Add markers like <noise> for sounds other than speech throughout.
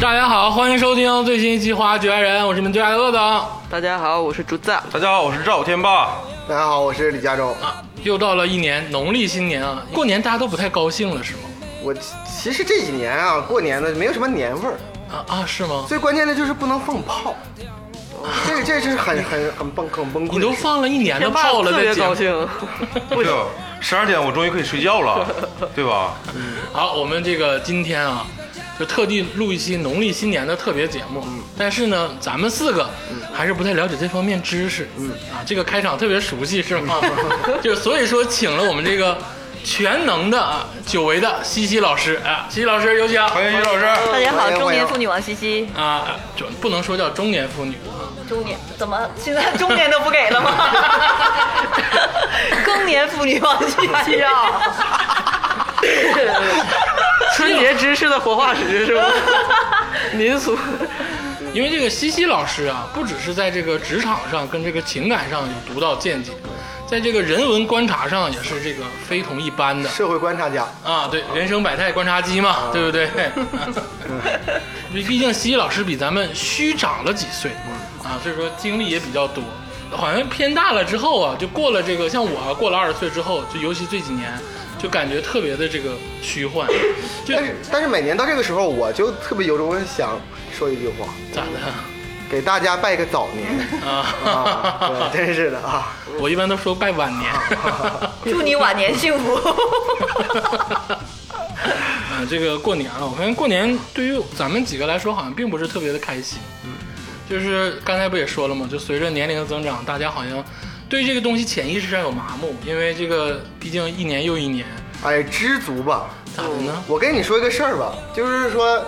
大家好，欢迎收听最新一期《花局爱人》，我是你们最爱的乐总。大家好，我是竹子。大家好，我是赵天霸。大家好，我是李佳洲。又到了一年农历新年嗯啊，过年大家都不太高兴了是吗？我其其实这几年啊，过年的没有什么年味儿，啊啊是吗？最关键的就是不能放炮，这个这是 <laughs> 很很很崩很崩溃你都的事。放了一年的炮了，特别在节目高。兴，对呀，十二点我终于可以睡觉 <laughs> 了，对吧？好，我们这个今天啊，就特地录一期农历新年的特别节目。嗯但是呢，咱们四个还是不太了解这方面知识。嗯啊，这个开场特别熟悉是吗？嗯 <laughs> 就所以说，请了我们这个全能的、啊久违的西西老师。啊，西西老师有请。欢哎迎于老师。大家好欢，迎中年妇女王西西，啊，就不能说叫中年妇女啊，中年怎么现在中年都不给了吗？ <laughs> 更年妇女王西西啊， <laughs> 春节知识的活化石 <laughs> 是吧？民俗 <laughs> 因为这个西西老师啊，不只是在这个职场上跟这个情感上有独到见解，在这个人文观察上也是这个非同一般的社会观察家，啊。对，人生百态观察机啊嘛，对 <laughs> 不对？毕毕竟西西老师比咱们虚长了几岁啊，所以说经历也比较多。好像偏大了之后啊，就过了这个，像我啊，过了二十岁之后，就尤其这几年，就感觉特别的这个虚幻，就但是但是每年到这个时候，我就特别由衷地想说一句话，咋的给大家拜个早年啊！啊？对真是的啊，我一般都说拜晚年。 <laughs> <laughs> 祝你晚年幸 <laughs> 福。啊，这个过年啊，我发现过年对于咱们几个来说，好像并不是特别的开心。嗯，就是刚才不也说了吗？就随着年龄的增长，大家好像对这个东西潜意识上有麻木，因为这个毕竟一年又一年，哎，知足吧。咋的呢？我跟你说一个事儿吧，就是说，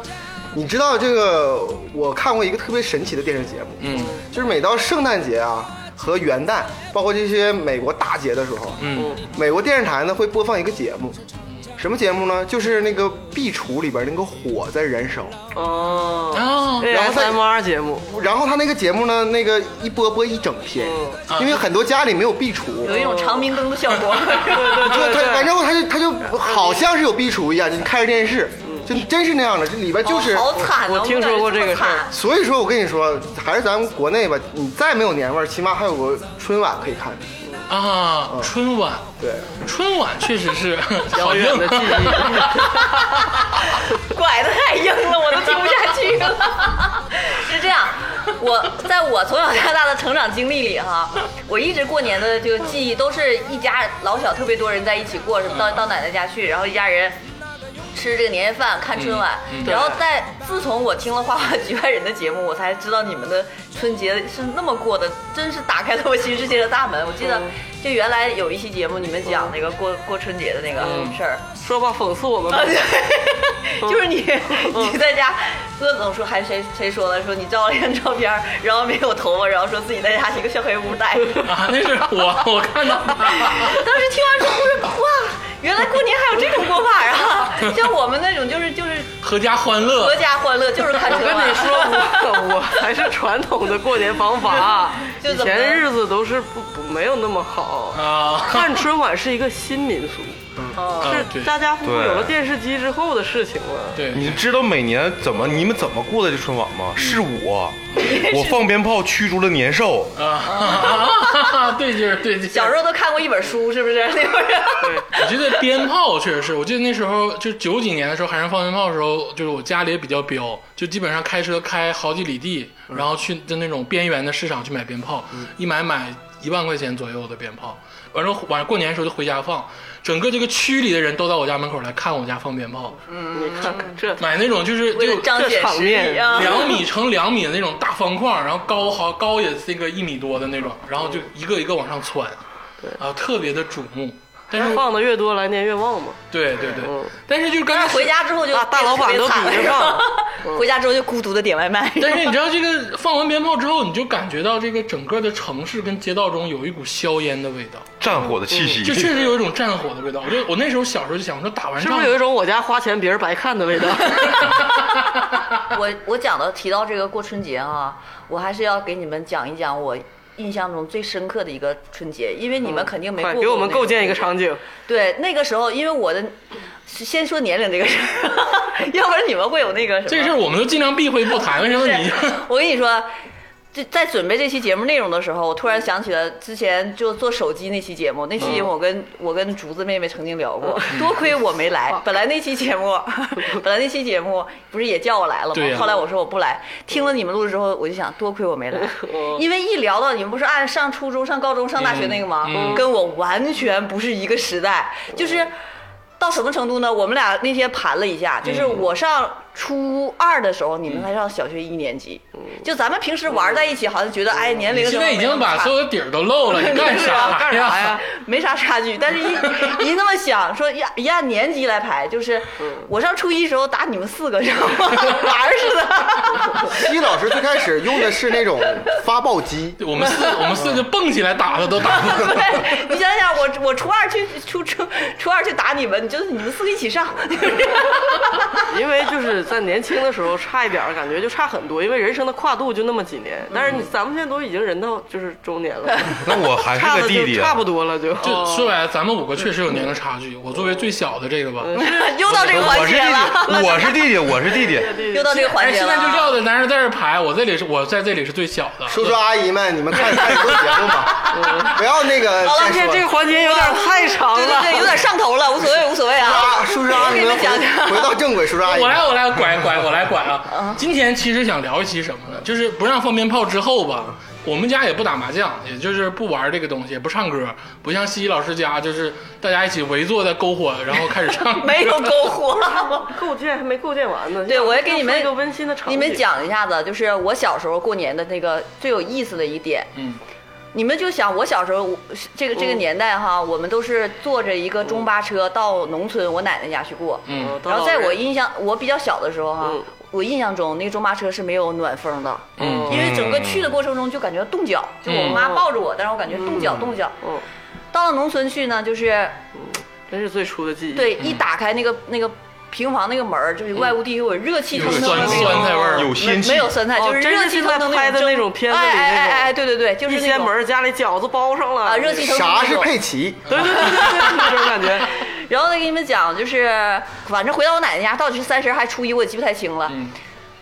你知道这个，我看过一个特别神奇的电视节目，嗯就是每到圣诞节啊和元旦，包括这些美国大节的时候，嗯美国电视台呢会播放一个节目，什么节目呢？就是那个壁橱里边那个火在燃烧，哦啊，然后再，ASMR 节目，然后他那个节目呢，那个一播播一整天，嗯因为很多家里没有壁橱，有一种长明灯的效果，对就对他对，反正他就他就好像是有壁橱一样，就你开着电视，就真是那样的，这里边就是。好惨啊！我听说过这个事儿所以说我跟你说，还是咱们国内吧，你再没有年味儿，起码还有个春晚可以看。嗯啊，春晚，对，春晚确实是 <laughs> 遥远的记忆。拐的太硬了，我都听不下去了。 <laughs> 是这样，我在我从小到大的成长经历里哈，我一直过年的就记忆都是一家老小特别多人在一起过，什么到到奶奶家去，然后一家人。吃这个年夜饭，看春晚，嗯嗯然后在自从我听了《花花局外人》的节目，我才知道你们的春节是那么过的，真是打开了我新世界的大门。我记得，就原来有一期节目，你们讲那个过、过春节的那个事儿，说吧，讽刺我 <laughs> 们吧啊，。对， <laughs> 就是你，嗯你在家，乐总说还是谁谁说的，说你照了一张照片，然后没有头发，然后说自己在家一个小黑屋待着。 <laughs> 啊，那是我我看到的。当时听完之后，我说哇，原来过年还有这种过法啊！像我们那种就是就是阖家欢乐合家欢乐，就是看我春跟晚。你说，我我还是传统的过年方法， <laughs> 就以怎么前日子都是不不没有那么好。啊，看春晚是一个新民俗，哦啊是对家家户户对有了电视机之后的事情了。 <laughs> 对，你知道每年怎么你们怎么过的这春晚吗？嗯是 <laughs> 我，我放鞭炮驱逐了年兽。啊， <laughs> 对劲儿对劲儿。小时候都看过一本书，是不是？那会儿我觉得鞭炮确实是，我记得那时候就九几年的时候，海上放鞭炮的时候，就是我家里也比较彪，就基本上开车开好几里地，然后去就那种边缘的市场去买鞭炮，一买买一万块钱左右的鞭炮，完了晚上过年的时候就回家放，整个这个区里的人都到我家门口来看我家放鞭炮，你看嗯看这，买那种就是为就了彰显实力啊！两米乘两米的那种大方块，然后高好高也是个一米多的那种，然后就一个一个往上窜，啊，特别的瞩目。但是放的越多，来年越旺嘛。对对对嗯，但是就是刚啊才回家之后就大大老板都比着上，回家之后就孤独的点外卖。嗯但是你知道，这个放完鞭炮之后，你就感觉到这个整个的城市跟街道中有一股硝烟的味道，战火嗯的气息，就确实有一种战火的味道。我就我那时候小时候就想，我说打完是仗不是有一种我家花钱别人白看的味道？ <laughs> 我我讲到提到这个过春节啊，我还是要给你们讲一讲我印象中最深刻的一个春节，因为你们肯定没过快过、给我们构建一个。场景，对，那个时候因为我的先说年龄这个事儿， <laughs> 要不然你们会有那个什么？这事儿我们都尽量避讳不谈。为什么 <laughs> 你？ <laughs> 我跟你说，就在准备这期节目内容的时候，我突然想起了之前就做手机那期节目，那嗯期节目我跟、我跟竹子妹妹曾经聊过， <laughs> 多亏我没哦来。本来那期节 <laughs> 目，本来那期节目不是也叫我来了吗？对呀后来我说我不来，听了你们录之后，我就想多亏我没 <laughs> 来，因为一聊到你们不是按上初中、上高中、上大学那个吗？哦嗯跟我完全不是一个时代，就是。到什么程度呢？我们俩那天盘了一下，就是嗯我上初二的时候，你们才上小学一年级，就咱们平时玩在一起，好像觉得哎年龄嗯现在已经把所有有的底儿都露 <laughs> 了，你干啥干啥呀？没啊啥差距， <laughs> 但是一一那么想说一按一按年级来排，就是嗯我上初一时候打你们四个， <laughs> 然后玩儿似的。西老师最开始用的是那种发报 <laughs> 机，我们四我们嗯四个蹦起来打他都打不过。对，你想想，我我初二去初初初二去打你们，你就是你们四个一起上， <laughs> 就是因为就是在年轻的时候差一点儿，感觉就差很多，因为人生的跨度就那么几年。但是你咱们现在都已经人到就是中年了，那我还差的是个弟就弟差啊，不多了就。就说白了，咱们五个确实有年龄差距。我作为最小的这个吧， <laughs> 嗯又到这个我环是节弟了，弟，我是弟弟，我是弟弟。 <laughs> <laughs> 又到这个环哎，节现了。在就撂在男人在这儿排，我这里是我在这里是最小的。叔叔阿姨们，你们看看多节目 <laughs> 吧，不要那个好了再今天说这个了。环节有点太长对了，对对，有点上头了，无所谓无所谓啊啊，。叔叔阿姨给你们们讲讲回回到正轨，叔叔阿姨我们来，我来拐拐，我来拐嗯啊！今天其实想聊一期什么呢？就是不让放鞭炮之后吧，我们家也不打麻将，也就是不玩这个东西，也不唱歌，不像西西老师家，就是大家一起围坐在篝火，然后开始唱 <laughs> 歌。没有篝火。构建还没构建完 <laughs> 呢。对，我也给你们一个温馨的场景。你们讲一下子，就是我小时候过年的那个最有意思的一点。嗯，你们就想我小时候，我这个这个年代哈，我们都是坐着一个中巴车到农村我奶奶家去过。嗯嗯，然后在我印象，我比较小的时候哈嗯，我印象中那个中巴车是没有暖风的，嗯因为整个去的过程中就感觉冻脚，就我妈抱着我，但是我感觉冻脚冻脚。嗯，到了农村去呢，就是真是最初的记忆。，对，嗯一打开那个那个平房那个门儿，就是外屋地有股热气腾有腾的那酸酸种，菜味儿，有仙没气，没有酸菜，哦就是真热是气现腾在腾拍的蒸那种片子里哎哎哎哎，对对对，就一是那掀种门儿家里饺子包上了啊，热气腾腾啥那是种佩奇？对对对对对，就这种感觉。然后再给你们讲，就是反正回到我奶奶家，到底是三十还初一，我也记不太清了。嗯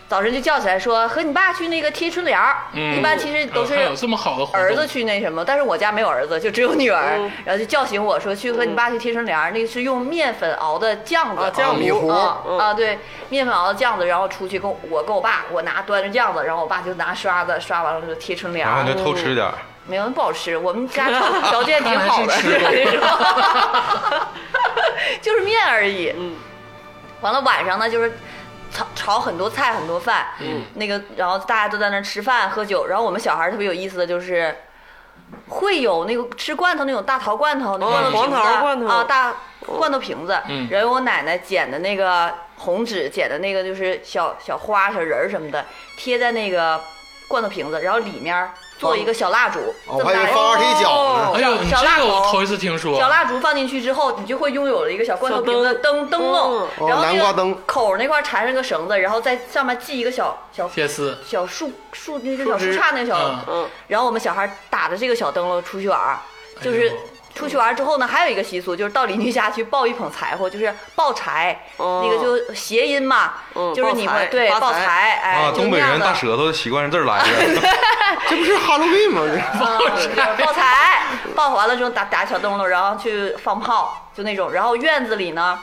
早晨就叫起来说和你爸去那个贴春联儿，嗯一般其实都是还有这么好的活动儿子去那什么，但是我家没有儿子，就只有女儿，嗯然后就叫醒我说去和你爸去贴春联儿，那个是用面粉熬的酱子，啊酱米糊啊嗯啊对，面粉熬的酱子，然后出去跟我我跟我爸，我拿端着酱子，然后我爸就拿刷子刷完了就贴春联然儿后，就偷吃点儿。没有不好吃，我们家条条件挺好的， <laughs> 看来是吃过那时候 <laughs> 就是面而已。嗯，完了晚上呢就是炒炒很多菜很多饭，嗯那个然后大家都在那儿吃饭喝酒，然后我们小孩儿特别有意思的就是。会有那个吃罐头那种大桃罐头，那哦罐头瓶子、黄桃罐头啊，大罐头瓶子。嗯然后我奶奶剪的那个红纸，剪的那个就是小小花、小人儿什么的，贴在那个罐头瓶子，然后里面做一个小蜡烛，哦这我么还大哦一以为个放二踢脚呢。哎呦，你这个我头一次听说小。蜡烛放进去之后，你就会拥有了一个小罐头瓶子小灯灯笼嗯，哦然后南那瓜个灯口儿那块缠上个绳子，然后在上面系一个小小铁丝，小树树那个小树树枝杈那小，嗯嗯，然后我们小孩打着这个小灯笼出去玩儿，就哎是呦。出去玩儿之后呢，还有一个习俗，就是到邻居家去抱一捧柴火，就是抱柴，哦那个就谐音嘛，嗯就是你抱会柴对发抱财柴，哎，啊，就东那北样人的大舌头习惯是这儿 <laughs> 来的， <laughs> 这不是 Halloween 吗？ <laughs> <laughs> 这啊爆财，爆完了之后打打小灯笼，然后去放炮，就那种。然后院子里呢，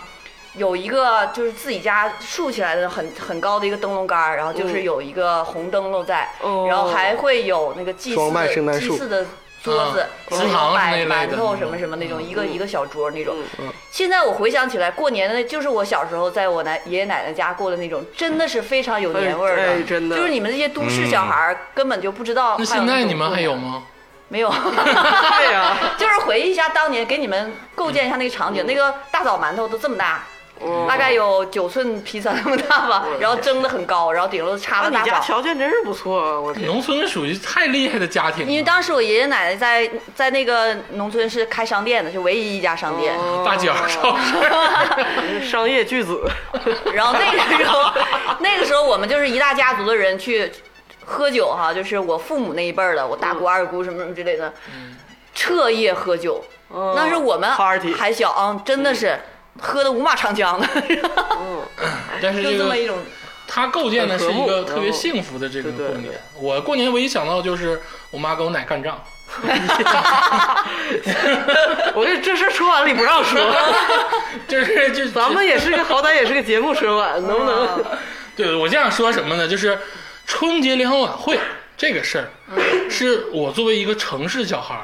有一个就是自己家竖起来的很很高的一个灯笼杆儿，然后就是有一个红灯笼在，哦然后还会有那个祭双祀脉圣的诞祭树祀的桌子，嗯然后祠堂那摆类的嗯馒头那种什么什么那种，一个一个小桌那种。嗯现在我回想起来，过年的就是我小时候在我奶爷爷奶奶家过的那种，真的是非常有年味儿的，哎哎真的就是你们这些都市小孩儿根本就不知道。那现在你们还有？吗？没有。 <laughs> 对啊呀， <laughs> 就是回忆一下当年，给你们构建一下那个场嗯景，那个大枣馒头都这么大，哦大概有九寸披萨那么大 <laughs> 吧，然后蒸的很高，然后顶楼插那了大啊你家枣。条件真是不错啊，嗯我天。农村属于太厉害的家庭了，因为当时我爷爷奶奶在在那个农村是开商店的，是唯一一家商店。哦大 <laughs> 脚超 <laughs> 市，商业巨子，然后那个时候，那个时候我们就是一大家族的人去喝酒哈，就是我父母那一辈儿的，我大嗯姑、二姑什么什么之类的，彻夜喝酒。那是我们哦 party 嗯还小啊，真的是喝的五马长江了，但是就这这个么一种它构建的是一很和个睦特别幸福的这个然后过对对年对。我过年唯一想到就是我妈跟我奶干仗， <laughs> 我这这事儿春晚里不让说， <laughs> 就是就咱们也是个好歹也是个节目春晚，能不能？对我这样说什么呢？就是春节联欢晚会这个事儿，是我作为一个城市小孩儿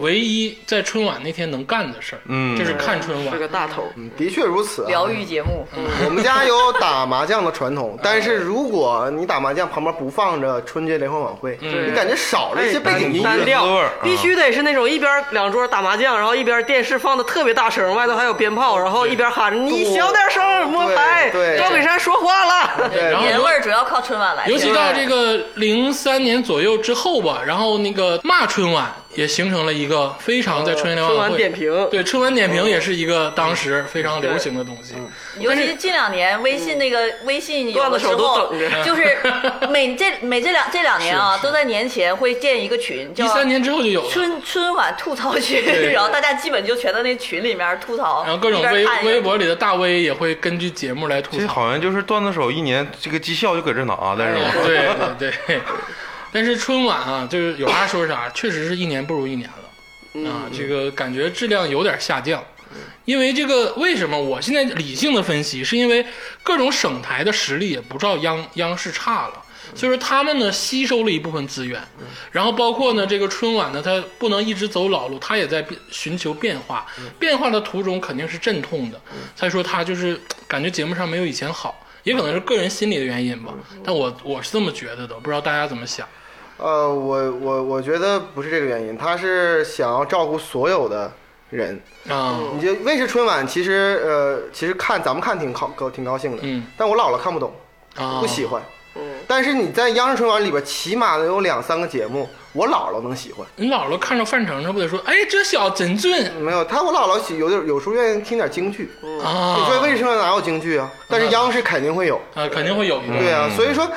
唯一在春晚那天能干的事儿。嗯就是看春晚嗯是。个大头，嗯的确如此、啊疗。愈节目。我们家有打麻将的传统，但是如果你打麻将旁边不放着春节联欢晚会，嗯你感觉少了一些背景音哎单乐。调啊滋味儿必须得是那种一边两桌打麻将，然后一边电视放的特别大声，外头还有鞭炮，然后一边喊着你小点声，摸牌，对对赵本山说话 <laughs> 了。对然后年味儿主要靠春晚来的，尤其到这个零三年左右之后吧，然后那个骂春晚也形成了一个非常在春节联欢晚春晚会点评对春晚点评也是一个当时非常流行的东西。尤其近两年微信那个微信有的段时子手都候等着，就是 <laughs> 每这每这两这两年啊，都在年前会建一个群，叫一三年之后就有了，春春晚吐槽群对， <laughs> 然后大家基本就全在那群里面吐槽，然后各种一边微看一边微博里的大 V 也会根据节目来吐这槽。好像就是段子手一年这个绩效就搁这拿但哎是吧，对 <laughs> <laughs> 对对，但是春晚啊，就是有啥说啥， <laughs> 确实是一年不如一年了啊，这个感觉质量有点下降。因为这个，为什么我现在理性的分析，是因为各种省台的实力也不照央央视差了，所以说他们呢吸收了一部分资源，然后包括呢这个春晚呢，它不能一直走老路，它也在变寻求变化，变化的途中肯定是阵痛的，才说它就是感觉节目上没有以前好，也可能是个人心理的原因吧，但我我是这么觉得的，不知道大家怎么想。呃，我我我觉得不是这个原因，他是想要照顾所有的人。啊，你就卫视春晚，其实呃，其实看咱们看挺高高挺高兴的，嗯但我姥姥看不懂，啊，不喜欢。嗯，但是你在央视春晚里边，起码能有两三个节目，我姥姥能喜欢。你姥姥看着范丞丞不得说，哎，这小真俊没有，他我姥姥喜有点有时候愿意听点京剧。啊！嗯你说卫视春晚哪有京剧啊？但是央视肯定会有。啊，肯定会有一个。嗯对啊，所以说，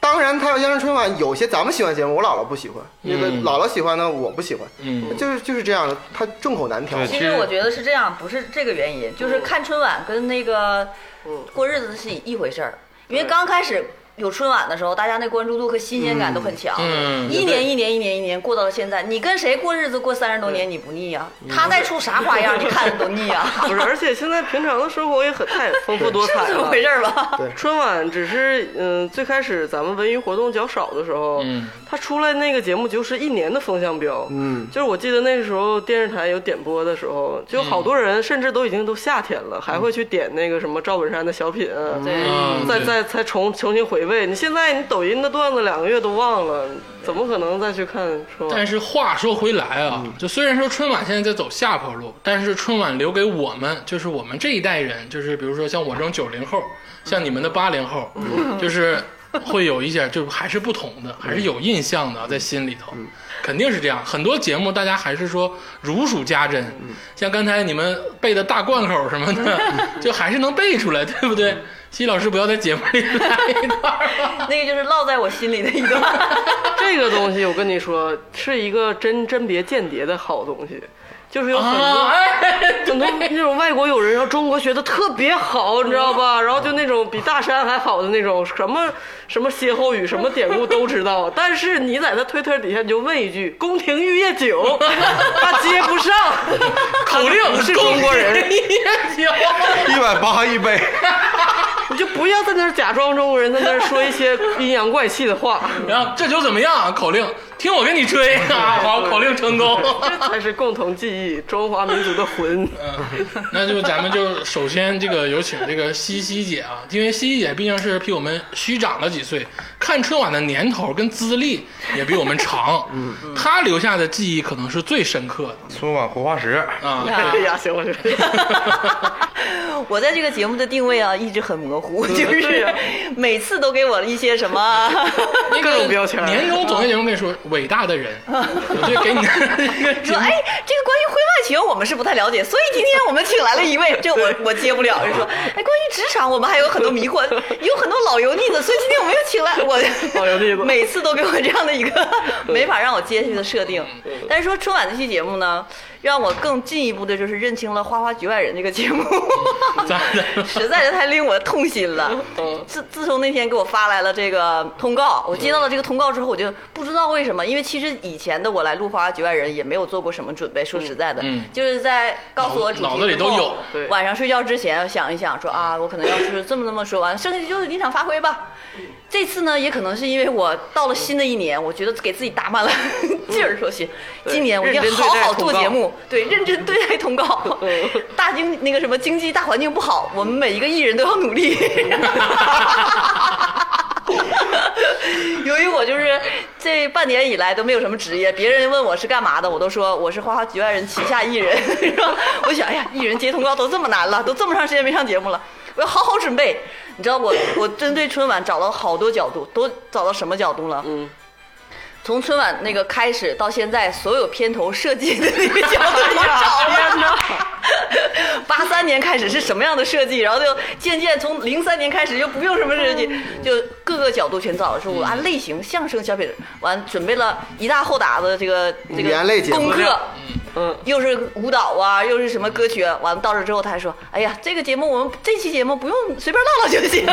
当然他央视春晚有些咱们喜欢节目，我姥姥不喜欢，那个嗯姥姥喜欢的我不喜欢，嗯就是就是这样的，他众口难调。对其其实实我觉得是这样，不是这个原因，就是看春晚跟那个过日子是一回事儿。因为刚开始有春晚的时候，大家那关注度和新鲜感都很强，嗯一年一年一年一年过到了现在，你跟谁过日子过三十多年你不腻呀、嗯他再出啥花样，你 <laughs> 看着都腻啊呀、不是，而且现在平常的生活也很太丰富多彩这么了回。事儿吧？对春晚只是嗯，最开始咱们文娱活动较少的时候，嗯他出来那个节目就是一年的风向标。嗯就是我记得那时候电视台有点播的时候，就好多人甚至都已经都夏天了，还会去点那个什么赵本山的小品，对啊，再对再才重重新回味。你现在你抖音的段子两个月都忘了，怎么可能再去看春晚但？是话说回来啊，就虽然说春晚现在在走下坡路，但是春晚留给我们，就是我们这一代人，就是比如说像我这种九零后，像你们的八零后，就是会有一些，就还是不同的，还是有印象的，在心里头，肯定是这样。很多节目大家还是说如数家珍，像刚才你们背的大贯口什么的，就还是能背出来，对不对？西老师不要在节目里 <laughs> 来一段儿吧。那个就是烙在我心里的一段。 <laughs> 这个东西我跟你说，是一个真甄别间谍的好东西，就是有很多、啊，哎 <laughs> 很多那种外国友人，然后中国学的特别好，你知道吧？然后就那种比大山还好的那种，什么什么歇后语、什么典故都知道。但是你在他推特底下你就问一句“宫廷玉液酒”，他接不上，口令是中国人， <laughs> 一百八一杯，你就不要在那儿假装中国人，在那儿说一些阴阳怪气的话，然后这酒怎么样啊？口令，听我跟你吹啊！好，口令成功。这才是共同记忆中华民族的 <laughs> 魂。嗯那就咱们就首先这个有请这个西西姐啊，因为西西姐毕竟是比我们虚长了几岁，看春晚的年头跟资历也比我们长， <laughs> 嗯，她留下的记忆可能是最深刻春晚活化石，<laughs> 的啊。哎呀，行了行了， <laughs> 我在这个节目的定位啊，一直很模糊，嗯就对是呀每次都给我了一些什么。各种标签儿。年终总结节目跟你说，伟大的 <laughs> 人，我就给你一个说，哎，这个关于婚外情我们是不太了解，所以今天我们请来了一位，这我我接不了。就说，哎，关于职场我们还有很多迷惑，有很多老油腻子，所以今天我们又请来 <laughs> 我老油腻子 <laughs> 嗯每次都给我这样的一个没法让我接下去的设定。但是说春晚这期节目呢，让我更进一步的就是认清了《花花局外人》这个节 <laughs> 目，咱咱实在是太令我痛心了。嗯自自从那天给我发来了这个通告，我接到了这个通告之后，我就不知道为什么，因为其实以前的我来录《花花局外人》也没有做过什么准备，说实在的，嗯就是在告诉我脑主题脑子里之后都有对晚上睡觉之前想一想说，啊，我可能要是这么这么说完，剩下就是临场发挥吧。这次呢，也可能是因为我到了新的一年，我觉得给自己打满了劲儿，说行，今年我一定认真对好待嗯好通做告节目，对，认真对待通告。 <laughs> 大经那个什么经济大环境不好，我们每一个艺人都要努力。 <laughs> 由于我就是这半年以来都没有什么职业，别人问我是干嘛的，我都说我是花花局外人旗下艺人。 <laughs> 是吧我想，哎呀，艺人接通告都这么难了，都这么长时间没上节目了，我要好好准备。你知道我，我针对春晚找了好多角度，都找到什么角度了？嗯，从春晚那个开始到现在，所有片头设计的那个角度我找哎呀天了哪。 <laughs> 八三年开始是什么样的设计，然后就渐渐从零三年开始就不用什么设计，就各个角度全找了。说我嗯按类型，相声、小品，完准备了一大厚沓子这个这语言类个节功目课，嗯，又是舞蹈啊，又是什么歌曲，完了到这之后他还说，哎呀，这个节目我们这期节目不用随便唠唠就行，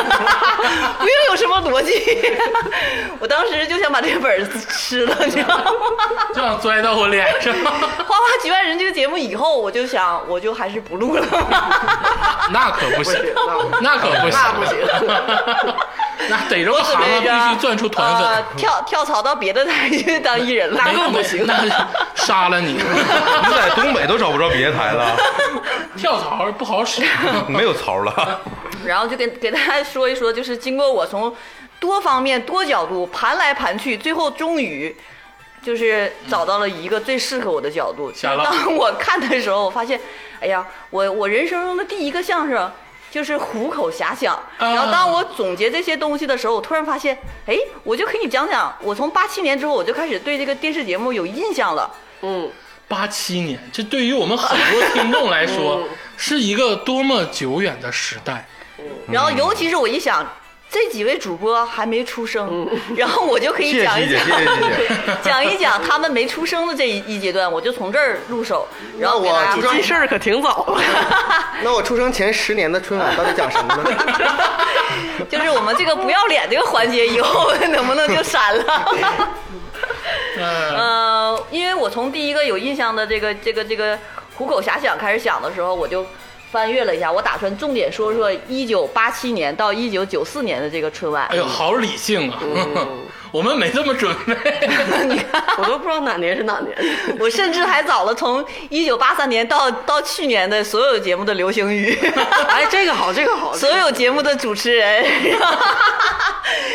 不用有什么逻辑。 <laughs> 我当时就想把这个本儿吃了，你知道吗？就想摔到我脸 <laughs> 上，花花局外人这个节目以后，我就想，我就还是不录了。那可不行，那可不行，那不行，那 <laughs> 逮着个蛤蟆必须攥出团呃粉，跳跳槽到别的台去当艺人了。没更没那杀了你，你在东北都找不着别的台了，跳槽不好使，没有槽了。然后就跟给大家说一说，就是经过我从多方面、多角度盘来盘去，最后终于就是找到了一个最适合我的角度。下了当我看的时候，我发现，哎呀，我我人生中的第一个相声。就是虎口遐想，然后当我总结这些东西的时候，我突然发现，哎，我就可以讲讲，我从八七年之后我就开始对这个电视节目有印象了。嗯，八七年，这对于我们很多听众来 <laughs> 哦说是一个多么久远的时代。嗯然嗯后尤其是我一想，这几位主播还没出生，然后我就可以嗯谢谢讲谢一谢讲谢谢谢谢。讲一讲他们没出生的这一一阶段，我就从这儿入手，然后给大家那我这事儿可挺早了。 <laughs> 那我出生前十年的春晚到底讲什么呢？就是我们这个不要脸这个环节以 <laughs> 后能不能就删了？嗯，呃，因为我从第一个有印象的这个这个这个虎口遐想开始想的时候，我就翻阅了一下，我打算重点说说一九八七年到一九九四年的这个春晚哎。呦，好理性啊！嗯 <laughs> 我们没这么准备，我都不知道哪年是哪年。我甚至还找了从一九八三年到到去年的所有节目的流行语， <laughs> 哎，这个好，这个好，所有节目的主持人， <laughs>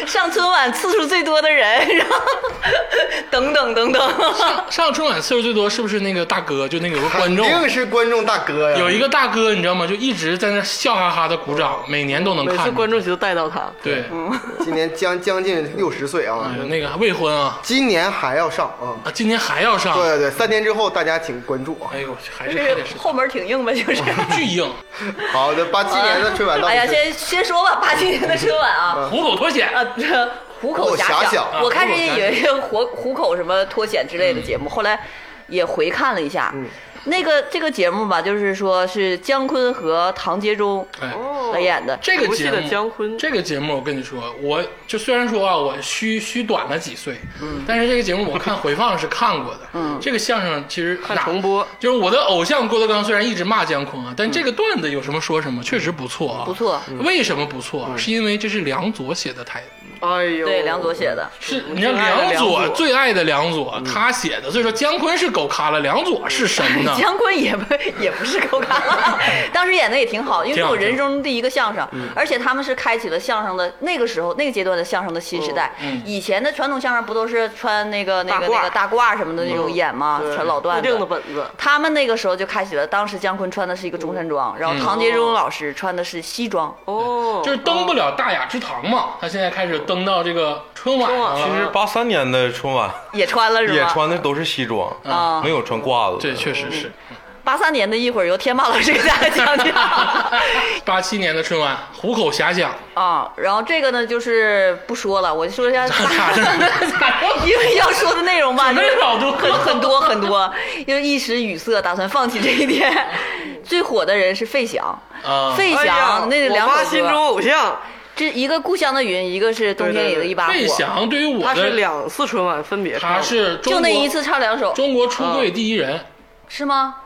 上春晚次数最多的人，然后等等等等。上春晚次数最多是不是那个大哥？就那个有个观肯众，定是观众大哥呀。有一个大哥，你知道吗？就一直在那笑哈哈的鼓哦掌，每年 <laughs> 都能每看次见。观众席都带到他。对，嗯嗯 <laughs> 今年将将近六十岁啊哎，呦，那个未婚啊，今年还要上啊。啊，今年还要上。对对，三天之后大家请关注啊。哎呦，还是还得是哦后门挺硬呗，就是。巨硬， <laughs> 好的，八七年的春晚到哎底呀，是先先说吧，八七年的春晚啊，虎口脱险。啊，这虎哦口虎哦口遐遐啊啊想我开始也以为是 <laughs> 虎虎口什么脱险之类的节目，后来也回看了一下，那个这个节目吧，就是说是姜昆和唐杰忠哎，哦来演的，这个熟节悉的目，姜昆这个节目，我跟你说，我就虽然说啊，我虚虚短了几岁，嗯，但是这个节目我看回放是看过的，嗯，这个相声其实看哪重播，就是我的偶像郭德纲，虽然一直骂姜昆啊，但这个段子有什么说什么，确实不错啊，不错。为什么不错？啊是因为这是梁左写的台词。哎呦，对梁左写的，是，我你看最爱的梁梁左啊左最爱的梁左，他写的，所以说姜昆是狗咖了，梁左是神呢？ <laughs> <laughs> 姜昆也不也不是狗看了，当时演的也挺好，因为是我人生中第一个相声，而且他们是开启了相声的那个时候那个阶段的相声的新时代。以前的传统相声不都是穿那个那大个褂那个大褂什么的那种演吗？嗯对传老段固定的本子他们那个时候就开启了，当时姜昆穿的是一个中山装，然后唐杰忠老师穿的是西装。哦，就是登不了大雅之堂嘛，他现在开始登到这个春晚上春了晚。其实八三年的春晚啊也穿了是吗？也穿的都是西装啊，没有穿褂子。对，确实是。八三年的一会儿由天霸老师给大家讲讲八七年的春晚，虎口遐想， <laughs> 啊。然后这个呢，就是不说了，我就说一下因为要说的内容吧，就是很很多很多，因为一时语塞，打算放弃这一点。最火的人是费翔，啊费哎呀翔那两我妈首心中歌，偶像，这一个故乡的云，一个是冬天里的一把火，费翔对于我她是的两次春晚分别唱他的，是中就国那一次唱两首，中国出柜第一人是吗？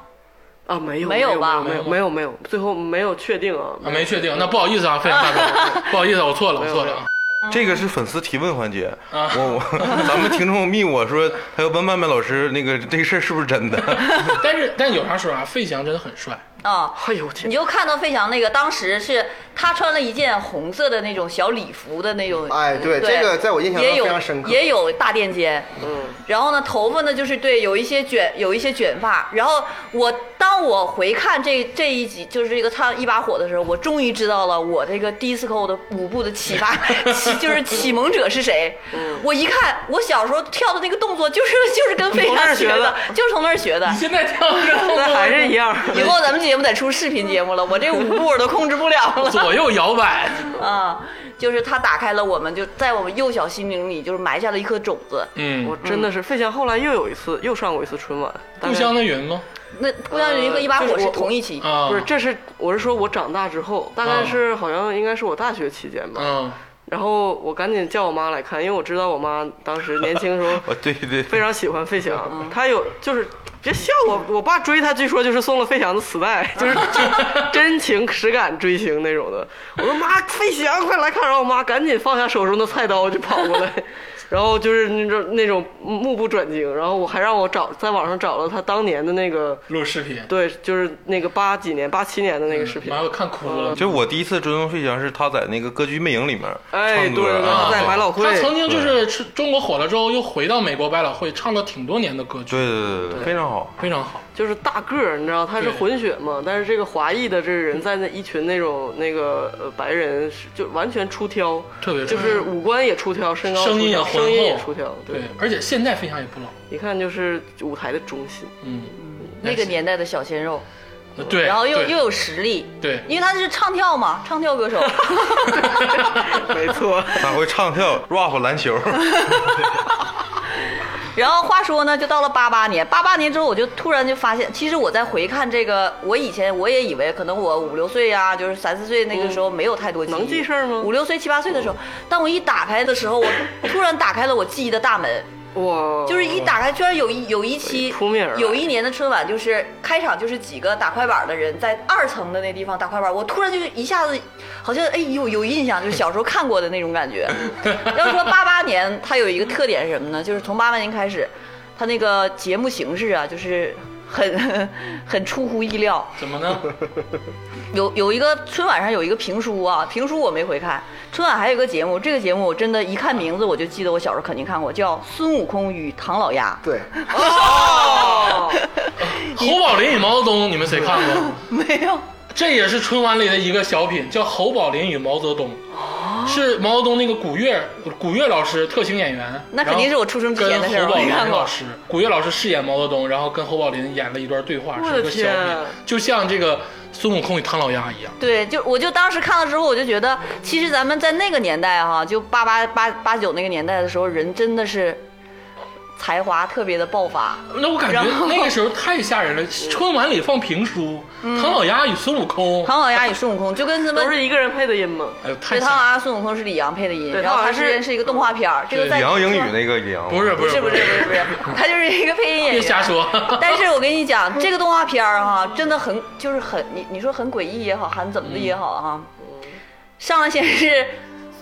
啊，没有没有有吧没有没有没有，最后没有确定啊。啊，没确定，那不好意思啊，费翔大哥，不好意思啊，我错了，我错了啊。这个是粉丝提问环节，啊我我 <laughs> 咱们听众密我说，还有问曼曼老师那个这事儿是不是真的？ <laughs> 但是但有啥说啥，费翔真的很帅，啊，哎呦我你天，就看到费翔那个，当时是他穿了一件红色的那种小礼服的那种，哎对对这个在我印象中也有非常深刻也有大垫肩，嗯，然后呢，头发呢就是对有一些卷，有一些卷发。然后我当我回看这这一集，就是这个唱一把火的时候，我终于知道了我这个 disco 的 <laughs> 舞步的启发，启就是启蒙者是谁。我一看，我小时候跳的那个动作就是就是跟费从那翔儿学学的的，就是从那儿学的你。现在跳那 <laughs> 着还是一样。以后咱们节目得出视频节目了，我这舞步我都控制不了了。左右摇摆，啊，就是他打开了我们，就在我们幼小心灵里，就是埋下了一颗种子。嗯我，真的是费翔，后来又有一次，又上过一次春晚。但故是乡的云吗？那《姑娘云》和《一呃把火》是同一期，啊，不是，，这是我是说我长大之后，大概嗯是好像应该是我大学期间吧。嗯，然后我赶紧叫我妈来看，因为我知道我妈当时年轻的时候哦，对对，非常喜欢费 <laughs> 翔，她有就是别笑我，我爸追她，据说就是送了费翔的磁带， <laughs> 就是真真情实感追星那种的。我说妈，费翔快来看，然后我妈赶紧放下手中的菜刀就跑过来， <laughs> 然后就是那种那种目不转睛，然后我还让我找在网上找了他当年的那个。录视频，嗯对，就是那个八几年、八七年的那个视频嗯妈，，我看哭了。嗯就我第一次追踪费翔是他在那个歌剧魅影里面哎，唱对歌对对，啊他在百老汇他，曾经就是吃中国火了之后，又回到美国百老汇，唱了挺多年的歌曲，对对对对，非常好。非常好。就是大个儿，你知道他是对混血嘛，但是这个华裔的这人在那一群那种那个呃白人是就完全出挑，特别出就挑是五官也出挑，身高声音出也挑浑声音也厚出挑，对，而且现在费翔也不老，一看就是舞台的中心。嗯，那个年代的小鲜肉，对，然后又对又有实力，对因为他是唱跳嘛，唱跳歌手。没错， <laughs> 他会唱跳、rap、篮球，然后话说呢，就到了八八年，八八年之后，我就突然就发现，其实我在回看这个，我以前我也以为可能我五六岁呀、就是三四岁那个时候没有太多记嗯忆，能记事儿吗嗯五六岁七八岁的时候，当我一打开的时候，我突然打开了我记忆的大门，哇，就是一打开，居然有一有一期扑面而来有一年的春晚，就是开场就是几个打快板的人在二层的那地方打快板，我突然就一下子好像哎有有印象，就是小时候看过的那种 <laughs> 感觉。要说八八年，它有一个特点是什么呢？就是从八八年开始，它那个节目形式啊，就是很 <laughs> 很出乎意料。怎么呢？有有一个春晚上有一个评书啊，评书我没回看，春晚还有一个节目，这个节目我真的一看名字我就记得我小时候肯定看过，叫《孙悟空与唐老鸭》。 <laughs> 对， <laughs> 哦，侯宝林与毛泽东，你们谁看 <laughs> 过？ <laughs> 没有。这也是春晚里的一个小品，叫《侯宝林与毛泽东》，是毛泽东那个古月古月老师特型演员。那肯定是我出生之前的事儿然后跟我侯宝没看林过老师，古月老师饰演毛泽东，然后跟侯宝林演了一段对话，我是的一个小天品，就像这个孙悟空与唐老鸭一样。对，就我就当时看了之后，我就觉得，其实咱们在那个年代哈、就八八八八九那个年代的时候，人真的是才华特别的爆发。那我感觉然后那个时候太吓人了，春晚里放评书，嗯唐老鸭与孙悟空，唐老鸭与孙悟空就跟咱都们是一个人配的音吗？哎呦太对唐老吓鸭、孙悟空是李阳配的音，对然后他它好像之是间是一个动画片儿，这个对在李昂英语那个李昂，不是不不是是不是不是 <laughs> 不是，他就是一个配音演员。嗯别瞎说， <laughs> 但是我跟你讲，这个动画片儿、哈，真的很就是很你你说很诡异也好，还是怎么的也好哈、嗯上来先是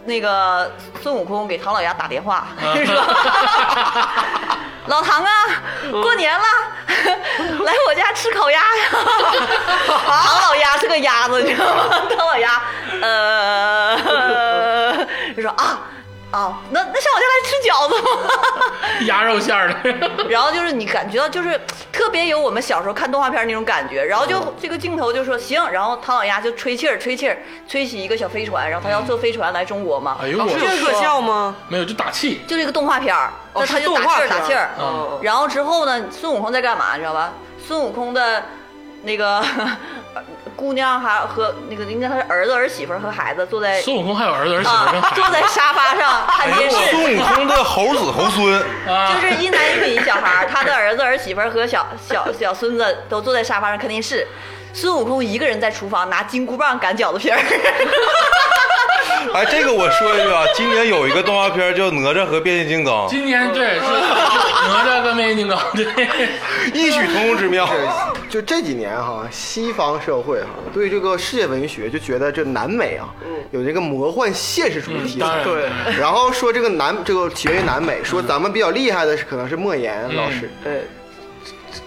那个孙悟空给唐老鸭打电话，就说。老唐啊，嗯过年了， <laughs> 来我家吃烤鸭 <laughs> 呀！唐老鸭是个鸭子，你知道吗？唐老鸭， <laughs> 呃，就说啊啊，那那上我家来吃饺子吧。 <laughs> 鸭肉馅儿的。 <laughs> 然后就是你感觉到就是特别有我们小时候看动画片那种感觉，然后嗯就这个镜头就说行，然后唐老鸭就吹气儿，吹气儿，吹起一个小飞船，然后他嗯要坐飞船来中国嘛，哎呦老师哦我这可笑吗？没有就打气，就这个动画片儿，哦那他是就动打画气儿片嗯打气儿哦，然后之后呢，孙悟空在干嘛你知道吧？孙悟空的那个 <laughs> 姑娘还和那个应该他是儿子儿媳妇儿和孩子坐在孙悟空还有儿子哎儿媳妇跟啊孩坐在沙发上哎看电视。孙悟空的猴子猴孙，子啊，就是一男一女小孩儿，他的儿子、儿媳妇儿和小小小孙子都坐在沙发上看电视。孙悟空一个人在厨房拿金箍棒擀饺子皮儿，哎，这个我说一句啊，今年有一个动画片叫《哪吒和变形金哦刚》，今年对 <laughs> 是哪吒跟变形金刚对。异曲同工之妙。这就这几年哈，西方社会哈，对这个世界文学就觉得这南美啊，嗯有这个魔幻现实主义题嗯当材然，。对然后说这个南这个起源于南美，说咱们比较厉害的是可能是莫言老师，嗯对，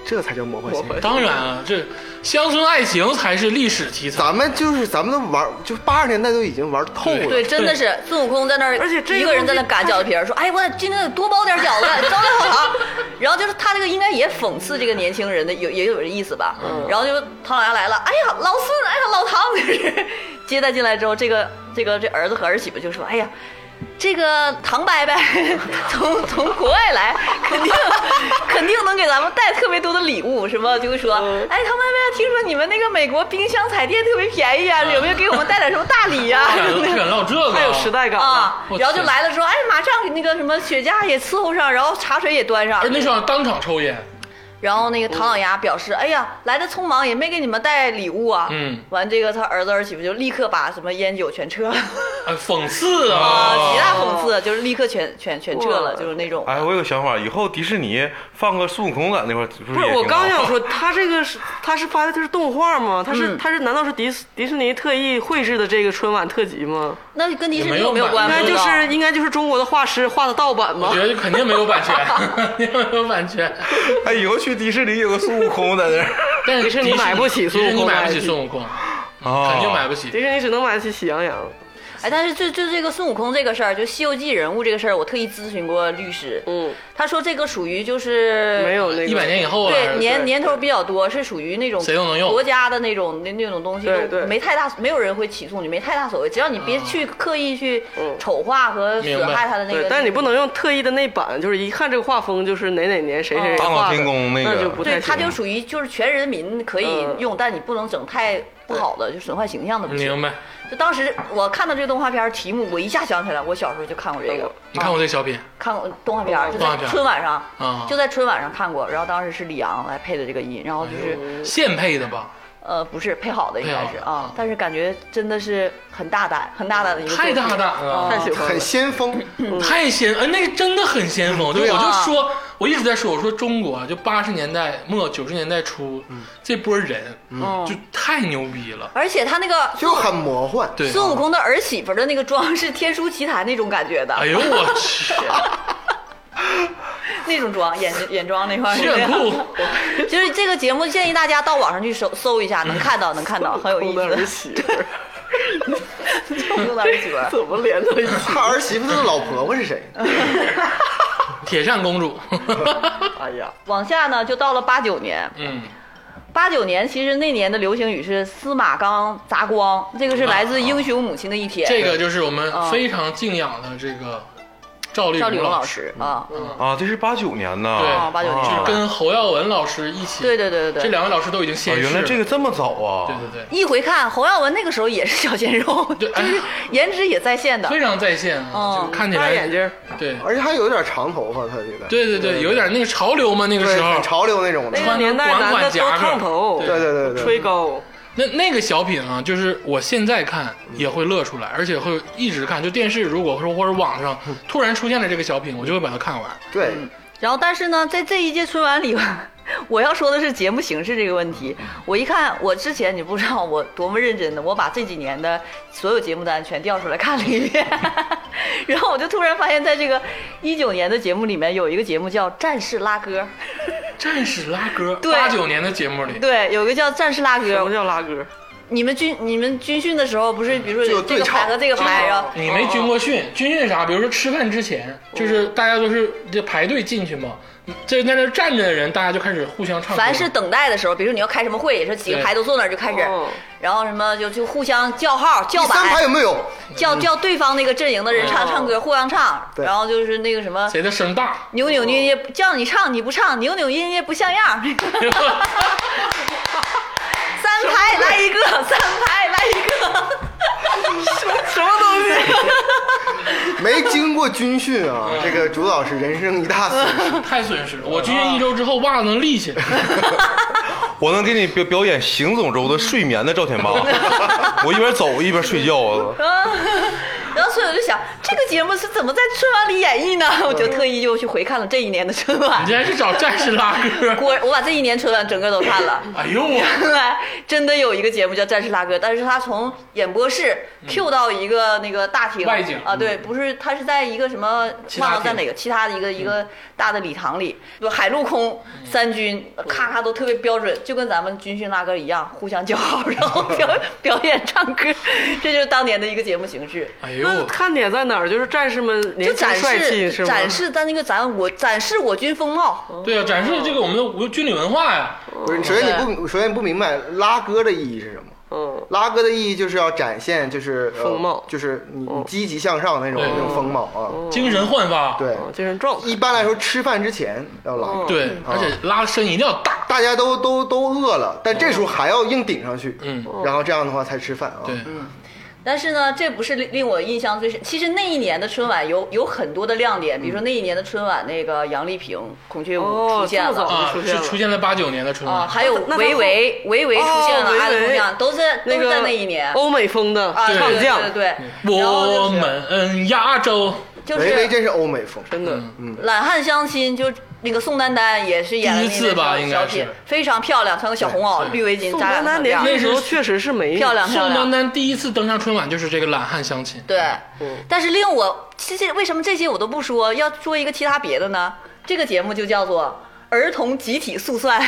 这才叫魔幻现实。嗯当然啊，这乡村爱情才是历史题材。咱们就是咱们都玩，就是八十年代都已经玩透了。对，真的是孙悟空在那儿，而且这个一个人在那擀饺子皮儿，说：“哎，我今天得多包点饺子， <laughs> 招待好堂。”啊然后就是他这个应该也讽刺这个年轻人的有也有点意思吧。嗯然后就是唐老鸭来了，哎呀，老孙，哎呀，老唐，就是接待进来之后，这个这个这儿子和儿媳妇就说：“哎呀。”这个唐伯 <laughs> 伯从从国外来，肯定肯定能给咱们带特别多的礼物，什么就会说，嗯哎，唐伯伯，听说你们那个美国冰箱彩电特别便宜啊，有没有给我们带点什么大礼啊呀、不 <laughs> 敢不敢唠这个，啊太有时。代感了。啊我，然后就天来了之后，哎，马上那个什么雪茄也伺候上，然后茶水也端上而，哎那时候当场抽烟，然后那个唐老鸭表示，哎呀，来的匆忙，也没给你们带礼物啊。嗯完这个他儿子儿媳妇就立刻把什么烟酒全撤了，啊，讽刺啊， <laughs> 极 <laughs> 啊，哦大讽刺，就是立刻全全全撤了，哇就是那种。哎，我有个想法，以后迪士尼放个孙悟空在那块儿，不不是是，也我挺好刚 <laughs> 想说，他这个是他是发的，他是动画吗？他是嗯他是难道是迪斯迪士尼特意绘制的这个春晚特辑吗？那跟迪士尼也没有有没有买关应系？该不就知道是应该就是中国的画师画的盗版我吗？觉得肯定没 <laughs> 有版权，肯定没有版权。 <laughs> 哎，以后去迪士尼有个孙悟空在那儿，但是迪士尼买不起迪士孙悟尼空买不起的 IP 孙悟空，啊肯定买不起。迪士尼只能买得起喜羊羊。哎，但是就就这个孙悟空这个事儿，就《西游记》人物这个事儿，我特意咨询过律师，嗯，他说这个属于就是没有那个一百年以后了，对年对年头比较多，是属于那种谁都能用国家的那种那那种东西，对都对没太大，没有人会起诉你，没太大所谓，只要你别去刻意去嗯丑化和明损白害他的那对个。，但是你不能用特意的那版，就是一看这个画风就是哪哪年谁谁谁哦大画闹的，天嗯宫那那个就不对，太他就行。属于就是全人民可以嗯用，但你不能整太不好的，就损坏形象的不明行。白？就当时我看到这个动画片儿题目，我一下想起来，我小时候就看过这个嗯，你看我这小品看过动画片啊儿，就哦动画在片儿春晚上，啊，就在春晚上看过。然后当时是李阳来配的这个音，然后就是。哎现配的吧？呃，不是配好的应该是配好的啊，但是感觉真的是很大胆，很大胆的一个太作品大胆了啊太喜欢了很先锋，太先，呃，那个真的很先锋。嗯对，对我啊就说，我一直在说，我说中国啊就八十年代末九十年代初嗯这波人，就太牛逼了。而且他那个就很魔幻。对，啊孙悟空的儿媳妇的那个妆是《天书奇谭》那种感觉的，哎呦我 <laughs> 去，那种妆眼眼妆那块儿炫酷！ <laughs> 就是这个节目建议大家到网上去搜搜一下，能看到能看到，很有意空的儿思。 <laughs> 媳妇儿孙悟空的儿 <laughs> 媳妇儿怎么连到一起？他儿媳妇的老婆婆是谁？ <laughs> 铁扇公主， <laughs> 哎呀，往下呢，就到了八九年，嗯，八九年其实那年的流行语是司马刚砸光，这个是来自《英雄母亲的一天》这个就是我们啊非常敬仰的这个赵丽赵丽蓉蓉老师，师啊，啊，这是八九年呐，对啊，八九年就是啊跟侯耀文老师一起，对对对对对，这两位老师都已经啊，现世了，原来这个这么早啊！对对对。一回看，侯耀文那个时候也是小鲜肉，对就哎是颜值也在线的。非常在线啊，嗯就看起大来眼睛儿，对而且还有点长头发，他这个对对对，有点那个潮流嘛，那个时对，候很潮流那种的那。穿个着年代管男管的夹都克烫头，对对对对，吹高，那那个小品啊，就是我现在看也会乐出来，而且会一直看。就电视如果说或者 <laughs> 网上突然出现了这个小品，我就会把它看完。对，嗯然后，但是呢，在这一届春晚里，我要说的是节目形式这个问题。我一看，我之前你不知道我多么认真的，我把这几年的所有节目单全调出来看了一遍， <laughs> 然后我就突然发现，在这个一九年的节目里面，有一个节目叫《战士拉歌战士拉歌，对八九年的节目》，里，对，有一个叫《战士拉歌什么》。叫拉歌？你们军你们军训的时候，不是比如就说有这对个唱排和这个排，然后哦你没军过训，军训啥？比如说吃饭之前，就是大家都是就排队进去嘛，这在那站着的人，大家就开始互相唱歌。凡是等待的时候，比如说你要开什么会，说几个对排都坐那儿就开始，哦然后什么就就互相叫号、叫第三排板、有没有？叫叫对方那个阵营的人唱哦唱歌，互相唱，对然后就是那个什么谁的声大，扭扭捏捏，叫你唱你不唱，扭扭捏捏不像样。拍来一个，三拍来一个。什么东西？没经过军训 <laughs> 啊，这个朱老师人生一大损失。太损失了。我军训一周之后，袜子能立起来。我能给你表表演邢总州的睡眠的赵天霸， <laughs> 我一边走一边睡觉啊。嗯 <laughs> 然后所以我就想，这个节目是怎么在春晚里演绎呢？ <laughs> 我就特意又去回看了这一年的春晚你竟。然是找战士拉歌？ <laughs> 我我把这一年春晚整个都看了。哎呦我， <laughs> 原来真的有一个节目叫《战士拉歌》，但是他从演播室 Q 到一个那个大厅嗯外景嗯啊，对，不是，他是在一个什么其他忘了厅在哪个其他的一个一嗯个大的礼堂里，就海陆空三军咔咔都特别标准，就跟咱们军训拉歌一样，互相叫好，然后 <laughs> 表表演唱歌，这就是当年的一个节目形式。哎那呦，看点在哪儿？就是战士们就年轻展帅气示是吗？嗯展示在那个咱我展示我军风貌，对啊，展示这个我们的无军旅文化呀。不是，首先你不，首先你不明白拉歌的意义是什么。嗯，拉歌的意义就是要展现，就是呃风貌就是你嗯你积极向上那种对那种风貌啊。精神焕发。对，哦精神状态一。般来说吃饭之前要拉歌，对，嗯而且拉伸一定要大。大家都都都饿了，但这时候还要硬顶上去，嗯，然后这样的话才吃饭啊。对，嗯但是呢，这不是令令我印象最深。其实那一年的春晚有有很多的亮点，比如说那一年的春晚，那个杨丽萍、孔雀舞哦出现这么了。早啊，出现是了出现在八九年的春啊，晚。还有那他维维，维维出现了，哦安维维东将都是都那是个在那一年欧美风的啊，对唱对将，对对，对然后我就是们亚洲，嗯就维维是真是欧美风，嗯真的懒汉相亲，就那个宋丹丹也是演了第那一个次吧小应该小是品，非常漂亮，穿个小红袄、对绿围巾，宋扎丹丹两个小辫年轻儿那的时候是确实是没漂亮宋漂亮嗯丹。丹第一次登上春晚就是这个懒汉相亲。对，但是令我其实为什么这些我都不说，要说一个其他别的呢？这个节目就叫做儿童集体速算。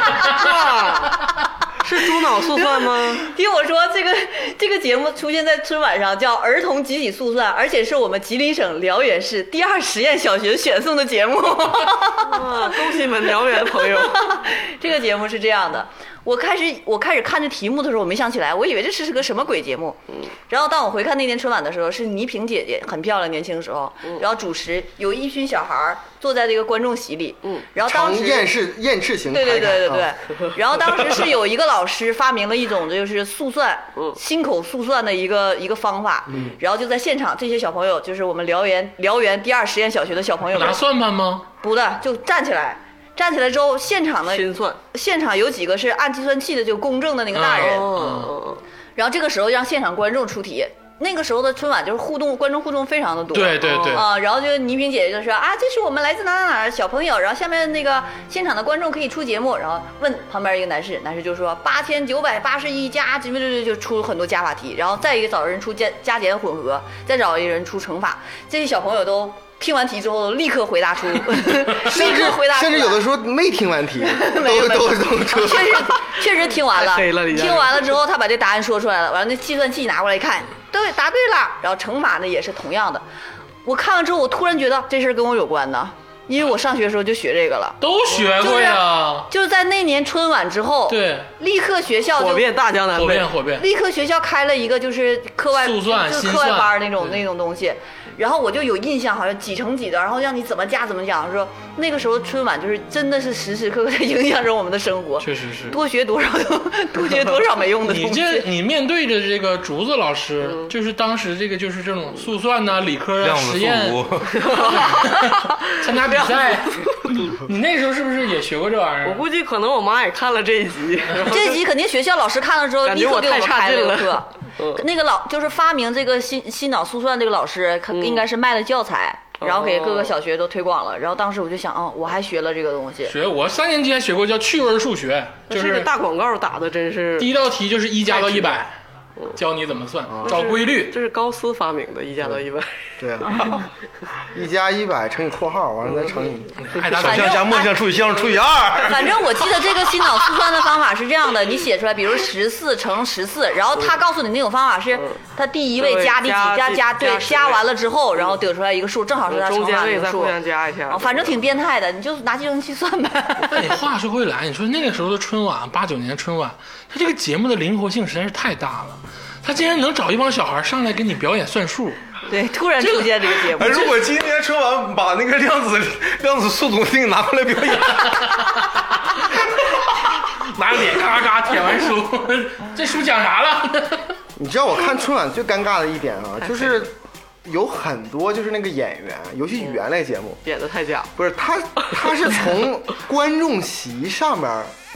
啊，是猪脑速算 <laughs> 吗？听我说，这个这个节目出现在春晚上，叫《儿童集体速算》，而且是我们吉林省辽源市第二实验小学选送的节目。啊，恭喜们辽源的朋友， <laughs> 这个节目是这样的，我开始我开始看这题目的时候，我没想起来，我以为这是个什么鬼节目。嗯然后当我回看那年春晚的时候，是倪萍姐姐很漂亮，年轻的时候，嗯然后主持有一群小孩儿坐在这个观众席里，嗯然后当呈时燕翅燕翅型对排对开。对对 <laughs> 啊对。然后当时是有一个老师发明了一种就是速 <laughs> 算嗯，心口速算的一个一个方法。嗯然后就在现场，这些小朋友就是我们辽源辽源第二实验小学的小朋友们拿，算盘吗？不的就站起来。站起来之后，现场的心算。现场有几个是按计算器的，就公正的那个大人。哦，然后这个时候让现场观众出题，那个时候的春晚就是互动，观众互动非常的多。对对对，啊，然后就倪萍姐姐就说啊，这是我们来自哪哪哪儿的小朋友，啊然后下面那个现场的观众可以出节目，然后问旁边一个男士，男士就说八千九百八十一加，就就就就出很多加法题，然后再一个找人出加加减混合，再找一个人出乘法，这些小朋友都听完题之后立刻回答 <laughs> 出， <laughs> 立甚至刻回答出来，甚至有的时候没听 <laughs> 完题，都都都出确实确实听完了，太黑了李佳听完了之后，他把这答案说出来了，完了那计算器拿过来一看，对，答对了。然后乘法呢也是同样的。我看完之后，我突然觉得这事儿跟我有关呢，因为我上学的时候就学这个了，都学过呀。就是在那年春晚之后，，对，立刻学校火就遍大江南火北遍。火遍。立刻学校开了一个就是课外速算就是心课外算班儿那种对那种东西，然后我就有印象，好像几乘几的，然后让你怎么加怎么讲，说那个时候春晚就是真的是时时刻刻在影响着我们的生活，确实是。多学多少， <laughs> 多学多少没用的东西。你这你面对着这个竹子老嗯师，就是当时这个就是这种速算呐、理科啊、量实子验速、 <laughs> 读， <laughs> 参加比赛， <laughs> 你那时候是不是也学过这玩意我儿？估计可能我妈也看了这一集，这集肯定学校老师看了之后，感立觉刻我给我太们差开劲了了课。 <laughs> 嗯那个老就是发明这个心心脑速算这个老师，可嗯应该是卖了教材，哦然后给各个小学都推广了。然后当时我就想，哦，我还学了这个东西。学我三年级还学过叫趣味数学，就这个是大广告打的真是，第一道题就是一加到一百，教你怎么算，嗯找规律。这是高斯发明的，一加到一百。对啊， <laughs> 一加一百乘以括号，完了再乘以。爱答首反正项加末项除以项除以二，反正我记得这个心脑速算的方法是这样的，你写出来，比如十四乘十四，然后他告诉你那种方法是，他第一嗯位对加第几加加第加，对，加十加位嗯完了之后，然后得出来一个数，正好是他乘中间法那位个再数互。相加一下啊，。反正挺变态的，你就拿计算器算呗。但你话说回来，你说那个时候的春晚，八九年春晚，它这个节目的灵活性实在是太大了，它竟然能找一帮小孩上来给你表演算数，对，突然出现这个节目哎，，如果今天春晚把那个 <laughs> 量子量子速度那个拿过来表演，拿着脸嘎嘎舔完书， <laughs> 这书讲啥了？ <laughs> 你知道我看春晚最尴尬的一点 <laughs> 啊，就是有很多就是那个演员，尤其语言类节目，演的太假。不是他他是从观众席上面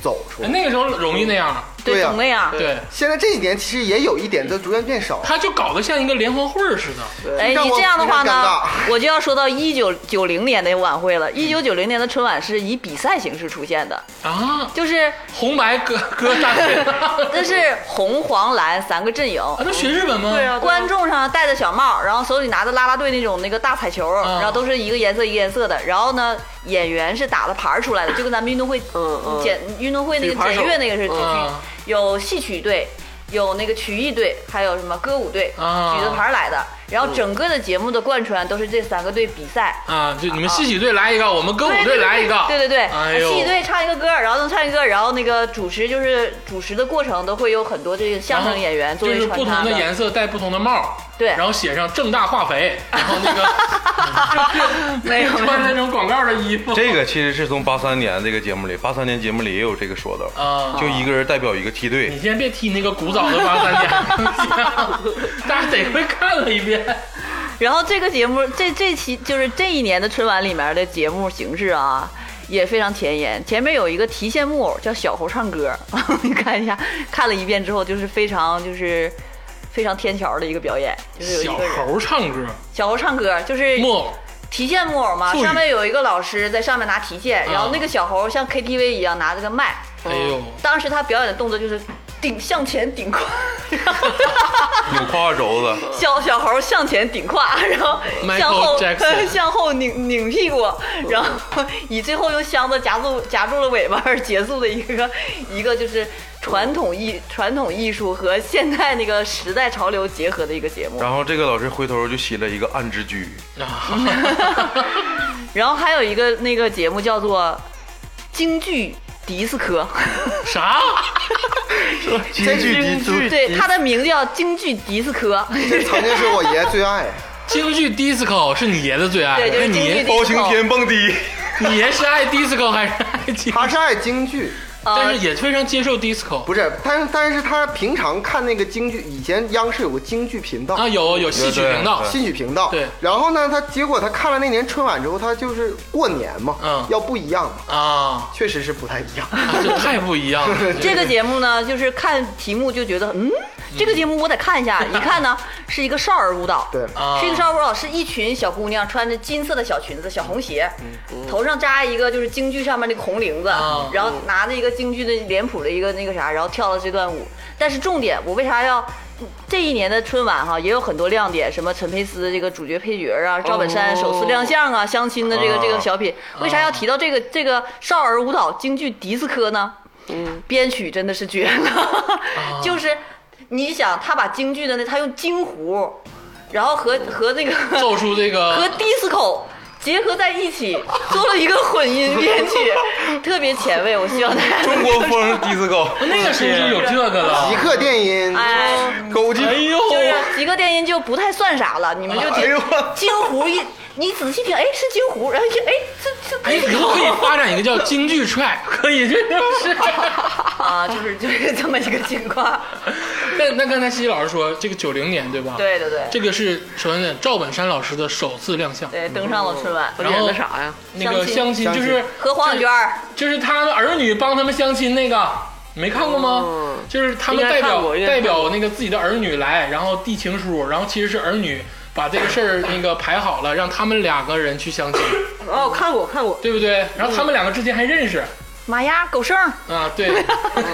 走出来。哎那个时候容易那样，啊对呀总那样。对，现在这一点其实也有一点，就逐渐变少。他就搞得像一个联欢会儿似的。哎，让你我这样的话非常呢尴，我就要说到一九九零年的晚会了。一九九零年的春晚是以比赛形式出现的，啊，就是红白歌歌大 <laughs> 全，啊，这是红黄蓝三个阵营，他学日本吗？对啊，观众上戴着小帽，然后手里拿着啦啦队那种那个大彩球，嗯然后都是一个颜色一个颜色的。然后呢，演员是打了牌儿出来的，就跟咱们运动会嗯嗯简运动会那举个牌手简乐那个是举嗯有戏曲队，有那个曲艺队，还有什么歌舞队，啊举着牌儿来的。然嗯后整个的节目的贯穿都是这三个队比赛。啊，就你们戏曲队来一个，我们歌哦舞队来一个，对对对，哎呦，戏剧队唱一个歌，然后能唱一个，然后那个主持就是主持的过程都会有很多这个相声演员作就为是穿不插同的颜色戴不同的帽，对然后写上正大化肥，然后那 <laughs> 个没有穿那种广告的衣服，这个其实是从八三年这个节目里，八三年节目里也有这个说的，啊，就一个人代表一个梯队你。先别提那个古早的八三 <laughs> 年，大家得会看了一遍，然后这个节目，这这期就是这一年的春晚里面的节目形式啊，也非常前沿。前面有一个提线木偶叫小猴唱歌， <laughs> 你看一下，看了一遍之后就是非常就是非常天桥的一个表演，就是有小一个人猴唱歌，小猴唱歌，就是木偶提线木偶嘛，赋予上面有一个老师在上面拿提线，嗯然后那个小猴像 KTV 一样拿着个麦，哎呦，当时他表演的动作就是顶向前顶胯，啊有胯二轴子，小小猴向前顶胯， <laughs> 然后 Michael 向后 <laughs> Jackson 向后拧拧屁股，然后以最后用箱子夹住夹住了尾巴而结束的一个一个就是传统艺传统艺术和现代那个时代潮流结合的一个节目。然后这个老师回头就写了一个暗之居，啊然后还有一个那个节目叫做京剧迪斯科， <laughs> 啥？京剧迪斯 <laughs> 对，它的名字叫京剧迪斯科，这曾经 <laughs> 是我爷最爱， <laughs> 京剧 disco 是你爷的最爱，对，就是那京你剧爷迪斯科。包青天蹦迪， <laughs> 你爷是爱 disco 还是爱京？他是爱京剧，呃呃 <laughs> 但是也非常接受 disco 不是，但是但是他平常看那个京剧，以前央视有个京剧频道啊，，有有戏曲对对频道对戏曲频道，对然后呢，他结果他看了那年春晚之后，他就是过年嘛，嗯要不一样嘛，啊，确实是不太一样。啊这太不一 <laughs> 样了，这个节目呢，就是看题目就觉得，嗯，这个节目我得看一下。一看呢，是一个少儿舞蹈，对啊是一个少儿舞蹈，是一群小姑娘穿着金色的小裙子、小红鞋，头上扎一个就是京剧上面那个红绫子嗯啊，然后拿着一个京剧的脸谱的一个那个啥，然后跳了这段舞。但是重点，我为啥要？这一年的春晚哈也有很多亮点，什么陈佩斯这个主角配角哦啊，赵本山首次亮相啊，相亲的这个这个小品，为啥要提到这个这个少儿舞蹈京剧迪斯科呢？嗯编曲真的是绝了，<laughs> 啊就是你想他把京剧的那他用京胡，然后和和 <laughs> 那个奏出 <laughs> 这和个 disco 结合在一起，做了一个混音编曲， <laughs> 特别前卫。我希望大家中国风迪斯高，那个时候就有这个了极。客电音，哎，狗鸡。哎呦，就是极客电音就不太算啥了，你们就哎听呦我京胡一，你仔细听，哎是京胡，然后一听哎哎，是是以后可以发展一个叫京剧 track，可以这 <laughs> 就是。 <laughs> 啊，就是就是这么一个情啊况。 <laughs> 那那刚才西西老师说这个九零年对吧？，对对对这个是首先赵本山老师的首次亮相，对，登上了春晚，然后演的啥呀？那个相亲就是和黄小娟儿。就是他的儿女帮他们相亲那个，你没看过吗？嗯就是他们应代该看表过应该代看过表那个自己的儿女来，然后递情书，然后其实是儿女把这个事儿那个排好了，让他们两个人去相亲，哦，看过看过，嗯对不对？然后他们两个之间还认识妈呀，狗剩儿啊， <laughs> 对。嗯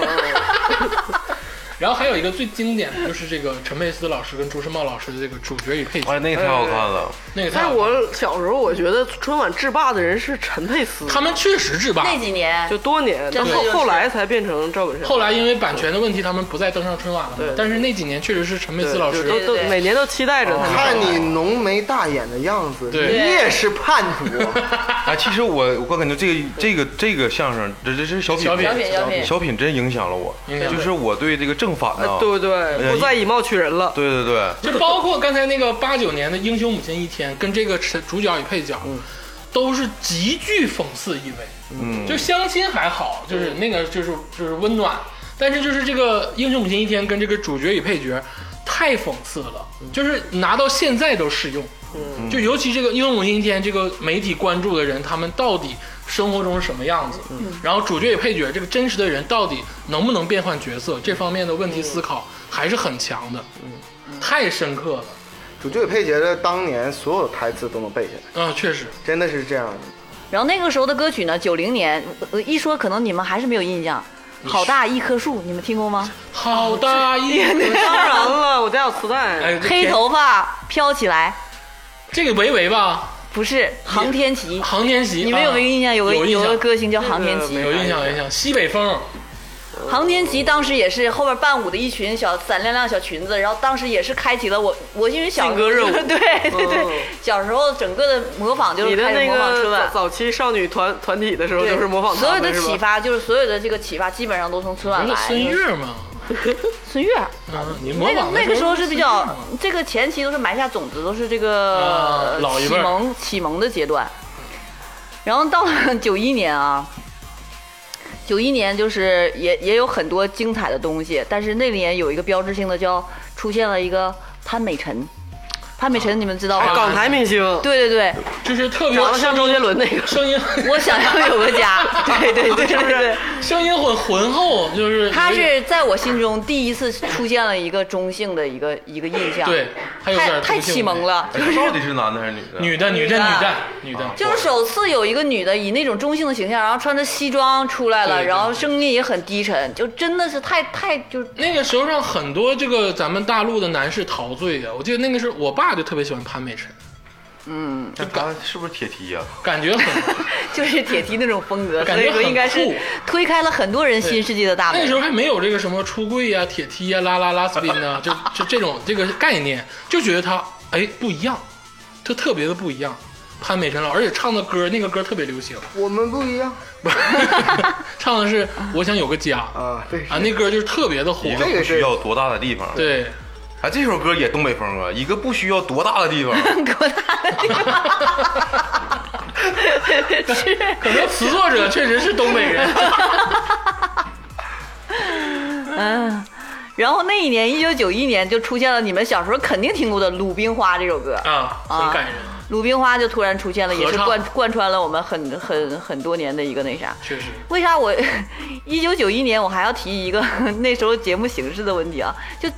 <laughs> 然后还有一个最经典的就是这个陈佩斯老师跟朱时茂老师的这个主角与配角，哎，那个太好看了，那个太但好是看了我小时候我觉得春晚制霸的人是陈佩斯，他们确实制霸。那几年就多年，真到的后就是后来才变成赵本山。后来因为版权的问题，他们不再登上春晚了嘛对。但是那几年确实是陈佩对斯老就师哦都对都对每年都期待着他看们。你浓眉大眼的样子，你对也是叛徒。哎，其实我我感觉这个这个这个相声，这这是小品，小品小品小品，小品真影响了我影响，了就是我对这个正反呢，呃对哎呀对，不再以貌取人了。对对对，嗯就包括刚才那个八九年的《英雄母亲一天》跟这个主角与配角，都是极具讽刺意味。嗯就相亲还好，就是那个就是就是温暖，但是就是这个《英雄母亲一天》跟这个主角与配角太讽刺了，就是拿到现在都适用。就尤其这个《英雄母亲一天》这个媒体关注的人，他们到底生活中是什么样子？然后主角与配角这个真实的人到底能不能变换角色？这方面的问题思考还是很强的，太深刻了。主角与配角的当年所有台词都能背下来，啊，确实，真的是这样的。然后那个时候的歌曲呢，九零年，呃一说可能你们还是没有印象，《好大一棵树》，你们听过吗？好大一个当然了，我家有磁带，哎，<laughs> 这黑天头发飘起来，这个维维吧，不是航天旗，航天旗，啊你们有没有印象？有个有印象个歌星叫航天那旗个，有印象，有印象。西北风，航天旗当时也是后边伴舞的一群小闪亮亮小裙子，然后当时也是开启了我我因为小劲歌热舞 <laughs> 对对对，嗯小时候整个的模仿就是你的开始那模仿个春晚早。早期少女团团体的时候对就是模仿他所有们的是吧启发，就是所有的这个启发，基本上都从春晚不来是的。孙悦吗？孙悦，啊，你模那个仿的那个时候是是比孙较悦吗，这个前期都是埋下种子，都是这啊个老一辈启儿蒙启蒙的阶段。然后到了 <laughs> 九一年啊，九一年就是也也有很多精彩的东西，但是那年有一个标志性的叫出现了一个潘美辰，潘美辰你们知道还吗？有啊港台明星，对对对，就是特别长得像周杰伦那个。声音，我想要有个 <laughs> 家，对对对，是不是？声音很浑厚，就是他是在我心中第一次出现了一个中性的一个一个印象，对，还有太点太中性启蒙了，哎到底是男的还是女的？女的，女的，女的，女的，就是首次有一个女的以那种中性的形象，然后穿着西装出来了，对对然后声音也很低沉，就真的是太太就那个时候让很多这个咱们大陆的男士陶醉啊！我记得那个时候，我爸就特别喜欢潘美辰，嗯那他是不是铁蹄呀？感觉很就是铁 <laughs> 蹄那种风格，感所觉以说很应该是酷推开了很多人新世纪的大那门时。候还没有这个什么出柜呀、铁梯呀、拉拉拉斯宾 <laughs> 呐，就就这种这个概念，就觉得他哎不一样，就特别的不一样。潘美辰老，而且唱的歌那个歌特别流行，我们不一样不是 <laughs> 唱的是我想有个家啊，啊，对，那歌就是 <laughs> 特别的火一，个这不个是需要多大的地方，对。哎，这首歌也东北风啊，一个不需要多大的 <laughs> 地方，可能词作者确实是东北人，嗯然后那一年，一九九一年就出现了你们小时候肯定听过的《鲁冰花》这首歌。啊，啊很感人，鲁冰花就突然出现了，也合是唱贯贯穿了我们很很很多年的一个那啥。确实。为啥我 <laughs> 一九九一年我还要提一个 <laughs> 那时候节目形式的问题啊？就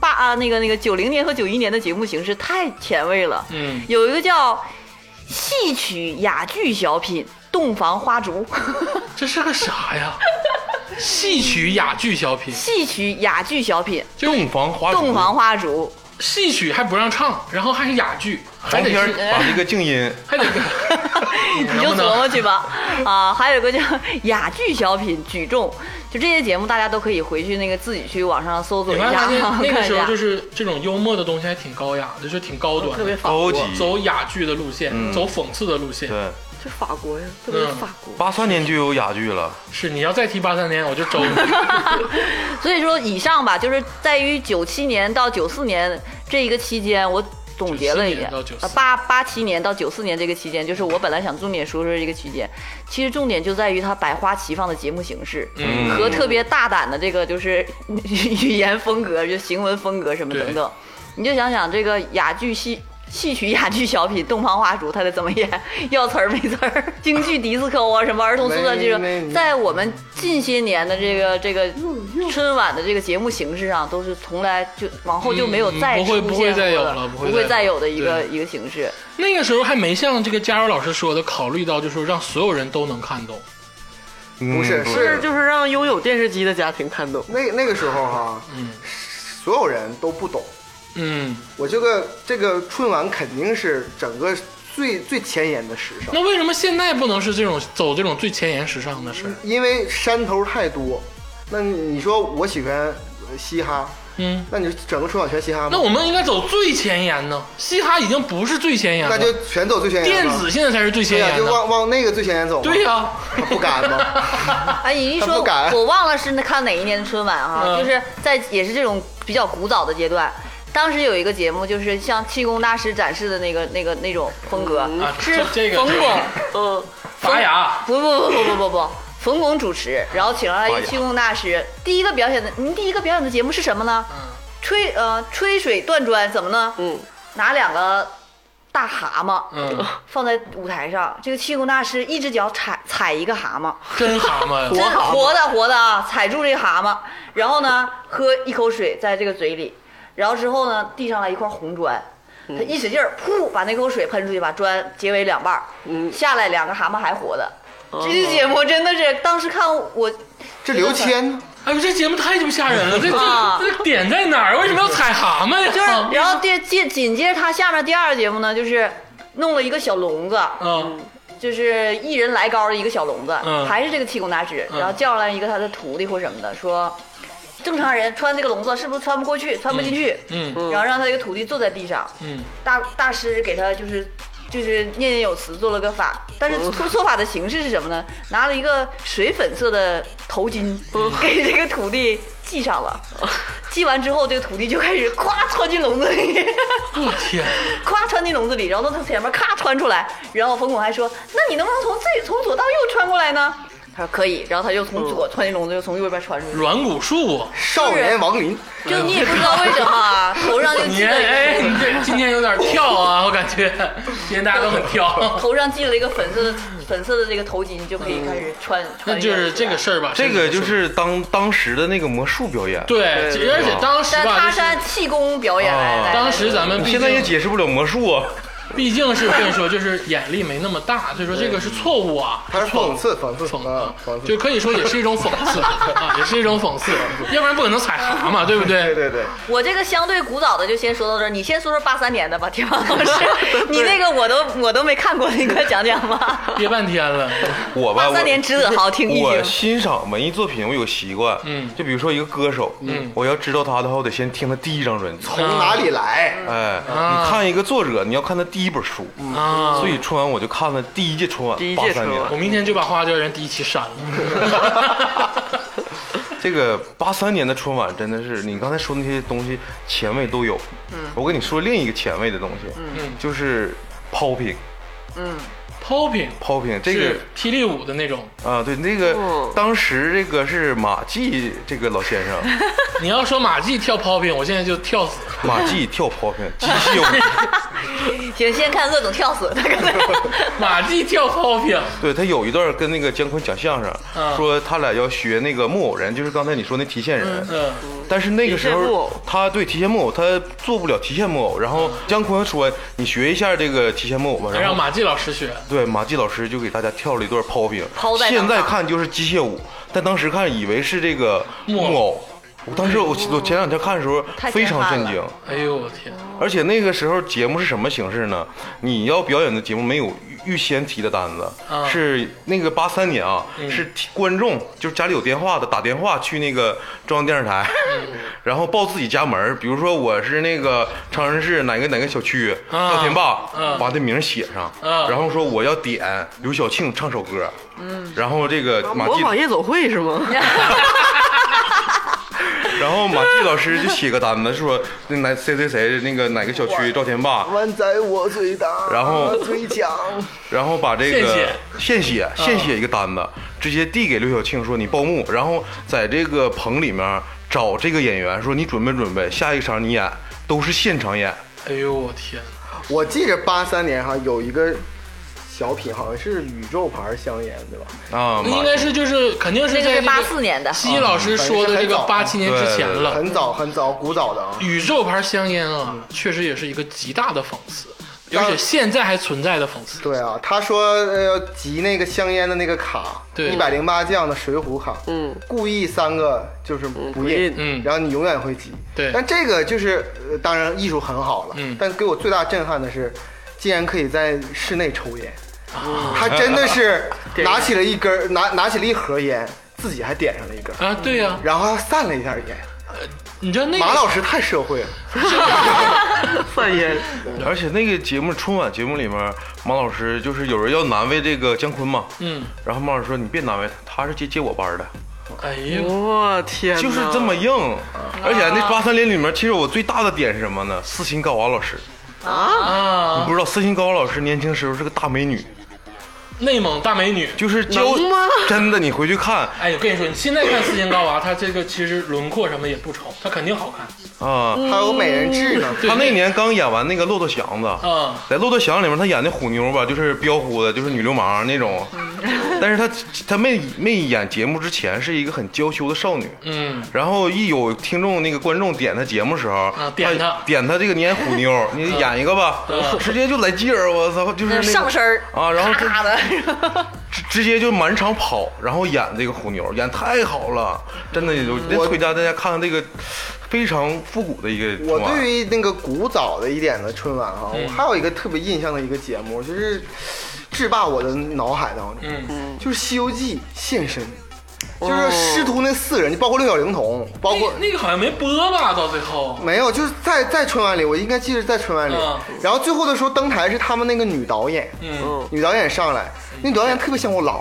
八啊那个那个九零年和九一年的节目形式太前卫了。嗯有一个叫戏曲哑剧小品《洞房花烛》， <laughs> 这是个啥呀？戏曲哑剧小品， <laughs> 戏曲哑剧小品洞房花《烛洞房花烛戏曲还不让唱，然后还是哑剧，黄还得哎片儿是把这个静 <laughs> 音，还得跟，》，你就琢能不能磨去吧。啊，还有一个叫哑剧小品《举重》，就这些节目大家都可以回去那个自己去网上搜索你一发下，<laughs> 现看那个时一候下就。是这种幽默的东西还挺高雅的，就是挺高端的，特别法高国，级。走哑剧的路线，嗯走讽刺的路线。对，就法国呀，特嗯别法国。八三年就有哑剧了，是你要再提八三年，我就 <laughs> 周你。所以说，以上吧，就是在于九七年到九四年这一个期间，我总结了一97遍年到94，呃八八七年到九四年这个期间，就是我本来想重点说说这个期间，其实重点就在于它百花齐放的节目形式。嗯和特别大胆的这个就是语言风格、就行文风格什么等等，你就想想这个哑剧戏戏曲哑剧小品《洞房花烛》，它得怎么演， <laughs> 要词儿没词儿，京剧迪斯科啊，什么儿童速算剧没没，在我们近些年的这个这个春晚的这个节目形式上，都是从来就往后就没有嗯再不会出不会现再过有的了不不会会再再有有的一个一个形式。那个时候还没像这个佳柔老师说的，考虑到就是说让所有人都能看懂。不是是就是让拥有电视机的家庭看懂。那那个时候哈，嗯所有人都不懂。嗯，我这个这个春晚肯定是整个最最前沿的时尚，那为什么现在不能是这种走这种最前沿时尚的事儿？因为山头太多。那你说我喜欢呃嘻哈，嗯，那你整个春晚全嘻哈吗？那我们应该走最前沿呢。嘻哈已经不是最前沿那了，就全走最前沿电吧子现在才是最前对呀、沿就的。往往那个最前沿走。对、呀、他不敢 <laughs> 吗？哎，你一他说不敢，我忘了是那看哪一年的春晚哈、嗯就是在也是这种比较古早的阶段，当时有一个节目，就是像气功大师展示的那个、那个、那种风格，啊是这这个冯这个巩，嗯，拔牙，呃啊不不不不不不不，冯巩主持，然后请来一个气功大师。第一个表演的，您第一个表演的节目是什么呢？嗯，吹呃吹水断砖，怎么呢？嗯，拿两个大蛤蟆，嗯，放在舞台上，这个气功大师一只脚踩踩一个蛤蟆，真蛤蟆真呀，蛤蟆活的活的啊，踩住这个蛤蟆，然后呢喝一口水在这个嘴里，然后之后呢递上来一块红砖。他嗯一使劲儿，噗，把那口水喷出去，把砖结为两半儿，嗯哦下来两个蛤蟆还活的。这个节目真的是，当时看我这刘谦呢哎呦，这节目太鸡巴吓人了， <laughs> 这啊这这点在哪儿？为什么要踩啊蛤蟆呀？就是，然后第接紧接着他下面第二个节目呢，就是弄了一个小笼子，嗯就是一人来高的一个小笼子，嗯还是这个气功大师，嗯然后叫上来一个他的徒弟或什么的，说正常人穿这个笼子是不是穿不过去，穿不进去，嗯然后让他这个徒弟坐在地上， <laughs> 嗯，大大师给他就是就是念念有词做了个法，但是做做法的形式是什么呢？拿了一个水粉色的头巾给这个徒弟系上了，系完之后这个徒弟就开始咵窜进笼子里， <laughs> 我天，咵窜进笼子里，然后从前面咔穿出来，然后冯巩还说：“那你能不能从这从左到右穿过来呢？”他说可以，然后他又从左窜进笼子，又从右边穿出去。软骨术啊，少年王林， <laughs> 就你也不知道为什么啊，头上就 <laughs> 你系了一个哎，你这今天有点跳啊，我感觉今天大家都很 <laughs> 跳。头上系了一个粉色的粉色的这个头巾，就可以开嗯始穿。那穿就是哎这个事儿吧，这个就这是当当时的那个魔术表演，，对，对而且当时但吧，他就是按气功表演来哦来，当时咱们毕现在也竟解释不了魔术啊。毕竟是跟你说，就是眼力没那么大，所以说这个是错误啊，他是讽刺，讽刺，讽啊讽刺，刺。就可以说也是一种讽刺啊，也是一种讽刺，要不然不可能踩蛤蟆，对不对？对对对，我这个相对古早的就先说到这儿，你先说说八三年的吧，天王老师， <laughs> 你那个我都我都没看过，你快讲讲吧。 <laughs> 憋半天了， <laughs> 我吧，八三我年只子豪听一我听，欣赏文艺作品，我有个习惯，嗯就比如说一个歌手，嗯，我要知道他的话，我得先听他第一张专辑。 <laughs> 从哪里来？哎，啊你看一个作者，你要看他第一本书，啊，所以春晚我就看了第一届春晚，第一八届三春晚年我，明天就把《花花教园》第一期删了。这个八三年的春晚真的是，你刚才说那些东西前卫都有。嗯，我跟你说另一个前卫的东西，嗯，就是 popping 嗯 Popping popping 这个是霹雳舞的那种，啊，对，那个、哦当时这个是马季这个老先生， <laughs> 你要说马季跳 Popping，我现在就跳死。马季跳 <laughs> popping 机械舞， <laughs> 行，先看鄂总跳死他刚才。 <laughs> 马季跳 Popping，对他有一段跟那个姜昆讲相声，啊说他俩要学那个木偶人，就是刚才你说那提线人，嗯，但是那个时提线木候偶他对提线木偶他做不了提线木偶，然后姜昆说你学一下这个提线木偶吧，然让后马季老师学。对，马季老师就给大家跳了一段抛冰抛，在现当在场看就是机械舞，但当时看以为是这个木木偶偶。我当时我我前两天看的时候太非震常撼震了惊，哎呦我天，而且那个时候节目是什么形式呢？你要表演的节目没有预预先提的单子，啊嗯是那个八三年啊，是提观众就是家里有电话的打电话去那个中央电视台，然后报自己家门儿，比如说我是那个长春市哪个哪个小区啊稻田坝啊，把这名儿写上，啊然后说我要点刘晓庆唱首歌，嗯然后这个马模季仿夜总会是 <laughs> 吗？然后马季老师就写个单子说那哪谁谁谁那个哪个小区赵天霸，湾仔我最大，然后最强。然后把这个献血嗯献血一个单子，直接递给刘晓庆说你报幕，然后在这个棚里面找这个演员说你准备准备，下一场你演都是现场演，哎呦我天，我记着八三年哈有一个小品，好像是宇宙牌香烟，对吧？啊，那马应该是就是肯定是那在个是那八个四年的，西老嗯师说的这嗯个八七年之前了。很早很早，古早的啊。宇宙牌香烟啊，确实也是一个极大的讽刺，而且现在还存在的讽刺。对啊，他说呃要集那个香烟的那个卡，对一百零八将的水浒卡，嗯，故意三个就是不不印印，嗯然后你永远会集。对但这个就是呃当然艺术很好了，嗯但给我最大震撼的是，竟然可以在室内抽烟，嗯他真的 <laughs> 是对拿起了一根儿拿拿起了一盒烟，自己还点上了一根儿，啊，对呀、呃然后还散了一下烟。你知道那马个老师太社会了，散烟， <laughs> 而且那个节目春晚节目里面，马老师就是有人要难为这个姜昆嘛，嗯，然后马老师说你别难为他，他是接接我班的，哎呀，我天哪，就是这么硬。而且那八三零里面，其实我最大的点是什么呢？斯琴高娃老师，你啊，不知道斯琴高娃老师年轻时候是个大美女，内蒙大美女。就是教能吗 <laughs> 真的，你回去看哎，我跟你说，你现在看四星高娃，她这个其实轮廓什么也不丑，她肯定好看。啊，嗯还有美人痣呢。对她那年刚演完那个《骆驼祥子》啊嗯在《骆驼祥子》里面，她演的虎妞吧，就是彪呼的，就是女流氓那种。但是她她没没演节目之前是一个很娇羞的少女，嗯，然后一有听众那个观众点她节目时候，啊点嗯她点她这个你演虎妞， <laughs> 你演一个吧，呃直接就来劲儿，我操，就是那个上身儿啊，然后就咔的，直直接就满场跑，然后演这个虎妞，演太好了，真的，我推荐大家看看这个非常复古的一个春我晚。对于那个古早的一点的春晚嗯哈，我还有一个特别印象的一个节目，就是制霸我的脑海当中，嗯哦就是《西游记》现身，就是师徒那四人，就包括六小龄童，包括那那个好像没播吧，到 <laughs> 最后。没有，就是在在春晚里，我应该记得是在春晚里嗯。然后最后的时候登台是他们那个女导演，嗯，女导演上来，那女导演特别像我姥，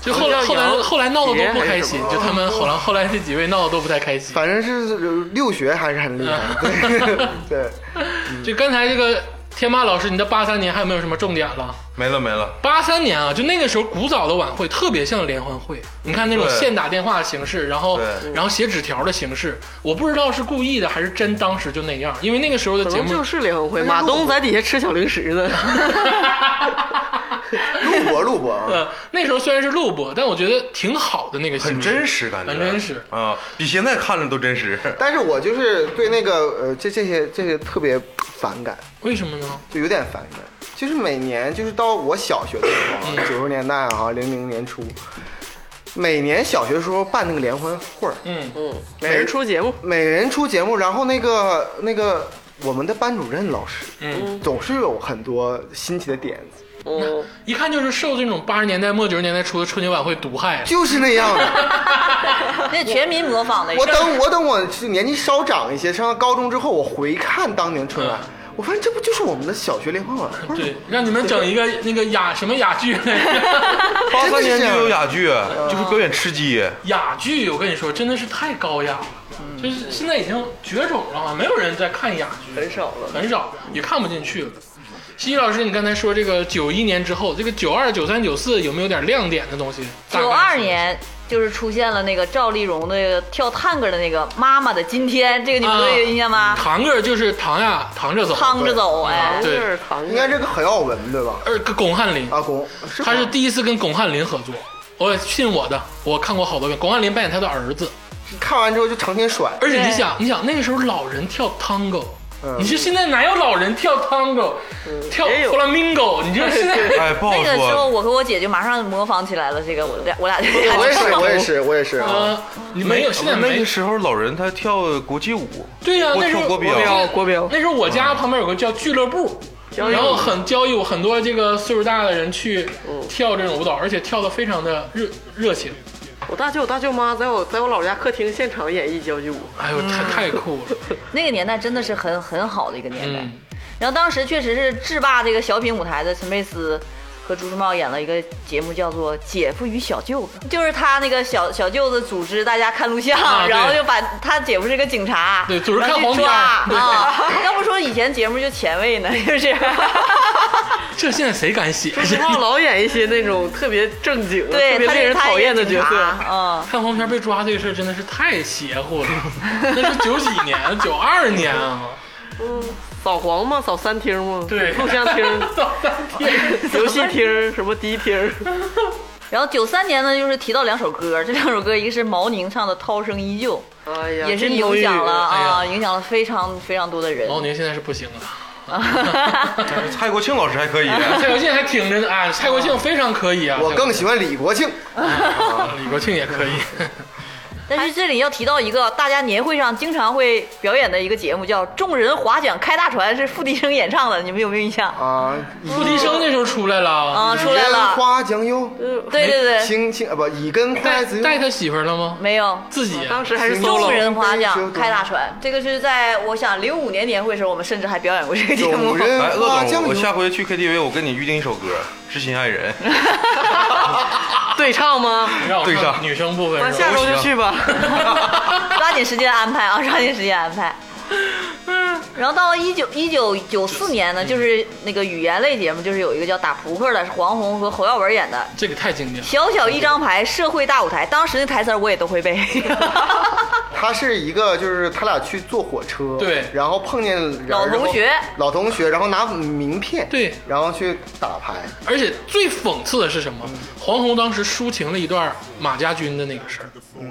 就后来我后叫杨来后来闹得都不开心杰还是什，么就他们后来后来这几位闹得都不太开心。嗯反正是呃六学还是很厉害，对对。 <laughs> 就刚才这个天霸老师，你的八三年还有没有什么重点了？没了没了，八三年啊，就那个时候古早的晚会特别像联欢会，你看那种对现打电话的形式，然后对然后写纸条的形式，我不知道是故意的还是真当时就那样，因为那个时候的可节能目就是联欢会，马东在底下吃小零食 <laughs> 呢。录播录 <laughs> 播啊，呃，那时候虽然是录播，但我觉得挺好的那个形式，很真实感觉，很真实。啊，比现在看着都真实。但是我就是对那个呃这这些这些特别反感，为什么呢？就有点反感。就是每年就是到我小学的时候嗯啊，九十年代啊，零零年初，每年小学的时候办那个联欢会儿，嗯，嗯，每人出节目，每人出节目，然后那个那个我们的班主任老师，嗯，总是有很多新奇的点子，嗯，一看就是受这种八十年代末九十年代初的春节晚会毒害了。啊就是那 <laughs> 样的。那 <laughs> 全民模仿的一我个。等我等我年纪稍长一些，上了高中之后，我回看当年春晚嗯，我发现这不就是我们的小学联欢晚会儿吗？对，让你们整一个那个哑什么哑剧来 <laughs> 着？八三真的是啊年这样就有哑剧，就是表演吃鸡，哑剧，我跟你说，真的是太高雅了，嗯就是现在已经绝种了，好像没有人在看哑剧，很少了。很少，也看不进去了。西西老师，你刚才说这个九一年之后，这个九二、九三、九四有没有点亮点的东西？大概九二年就是出现了那个赵丽蓉的跳探戈的那个《妈妈的今天》，这个你们都有印象吗？堂哥就是唐呀，唐着走，趟着走，哎，对是糖，应该是个何耀文对吧？呃，跟巩汉林，阿公，是他是第一次跟巩汉林合作。我信我的，我看过好多遍。巩汉林扮演他的儿子，看完之后就成天甩，而且你对想，你想那个时候老人跳嗯 tango，、你说现在哪有老人跳 tango，、跳也有 flamingo？你 <laughs> 嗯就是现在哎，不好那个时候说。我和我姐就马上模仿起来了，这个我俩我 <laughs> 俩就我也是，我也是，我也是啊。啊，你没有，现在那没个时候老人他跳国际舞， <laughs> 对呀、我那时候跳国标嗯我标国标那时候我家旁边有个叫俱乐部，易舞然后很交友，很多这个岁数大的人去跳这种舞蹈，而且跳的非常的热热情。我大舅、我大舅妈在我在我老家客厅现场演绎交际舞，哎呦，太太酷了！那个年代真的是很很好的一个 <laughs> 年代。嗯然后当时确实是制霸这个小品舞台的陈佩斯和朱时茂演了一个节目，叫做《姐夫与小舅子》，就是他那个小小舅子组织大家看录像，啊对然后就把他姐夫是个警察，对组织看然后去黄片抓儿对啊。要不说以前节目就前卫呢，就是这样。这现在谁敢写？朱时茂老演一些那种特别正经、对，特别他令是人他讨也厌的警角 <laughs> 色。察嗯。看黄片被抓这个事儿真的是太邪乎了，那是九几年，九二年啊，嗯扫黄吗？扫三厅吗？对录像厅、 <laughs> 早三天。 <laughs> 游戏厅、什么迪厅。然后九三年呢，就是提到两首歌，这两首歌一个是毛宁唱的《涛声依旧哎》，呀，也是真影响了哎呀啊，影响了非常非常多的人。毛宁现在是不行了。 <laughs> <laughs> 蔡国庆老师还可以，蔡国庆还挺着呢啊，蔡啊国庆嗯非常可以啊，我更喜欢李国庆，啊 <laughs> 李国庆也可以。但是这里要提到一个大家年会上经常会表演的一个节目，叫《众人划桨开大船》，是付笛声演唱的，你们有没有印象？啊，付笛声那时候出来了，啊，出来人了，嗯花将哟，对对对，青青啊不，乙根筷带子带他媳妇儿了吗？没有。自己当时还是行 solo 众众人人划划桨桨开开大大船，这个是在我想零五年年会时候，我们甚至还表演过这个节目众。人哎，乐花总，将我哟下。回去 KTV，我跟你预定一首歌，《知心爱人》。对唱吗？让我对上上女生部那分是下吧？周就去吧。 <laughs> 抓紧时间安排啊，抓紧时间安排。嗯，然后到了一九一九九四年呢，就是那个语言类节目，就是有一个叫打扑克的，是黄宏和侯耀文演的， <laughs> 这个太经典了。小小一张牌，社会大舞台，当时那台词儿我也都会背。 <laughs> 他是一个，就是他俩去坐火车，对然后碰见人老同学，然后老同学，然后拿名片，对然后去打牌，而且最讽刺的是什么？嗯黄宏当时抒情了一段马家军的那个事儿，嗯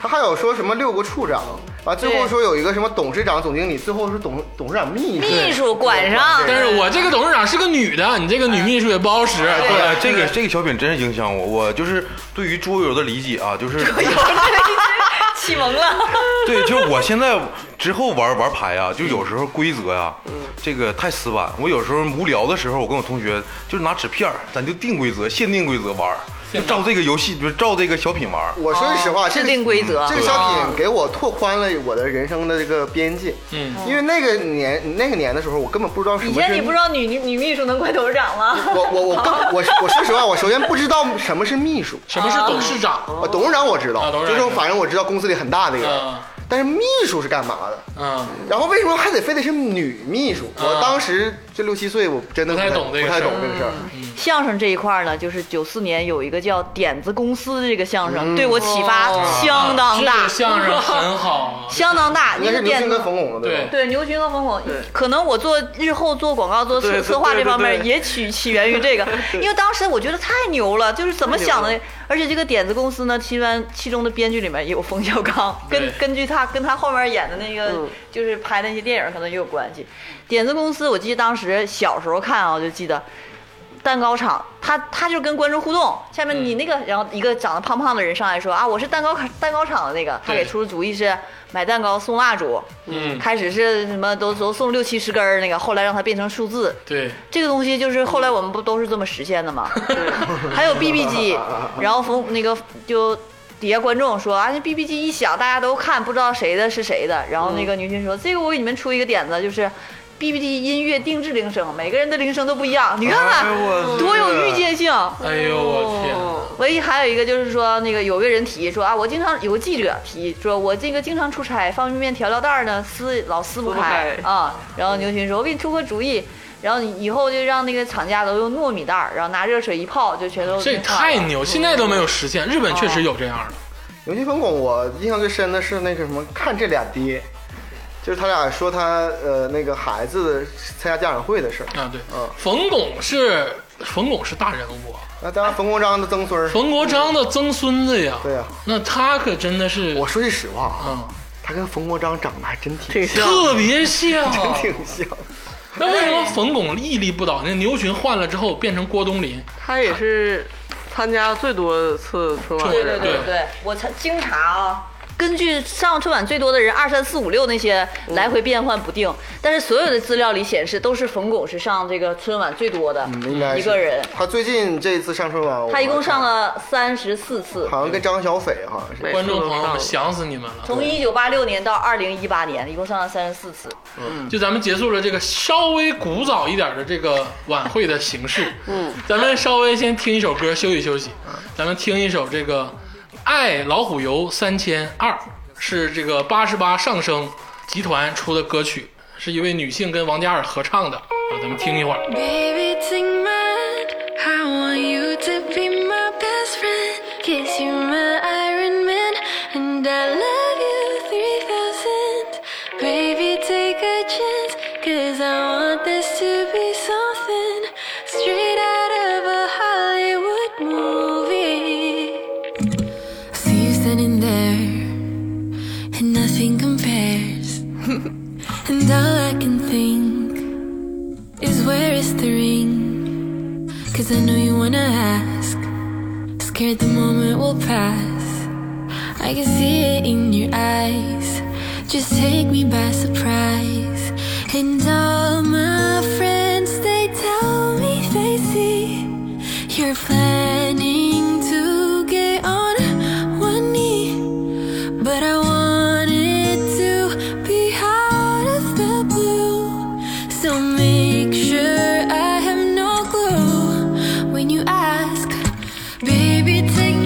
他还有说什么六个处长，啊，最后说有一个什么董事长、总经理，最后是董董事长秘书，秘书管上，但是我这个董事长是个女的，你这个女秘书也不好使。对对，这个这个小品真是影响我，我就是对于桌游的理解啊，就是启蒙了。 <laughs> 对，就是我现在之后玩玩牌啊，就有时候规则啊，这个太死板。我有时候无聊的时候，我跟我同学就是拿纸片儿，咱就定规则，限定规则玩儿，就照这个游戏，就照这个小品玩儿。我说句实话，这哦制个定规则这，个小品给我拓宽了我的人生的这个边界，嗯，因为那个年那个年的时候， <laughs> 我根本不知道什以么前是你不知道女女女秘书能管董事长吗？我我我根我我说实话，我首先不知道什么是秘书，什么是董事长？啊，董事长我知啊道，董事就长是反正我知道公司里很大的一个人嗯，但是秘书是干嘛的？嗯，然后为什么还得非得是女秘书？啊我当时就六七岁，我真的不太懂这个不太事儿嗯懂这个事儿。 <laughs> 相声这一块儿呢，就是九四年有一个叫《点子公司》的这个相声，嗯对我启发哦相当哦啊这大个，相声 <laughs> 很好啊。相当大。应该那个是刘点星子跟冯巩的吧？对牛群和冯巩对，可能我做日后做广告、做策对策划对这对方面对也起起源于这个，因为当时我觉得太牛了，就是怎么想太的牛了？而且这个点子公司呢，其中其中的编剧里面也有冯小刚，对跟根据他跟他后面演的那个、嗯就是拍那些电影可能也有关系。点子公司，我记得当时小时候看啊，我就记得。蛋糕厂，他他就跟观众互动。下嗯面你那个，然后一个长得胖胖的人上来说啊，我是蛋糕蛋糕厂的那个，他对给出的主意是买蛋糕送蜡烛。嗯，开始是什么都都送六七十根儿那个，后来让它变成数字，对，这个东西就是后来我们不都是这么实现的吗？还有 BB 机，然后冯那个就底下观众说啊，那 BB 机一响，大家都看，不知道谁的是谁的。然后那个牛群说，这个我给你们出一个点子，就是 BB 机音乐定制铃声，每个人的铃声都不一样，你看看、哎呦我多有预见性。哎呦我天哪，哦唯一还有一个就是说，那个有个人提说啊，我经常有个记者提说，我这个经常出差，方便面调料袋儿呢撕老撕不撕不开开啊。然后牛群说，我给你出个主意，然后你以后就让那个厂家都用糯米袋儿，然后拿热水一泡就全都这也弄好了太牛，现在都没有实现。日本确实有这样的，刘星冯巩，我印象最深的是那个什么，看这俩爹，就是他俩说他呃那个孩子参加家长会的事儿。啊，对嗯，冯巩是冯巩是大人物啊，那当然，冯国璋的曾孙儿，冯国璋的曾孙子呀，对呀那他可真的是，我说句实话啊，嗯，他跟冯国璋长得还真挺挺像。特 <laughs> 别像，啊挺像。那为什么冯巩屹立不倒？那牛群换了之后变成郭冬临，他也是参加最多次春晚对的对人。对对对，我才经查啊。根据上春晚最多的人二三四五六那些嗯来回变换不定，但是所有的资料里显示都是冯巩是上这个春晚最多的应该是一个人，他最近这一次上春晚，嗯我他一共上，了三十四次，好像跟张小斐好像是。每观次众都朋友上们想死你们了。从一九八六年到二零一八年，一共上了三十四次。就咱们结束了这个稍微古早一点的这个晚会的形式，嗯，咱们稍微先听一首歌休息休息，咱们听一首这个《爱老虎油三千二》，是这个八十八上升集团出的歌曲，是一位女性跟王嘉尔合唱的啊，咱们听一会儿。 Baby, take my hand. I want you to be my best friend. Kiss you, my Iron Man, and I love you 3000. Baby, take a chance, cause I want this to be something straight out of a Hollywood movie. See you standing there, and nothing compares. and all I can think is where is the ring? Cause I know you wanna ask. Scared the moment will pass. I can see it in your eyes. Just take me by surprise. And all my friends, they tell me they see you're planning to get on one knee. But I want it to be out of the blue. So make sure I have no clue when you ask. Baby, take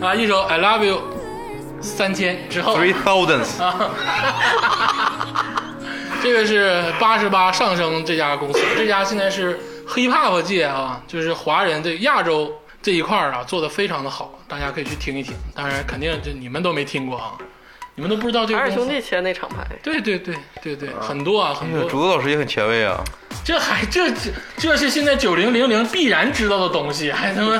啊 I love you 三千之后， three thousands，啊这个是八十八上升这家公司，这家现在是 hip hop 界啊，就是华人对亚洲这一块儿啊做的非常的好，大家可以去听一听。当然，肯定这你们都没听过啊，你们都不知道这个海尔公司。兄弟签那厂牌，对对对对对，很多啊，哎很多。哎竹子老师也很前卫啊。这还这这这是现在九零零零必然知道的东西， <laughs> 还他妈，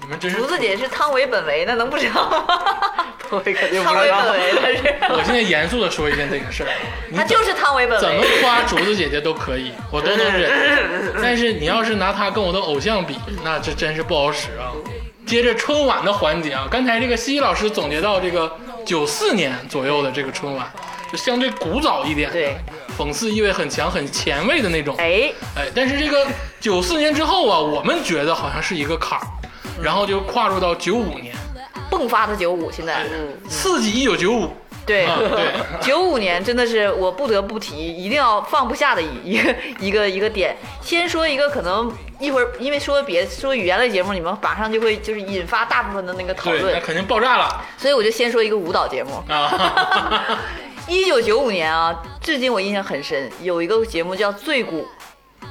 你们真是竹！子姐是汤唯本唯，那能不知道吗？我肯定不知汤唯道。本唯的是，我现在严肃的说一件这个事儿，啊你他就是汤唯本怎么唯。夸竹子姐姐都可以，我都能忍。但是你要是拿她跟我的偶像比，那这真是不好使啊。接着春晚的环节啊，刚才这个西西老师总结到这个九四年左右的这个春晚，就相对古早一点，对，讽刺意味很强、很前卫的那种。哎，哎，但是这个九四年之后啊，我们觉得好像是一个坎儿，然后就跨入到九五年， <laughs> 迸发的九五现在，刺激一九九五，对啊对， <laughs> 九五年真的是我不得不提，一定要放不下的一一个一个一个点。先说一个可能一会儿，因为说别说语言类节目，你们马上就会就是引发大部分的那个讨对，那论，肯定爆炸了所以我就先说一个舞蹈节目。 <laughs> 啊！一九九五年啊，至今我印象很深，有一个节目叫《醉鼓》，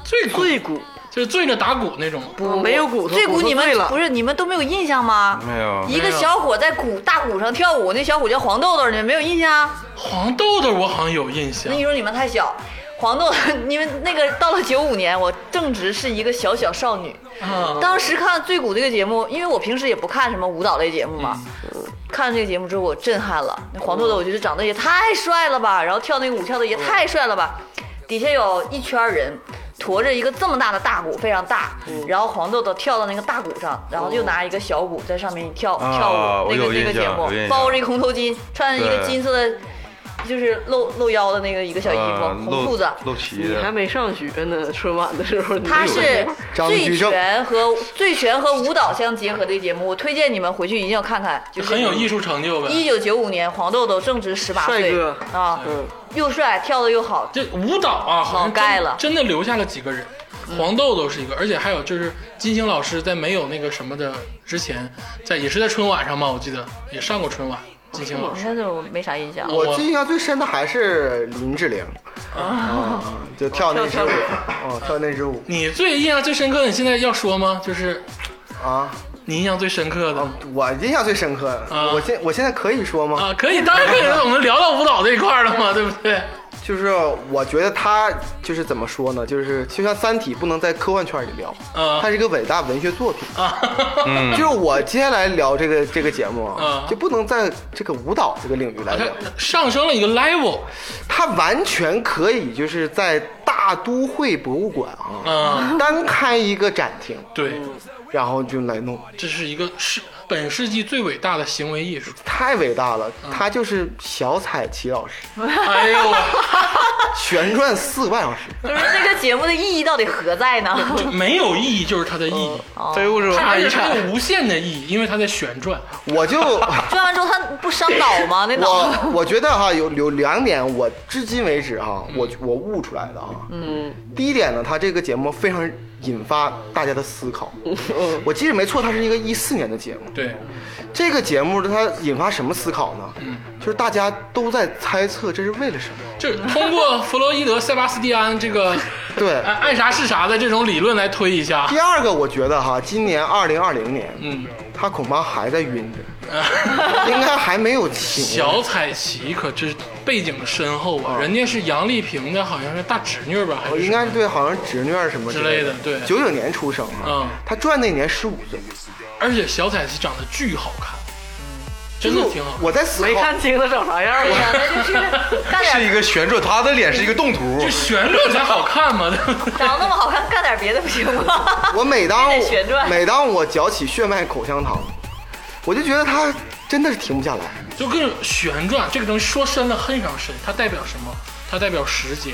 醉鼓醉骨就是醉着打鼓那种，不没有骨头，醉鼓骨头你们碎了不是你们都没有印象吗？嗯没有一个小伙在鼓大鼓上跳舞，那小伙叫黄豆豆，你们没有印象？啊黄豆豆我好像有印象那你说你们太小。黄豆， <laughs> 你们那个到了九五年，我正值是一个小小少女。嗯啊，当时看《醉鼓》这个节目，因为我平时也不看什么舞蹈类节目嘛，嗯看这个节目之后我震撼了。那黄豆豆，我觉得长得也太帅了嗯吧，然后跳那个舞跳的也太帅了吧。底下有一圈人驮着一个这么大的大鼓，非常大，嗯然后黄豆豆跳到那个大鼓上，然后就拿一个小鼓在上面跳啊跳舞，我那有个那个印象节目有印象包着一个红头巾，穿着一个对金色的。就是露露腰的那个一个小衣呃服，红露裤子，露脐你还的，没上学呢，春晚的时候嗯你它有是张醉居正拳和醉拳和舞蹈相结合的节目，我推荐你们回去一定要看看，就是很有艺术成就呗。一九九五年，黄豆豆正值十八帅岁哥啊，嗯又帅，跳的又好，嗯这舞蹈啊，好梗像概真了真的留下了几个人。嗯黄豆豆是一个，而且还有就是金星老师在没有那个什么的之前，在也是在春晚上嘛，我记得也上过春晚。金星老你师，看这我没啥印象。我我印象最深的还是林志玲，啊， <laughs> 就跳那支跳舞跳，哦，跳那支舞嗯你最印象最深刻，你现在要说吗？就是啊，哦你印象最深刻的我印象最深刻啊的，我现我现在可以说吗？啊，可以，当然可以了。我们聊到舞蹈这一块儿了 <laughs> 嘛，对不对？就是我觉得他就是怎么说呢，就是就像《三体》不能在科幻圈里聊，啊它是一个伟大文学作品。啊，嗯就是我接下来聊这个这个节目嗯啊，就不能在这个舞蹈这个领域来啊它聊，上升了一个 level 它完全可以就是在大都会博物馆啊啊， <laughs> 单开一个展厅，对，然后就来弄，这是一个世本世纪最伟大的行为艺术。嗯太伟大了。他就是小彩旗老师，哎呦我。旋转四个半小时，就是这个节目的意义到底何在 <laughs> 呢？就没有意义，就是它的意义，嗯哦这又是文化而遗且它产。有无限的意义，因为它在旋转。我就 <laughs> 转完之后他不伤脑吗？那脑我我觉得哈有有两点，我至今为止哈，嗯我我悟出来的啊。嗯，第一点呢，它这个节目非常引发大家的思考。嗯我记得没错，它是一个一四年的节目。对，这个节目它引发什么思考呢？嗯就是大家都在猜测这是为了什么。就是通过弗洛伊德、塞巴斯蒂安这个 <laughs> 对，爱爱啥是啥的这种理论来推一下。第二个我觉得哈，今年二零二零年，嗯，他恐怕还在晕着， <laughs> 应该还没有醒。 <laughs> 小彩旗可真背景深厚哦啊，人家是杨丽萍的，好像是大侄女吧，还我是应该对，好像侄女儿什么的。之类的对九九年出生啊，嗯他转那年十五岁，而且小彩旗长得巨好看，真的挺好看。我在思没考，看清他长啥样儿，想的就是干是点一个旋转，他的脸是一个动图就，旋转才好看嘛，对不对？ <laughs> 长得那么好看，干点别的不行吗？我每当还得旋转每当我嚼起血脉口香糖，我就觉得他真的是停不下来。就各种旋转这个东西说深了很常深，它代表什么？它代表时间、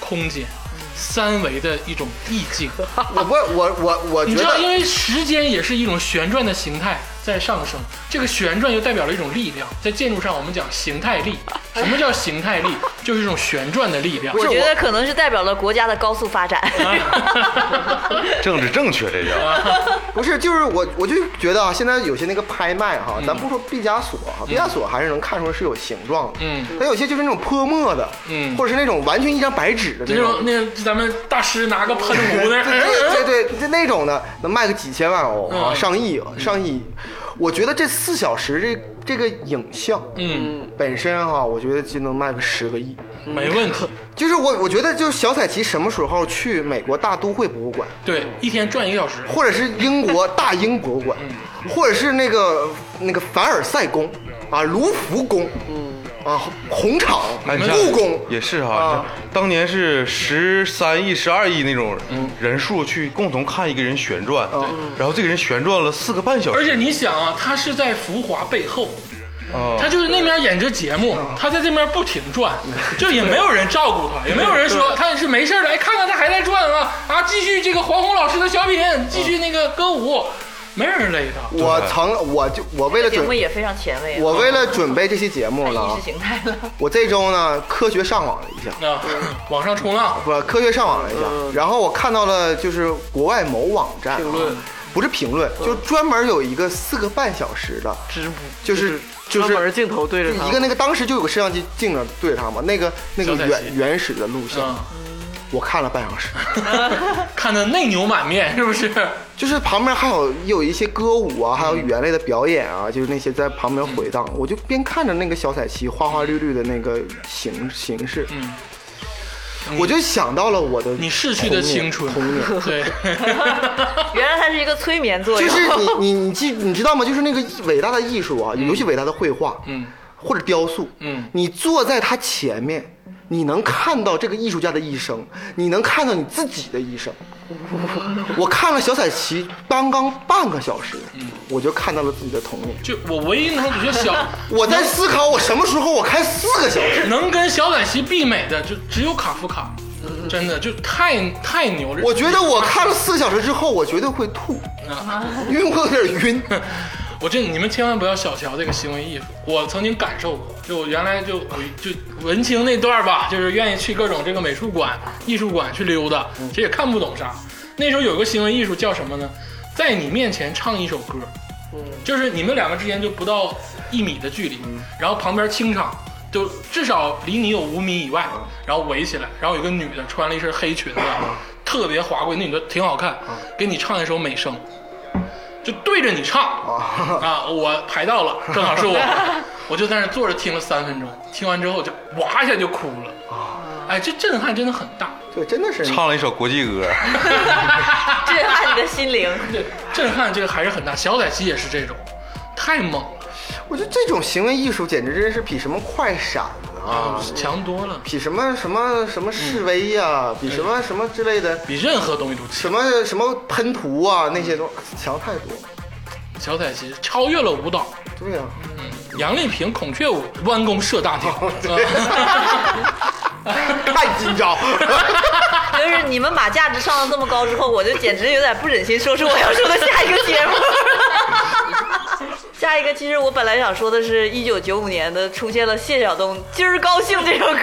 空间、嗯三维的 <laughs> 一种意境。我不，我我我你觉知道，得因为时间也是一种旋转的形态，在上升。这个旋转又代表了一种力量，在建筑上我们讲形态力。什么叫形态力？就是一种旋转的力量。我觉得可能是代表了国家的高速发展。 <laughs> 政治正确这叫， <laughs> 不是，就是我我就觉得啊，现在有些那个拍卖哈，嗯咱不说毕加索哈，毕加索还是能看出是有形状的，嗯，但有些就是那种泼墨的，嗯或者是那种完全一张白纸的那那种种。那个咱们大师拿个喷壶在 <laughs> 那儿，对对对，就那种的能卖个几千万欧啊，嗯上亿上亿。我觉得这四小时这这个影像嗯，本身哈、我觉得就能卖个十个亿。没问题。就是我我觉得就是小彩旗什么时候去美国大都会博物馆，对，一天转一个小时。或者是英国大英博物馆，或者是那个那个凡尔赛宫啊、卢浮宫，啊红场、哎你看故宫，也是哈，啊你看当年是十三亿、十二亿那种嗯人数去共同看一个人旋转，然后这个人旋转了四个半小时，而且你想啊，他是在浮华背后，哦啊他就是那面演着节目，他在这面不停转，哦就也没有人照顾他，也没有人说他是没事儿的，哎，看看他还在转啊啊，继续这个黄宏老师的小品，继续那个歌舞，没人勒他。我曾我就我为了节准目也非常前卫啊，我为了准备这期节目太呢意识，形态了。我这周呢科学上网了一下，啊，网上冲浪，我科学上网了一下，然后我看到了就是国外某网站啊评论，不是评论，就专门有一个四个半小时的，直播就是就是专门镜头对着他，一个那个当时就有个摄像机镜着对着他嘛，那个那个小彩旗原原始的录像啊，，我看了半小时， <laughs> 看的内牛满面，是不是？就是旁边还有有一些歌舞啊，嗯还有语言类的表演啊，就是那些在旁边回荡，我就边看着那个小彩旗花花绿绿的那个形形式，我就想到了我的嗯你逝去童的年青春童年。 <laughs> 对， <laughs> 原来它是一个催眠作就用，是 <laughs> 你你你记你知道吗？就是那个伟大的艺术啊，尤其伟大的绘画，嗯，或者雕塑，嗯你坐在它前面，你能看到这个艺术家的一生，你能看到你自己的一生。我看了小彩旗刚刚半个小时，嗯我就看到了自己的童年。就我唯一能比较小， <laughs> 我在思考，我什么时候我开四个小时？能跟小彩旗媲美的，就只有卡夫卡，真的就太太牛了。嗯我觉得我看了四个小时之后，我绝对会吐，因为我有点晕。 <laughs> 我这你们千万不要小瞧这个行为艺术，我曾经感受过，就我原来就我就文青那段儿吧，就是愿意去各种这个美术馆、艺术馆去溜达，嗯其实也看不懂啥。那时候有个行为艺术叫什么呢？在你面前唱一首歌，就是你们两个之间就不到一米的距离，嗯然后旁边清场，就至少离你有五米以嗯外，然后围起来，然后有个女的穿了一身黑裙子，特别华贵，那女的挺好看，嗯给你唱一首美声，就对着你唱哦啊，我排到 <laughs> 了，正好是我，我就在那坐着听了三分钟，听完之后就哇一下就哭了，哎，这震撼真的很大，哦对，真的是唱了一首国际歌，震撼你的心灵。对，震撼这个还是很大，小彩旗也是这种，太猛了我觉得这种行为艺术简直真是比什么快闪啊，，强多了，嗯比什么什么什么示威呀、比什么什么之类的，比任何东西都强。什么什么喷涂啊那些都强太多。小彩旗超越了舞蹈，对呀、杨丽萍孔雀舞弯弓射大嗯雕，哦 <laughs> 太今 <laughs> 朝，<laughs> 就是你们把价值上到这么高之后，我就简直有点不忍心说出我要说的下一个节目。 <laughs> 下一个，其实我本来想说的是，一九九五年的出现了谢晓东《今儿高兴》这首歌，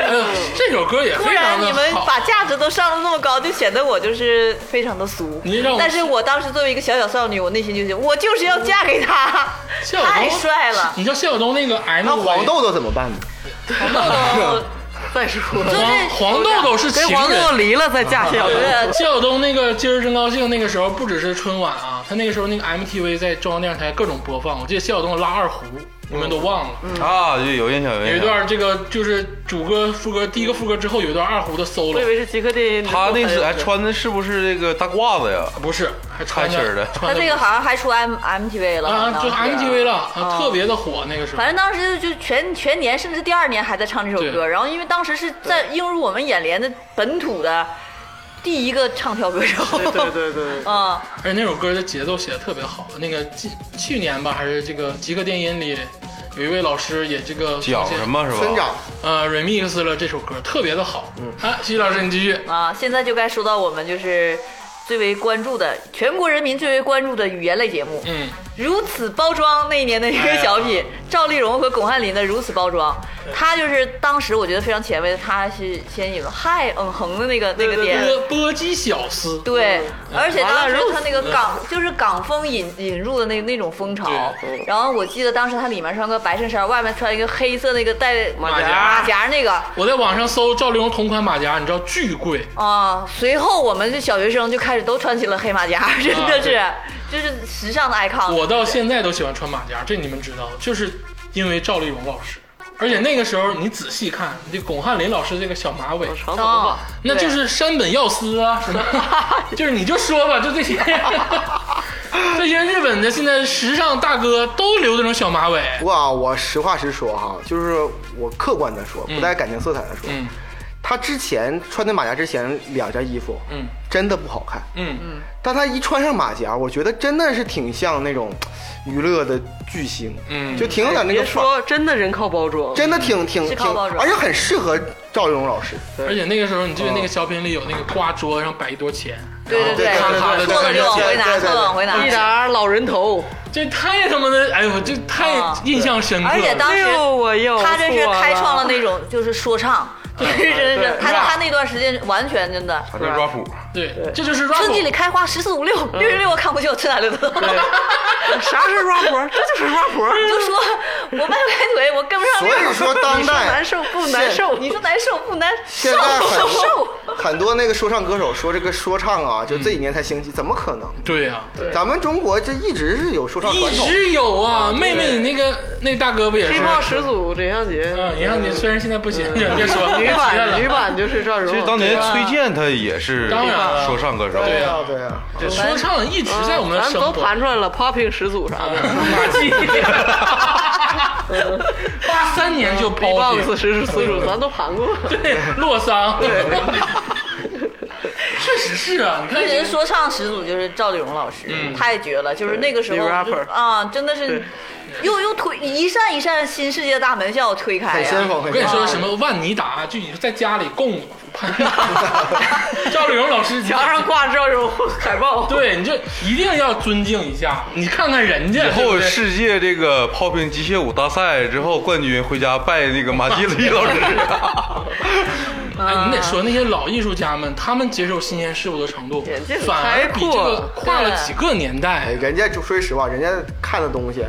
哎呦这首歌也突非常然你的们好。把价值都上到那么高，就显得我就是非常的俗你让我。但是我当时作为一个小小少女，我内心就想，我就是要嫁给他， <laughs> 谢晓东太帅了。你知道谢晓东那个 M 那黄豆豆怎么办呢？哦 <laughs> 再说黄黄豆豆是跟情黄豆豆人。离了再嫁谢晓东，对谢晓东那个今儿真高兴，那个时候不只是春晚啊，他那个时候那个 MTV 在中央电视台各种播放。我记得谢晓东拉二胡，你嗯们都忘了，嗯啊，就有印象有有一印象。段这个就是主歌副歌第一个副歌之后有一段二胡的我以 solo，为是极客电影。他那是还穿的是不是这个大褂子呀？不是还穿穿裙儿着的穿他着这个好像还出 M MTV 了，啊好像嗯就是 MTV 了，啊特别的火那个时哦候反。正当时就全全年，甚至第二年还在唱这首歌。对然后因为当时是在映入我们眼帘的本土的第一个唱跳歌手，对对对对， <laughs> 啊，而且那首歌的节奏写的特别好，那个去去年吧，还是这个极客电音里有一位老师也这个讲什么是吧？村长，呃 remix 了这首歌，特别的好。嗯，啊，西西老师你继续。啊，现在就该说到我们就是最为关注的全国人民最为关注的语言类节目。嗯，如此包装那一年的一个小哎品，赵丽蓉和巩汉林的《如此包装》，他就是当时我觉得非常前卫的，他是先引了嗨嗯哼的那个那个点。波波姬小司，嗯对，而且当完时了他那个港就是港风引引入的那那种风潮对，然后我记得当时他里面穿个白衬衫，外面穿一个黑色那个带马甲马甲那个，我在网上搜赵丽蓉同款马甲，你知道巨贵，啊，随后我们这小学生就开始都穿起了黑马甲，真的是，啊就是时尚的 icon。我到现在都喜欢穿马甲，这你们知道，就是因为赵丽蓉老师。而且那个时候你仔细看，这巩汉林老师这个小马尾，长头哦发，，那就是山本耀司啊，什么，就是你就说吧，就这些，这些日本的现在时尚大 <laughs> 哥都留这种小马尾，不过啊，我实话实说哈，就是我客观的说，不带感情色彩的说，嗯他之前穿的马甲之前两件衣服，嗯，真的不好看，嗯嗯，但他一穿上马甲，我觉得真的是挺像那种娱乐的巨星，嗯就挺有点那别个范儿，说真的人靠包装，真的挺挺是挺靠包，装而且很适合赵丽蓉老师。而且那个时候你记得那个小品里有那个挂桌上摆一摞钱，对对对看着看对，着错了就往回拿，对对对错了往回拿。一沓老人头，这太他妈的，哎呦，我这太啊印象深刻了。而且当哎时呦我又他真是错了开创了那种就是 <laughs> 说唱，就是真是他他那段时间完全真的。反正 rap 对，这就是春季 rap 里。开花十四五六，六十六我看不去，我去哪儿溜达？嗯 <laughs> 啥是 rap？这就是 rap。你就说我迈不开腿，我跟不上所溜。以说，当你说难代受不难受？你说难受不难受现？在很受。很多那个说唱歌手说这个说唱啊，就这几年才兴起，怎么可能？对呀、咱们中国这一直是有说唱传一统，直有啊。妹妹，你那个那大哥不也是黑？豹始祖陈向杰，嗯，你看你虽然现在不行， <laughs> <laughs> 别说嗯女别提他版女了。版就是赵丽其实蓉。当年崔健他也是当然了说唱歌手，对呀啊，对啊，这说唱一直在我们的嗯咱生都活。啊盘出来了，popping 始祖啥的，马 <laughs> 季，八三年就嗯 b o 包嗯 x 始祖，咱都盘过。对，洛桑。确实是啊，你看嗯那人说唱始祖就是赵丽蓉老师，太绝了！就是那个时候女就 rapper 啊，真的是对又又推一扇一扇新世界的大门向我推啊开啊很先呀。锋，很我跟先你锋。说什么万妮达，就你在家里 <laughs> 供赵丽蓉老师墙上挂着赵丽蓉海报，对，你就一定要尊敬一下，你看看人以家对不后对世界这个 popping 机械舞大赛之后冠军回家拜那个马季雷老 <laughs> 师，哎，你得说那些老艺术家们，他们接受新鲜事物的程度眼界，很反而比这个跨了几个年哎，代。啊人家就说实话，人家看的东西，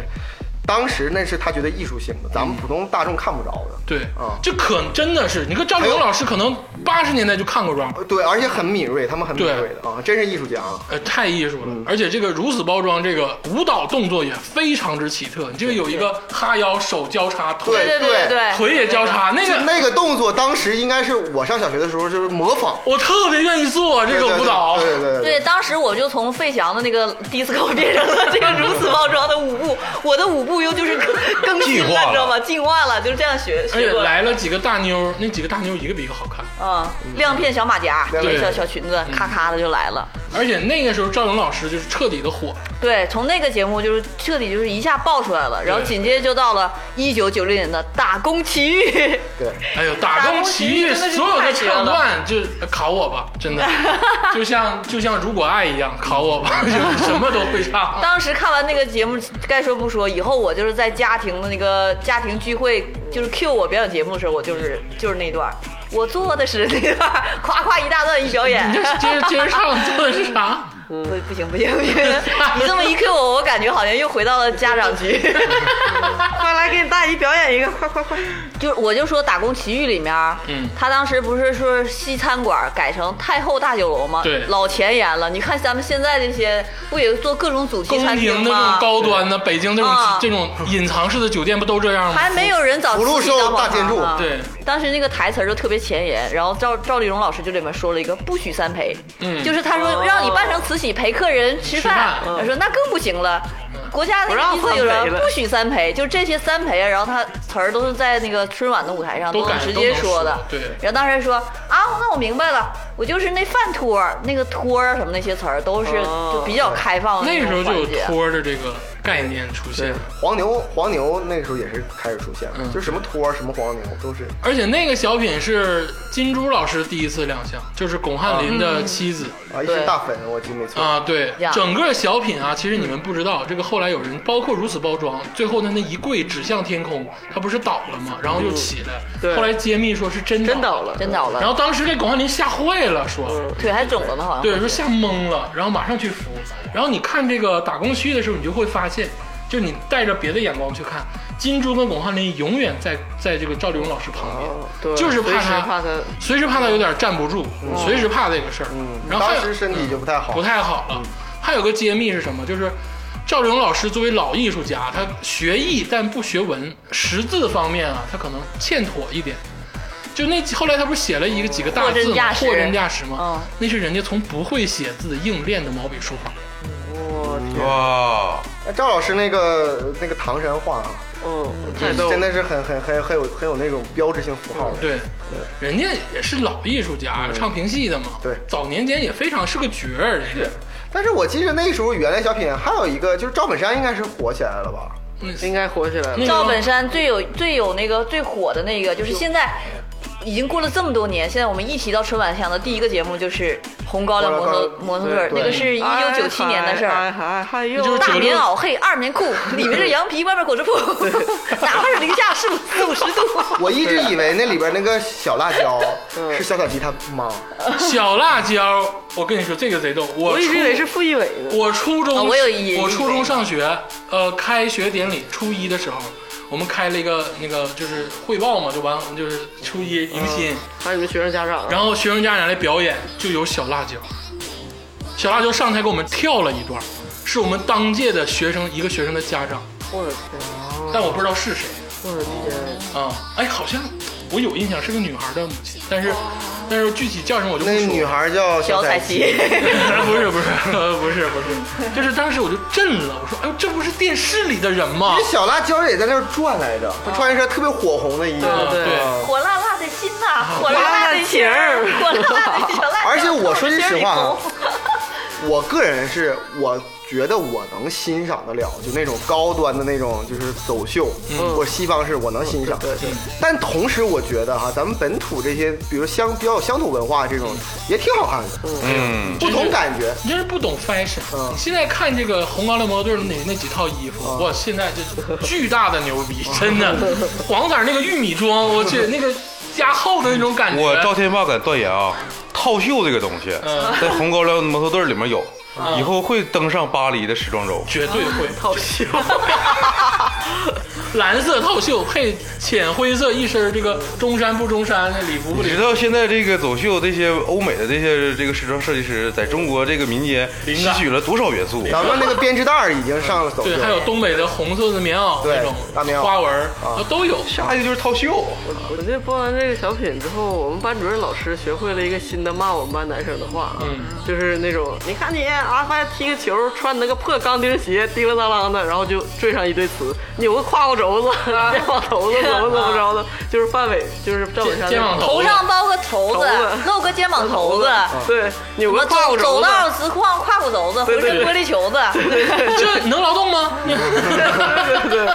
当时那是他觉得艺术性的，咱们普通大众看不着的。对啊，这可真的是，你看赵丽蓉老师可能八十年代就看过 rap，呃对，而且很敏锐，他们很敏锐的啊，真是艺术家啊。呃，太艺术了，而且这个如此包装，这个舞蹈动作也非常之奇特。你这个有一个哈腰、手交叉、对腿对对对对，腿也交叉，那个那个动作当时应该是我上小学的时候就是模仿我特别愿意做这对个对舞蹈。对对对，当时我就从费翔的那个 disco 变成了这个如此包装的舞步，我的舞步又就是更更新进化了，了你知 <laughs> 道吗？进化了，就是这样学而学且过哎来了几个大妞儿，那几个大妞儿一个比一个好看。啊，亮片小马甲，对小小裙子，嗯咔咔的就来了。而且那个时候赵丽蓉老师就是彻底的火了。对，从那个节目就是彻底就是一下爆出来了，然后对紧接着就到了一九九六年的《打工奇遇》。对，哎呦，打工奇遇打工奇遇真的是所有太的绝了唱段就考我吧，真的， <laughs> 就像就像如果爱一样考我吧， <laughs> 就是什么都会唱。当时看完那个节目，该说不说，以后我就是在家庭的那个家庭聚会，就是 Q 我表演节目的时候，我就是就是那段儿，我做的是那段儿，夸夸一大段一表演你。这接着接着唱做的是啥？不不行不行 <laughs> 不行，你这么一 Q 我，我感觉好像又回到了家长局。 <laughs> 快来给你大姨表演一个，快快快！就是我就说《打工奇遇》里面，嗯他当时不是说西餐馆改成太后大酒楼吗？对老前沿了。你看咱们现在这些，不也做各种主题宫餐廷的这种吗？高端的，北京这种啊这种隐藏式的酒店不都这样吗？还没有人找福禄自己当寿大网建筑红啊对，当时那个台词儿就特别前沿，然后赵赵丽蓉老师就里面说了一个“不许三陪”，嗯就是他说哦让你扮成慈禧陪客人吃饭，吃他说那更不行了。国家那不个让意三思就是陪说了不许三陪，就这些三陪啊，然后他词儿都是在那个春晚的舞台上都能敢直接都能说的说。对然后当时说啊，那我明白了，我就是那饭托儿、那个托儿什么那些词儿都是哦就比较开放的那那个时候种就环有节。托儿的这个概念出现。嗯黄牛，黄牛那时候也是开始出现了，就什么托儿什么黄牛都是。而且那个小品是金珠老师第一次亮相，就是龚汉林的妻子啊，一对身大粉，我记没错。啊，对嗯呀，整个小品啊，其实你们不知道，这个后来有人包括如此包装，最后他那一跪指向天空，他不是倒了吗？然后又起来，嗯对后来揭秘说是真真倒倒了，真倒然了，嗯后当时这龚汉林吓坏了，说。腿还肿了呢，好像。对，说吓懵了，然后马上去扶。然后你看这个打工区的时候，你就会发现，就你带着别的眼光去看，金珠跟巩汉林永远在在这个赵丽蓉老师旁边，哦对，就是怕随时他怕他随时怕她有点站不住，随时怕这个事儿。然后还嗯当时有身体就不太好嗯不，太好了。还有个揭秘是什么？就是赵丽蓉老师作为老艺术家，她学艺但不学文，识字方面啊，她可能欠妥一点。就那后来她不是写了一个几个大货真字价吗？实货真价实嗯吗？那是人家从不会写字硬练的毛笔书法。哦哇，那赵老师那个那个唐山话啊，嗯太逗了，真的是很很很很有很有那种标志性符号的。对，人家也是老艺术家，唱评戏的嘛。嗯对早年间也非常是个角儿。是，但是我记得那时候原来小品还有一个，就是赵本山应该是火起来了吧？嗯应该火起来了。那赵个本山最有最有那个最火的那个，就是现在已经过了这么多年，现在我们一提到春晚，想到第一个节目就是《红高粱摩托摩托车》，对那个是一九九七年的事哎儿。还还那就有是大九六棉袄配二棉裤，里面是羊皮，外面裹着布， <laughs> 哪怕是零下四五四五十度，我一直啊以为那里边那个小辣 <laughs> 椒嗯是小小鸡他妈，小辣椒，我跟你说这个贼逗。我我一直以初为是哦傅艺伟呢。我初中，啊我有一我初中上学，呃，开学典礼初一的时候，我们开了一个那个就是汇报嘛，就完就是初一迎新，还有你们学生家长，然后学生家长来表演，就有小辣椒，小辣椒上台给我们跳了一段，是我们当届的学生一个学生的家长，我的天，但我不知道是谁我的天，啊、哎，好像我有印象是个女孩的母亲，但是但是具体叫什么我就不那说了。女孩叫小彩 <laughs> 彩旗。 <laughs> 不是不是呃不是不是，就是当时我就震了，我说哎呦，这不是电视里的人吗这？小辣椒也在那儿转来着，她穿一身特别火红的衣服。啊对对 <laughs> 嗯火辣辣的心呐、火辣辣的心儿，火辣辣的小辣椒。而且我说句实 <laughs> 话啊我心里我个人是，我觉得我能欣赏得了，就那种高端的那种，就是走秀，或者西方式，我能欣赏。对对。但同时，我觉得哈，咱们本土这些，比如乡比较有乡土文化这种，也挺好看的，嗯，不同感觉。你真是不懂 fashion。嗯你现在看这个红高粱模特队那那几套衣服，哇，现在这巨大的牛嗯逼，真的，黄色儿那个玉米装，我去，那个加厚的那种感觉。我赵天霸敢断言啊，套袖这个东西嗯在红高粱摩托队里面有，以后会登上巴黎的时装周。绝对会套袖，蓝色套袖配浅灰色一身儿这个中山不中山，礼服不你礼知道现在这个走秀，这些欧美的这些这个时装设计师在中国这个民间灵吸感取了多少元素？咱们那个编织袋儿已经上了走秀对，还有东北的红色的棉袄对那种大棉袄嗯花纹儿都有。下一个就是套袖，我这播完这个小品之后，我们班主任老师学会了一个新的骂我们班男生的话啊，嗯就是那种你看你啊，发现踢个球穿那个破钢钉鞋，叮了当啷的，然后就缀上一堆词，扭个胯骨轴子、 <laughs> 肩膀头子，怎么怎么着的，就是范伟，就是赵本山肩那膀种头头上包个头子头子，啊露个肩膀头子，嗯对，扭我个胯走骨走轴子，道直胯胯骨轴子，对浑对身对玻璃球子。 <laughs> 这能劳动吗？对对对，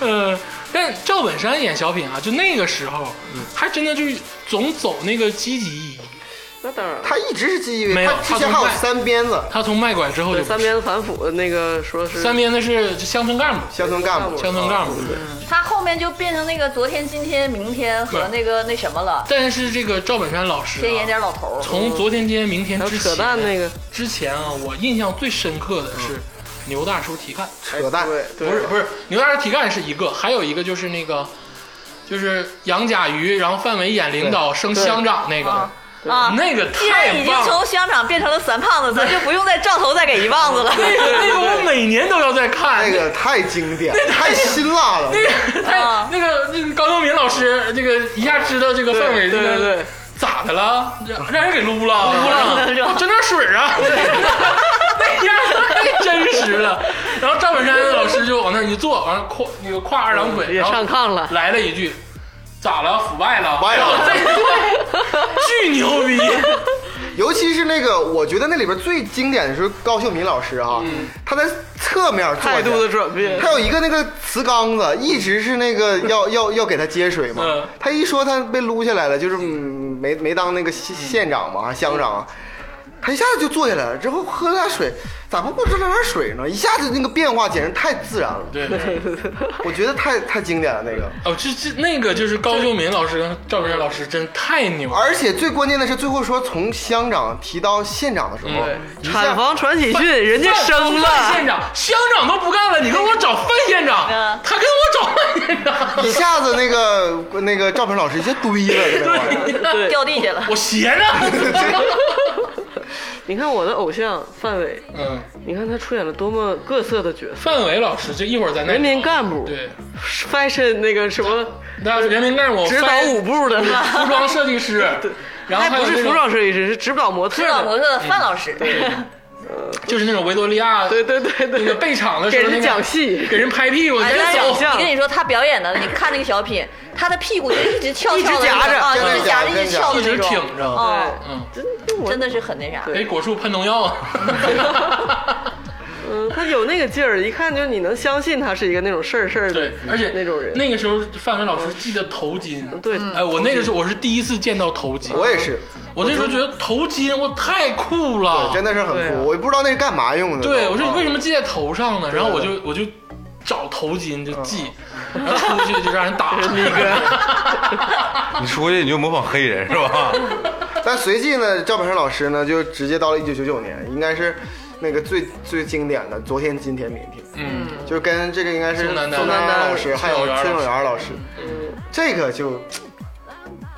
呃，但赵本山演小品啊，就那个时候，还真的就是总走那个积极意义。那当然了。他一直是基于没有他之前还有他从外三鞭子，他从卖拐之后就对不是三鞭子反腐的那个说是三鞭子是乡村干部，乡村干部，乡村干嗯部。他后面就变成那个昨天、今天、明天和那个那什么了，但是这个赵本山老师、先演啊，点老头儿。从昨天、今天、明天还有之扯淡前那个之前啊，我印象最深刻的是牛大叔提干，哎扯淡。对对不是不是牛大叔提干是一个，还有一个就是那个。就是杨甲鱼，然后范伟演领导升乡长那个，啊，那个既然太已经棒了！从乡长变成了三胖子，咱就不用再照头再给一棒子了。那个那个我每年都要在看，那个太经典，太辛辣了。啊他那个那个高秀敏老师，这个一下知道这个范对围，对对对，咋的了？让人给撸了，撸了，整点水啊！那样太真实了。然后赵本山老师就往那儿一坐，完了跨那个跨二郎腿，也然后上炕了，来了一句：“咋了？腐败了？”哎败了然后再一坐，巨牛逼！尤其是那个，我觉得那里边最经典的是高秀敏老师啊，他在侧面坐态着度的转变，他有一个那个瓷缸子，一直是那 <laughs> 个要要要给他接水嘛嗯。他一说他被撸下来了，就是嗯没没当那个县县长嘛，还乡长，啊他一下子就坐下来了。之后喝了点水，咋不不知道点水呢？一下子那个变化简直太自然了，对， <laughs> 我觉得太太经典了那个。哦，这这那个就是高秀敏老师跟赵本山老师真太牛了，而且最关键的是，最后说从乡长提到县长的时候，一产下房传喜 <laughs> 讯，人家生范嗯了，县长、乡长都不干了，你跟我找范县长 <laughs> 嗯，他跟我找范县 <laughs> 长，一下子那个那个赵鹏老师一下堆了这 <laughs> 个玩意儿。对，掉地下了。啊我斜着。你看我的偶像范伟，嗯，你看他出演了多么各色的角色，范伟老师，这一会儿咱再人民干部对， ，fashion 那个什么那人民干部指导范舞步的，<laughs> 服装设计师，然后还还有不是那服种装设计师，是嗯指导模特指导模的，特的范老师， <laughs> 就是那种维多利 <laughs> 亚对对对那个对，备场的时给候，那人个讲戏，给人拍屁股，哎人但家是讲走戏我跟你说，他表演的，你看那个小品，他的屁股就一直翘翘的，一直夹着啊，一直夹着，真的一直翘着一直那种，挺着，哦，嗯，真的是很那啥。给果树喷农药。嗯，他有那个劲儿，一看就你能相信他是一个那种事儿事儿的对，而且那种人。那个时候范伟老师系的头巾，对，哎，我那个时候我是第一次见到头巾，我也是，我那时候觉得头巾我太酷了，真的是很对啊酷，我也不知道那是干嘛用的。嗯对，我说说你为什么系在头上呢？然后我就我就找头巾就系，嗯然后出去就让人打。 <laughs> 你出去你就模仿黑人是吧？但随即呢，赵本山老师呢就直接到了一九九九年，应该是那个最最经典的《昨天、今天、明天》，嗯，就是跟这个应该是宋丹丹啊宋丹丹老宋丹丹师还有崔永元老师，这个就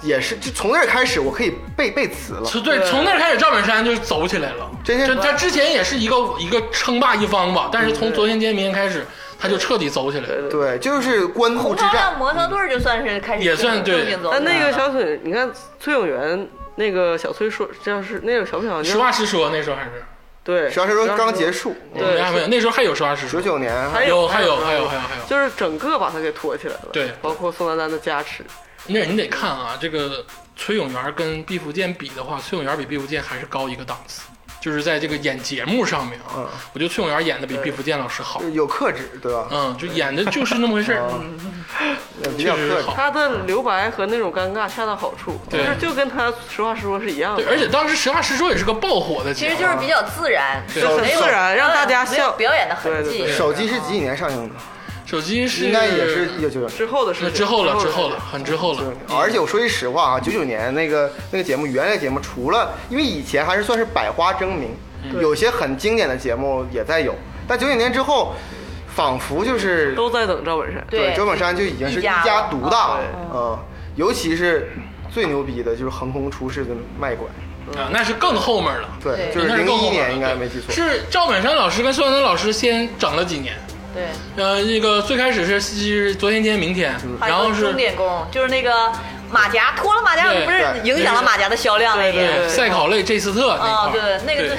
也是就从那儿开始，我可以背背词了。从对，从那儿开始赵本山就走起来了。真是他他之前也是一个一个称霸一方吧，但是从昨天、今天、明天开始，他就彻底走起来了。对，就是关户红之高战粱。摩托队儿就算是开始也算对正经走起来但了，那个小品，你看崔永元那个小崔说，这样是那个小品好像实叫话实说，那时候还是对，实话实说，刚结束，嗯没有对没有，那时候还有实话实九说，九年还有还有有还有还有还有就是整个把他给拖起来了。对包括宋丹丹的加持，那你得看啊，这个崔永元跟毕福剑比的话，崔永元比毕福剑还是高一个档次，就是在这个演节目上面啊，我觉得崔永元演的比毕福剑老师好嗯就。有克制，对吧？嗯嗯，就演的就是那么回事儿。 <laughs> 嗯比较确实克制好。他的留白和那种尴尬恰到好处，就对是就跟他实话实说是一样对，的。而且当时实话实说也是个爆火的节其目，实就是比较自然，对很没有自然让大家没有笑表演的痕对迹对对。手机是几几年上映的？手机是应该也是一九九九年。之后的事那情，之后了，之的后事了，很之后了。而且我说句实话啊，九九年那个那个节目，原来节目除了因为以前还是算是百花争鸣，嗯有些很经典的节目也在有，但九九年之后，仿佛就是情都在等赵本山。对周本山就已经是一家独哦大了，嗯，尤其是最牛逼的就是横空出世的卖拐，啊，那是更后面了。哎对，对就是那是零更一后面年了应该没记错，是赵本山老师跟宋丹丹老师先整了几年。对，呃，那个最开始是是昨天、今天、明天，还然有后个钟是点工，就是那个马甲脱了马甲，对不是对影响了马甲的销量那对对个对赛考类这斯特啊，那块对儿，，那个是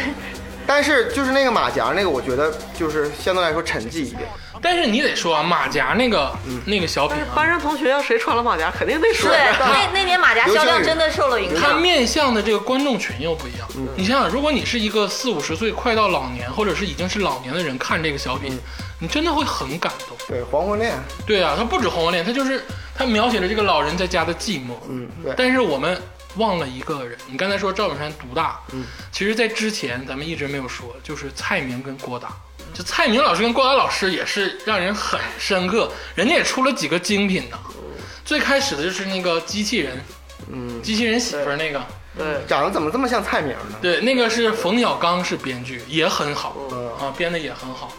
但是就是那个马甲那个，我觉得就是相对来说沉寂一点，但是你得说啊，马甲那个嗯那个小品但是啊，班上同学要谁穿了马甲，肯定得说对，那那年马甲销量真的受了影它响。嗯面向的这个观众群又不一样。你想想，如果你是一个四五十岁快到老年，或者是已经是老年的人看这个小嗯品，你真的会很感动。对，黄昏恋，对啊，它不止红黄恋，它就是它描写了这个老人在家的寂寞。嗯，对。但是我们忘了一个人，你刚才说赵本山独大，嗯，其实，在之前咱们一直没有说，就是蔡明跟郭达。就蔡明老师跟郭达老师也是让人很深刻，人家也出了几个精品呢。最开始的就是那个机器人，嗯，机器人媳妇儿那个，对，长得怎么这么像蔡明呢？对，那个是冯小刚是编剧，也很好啊，编的也很好。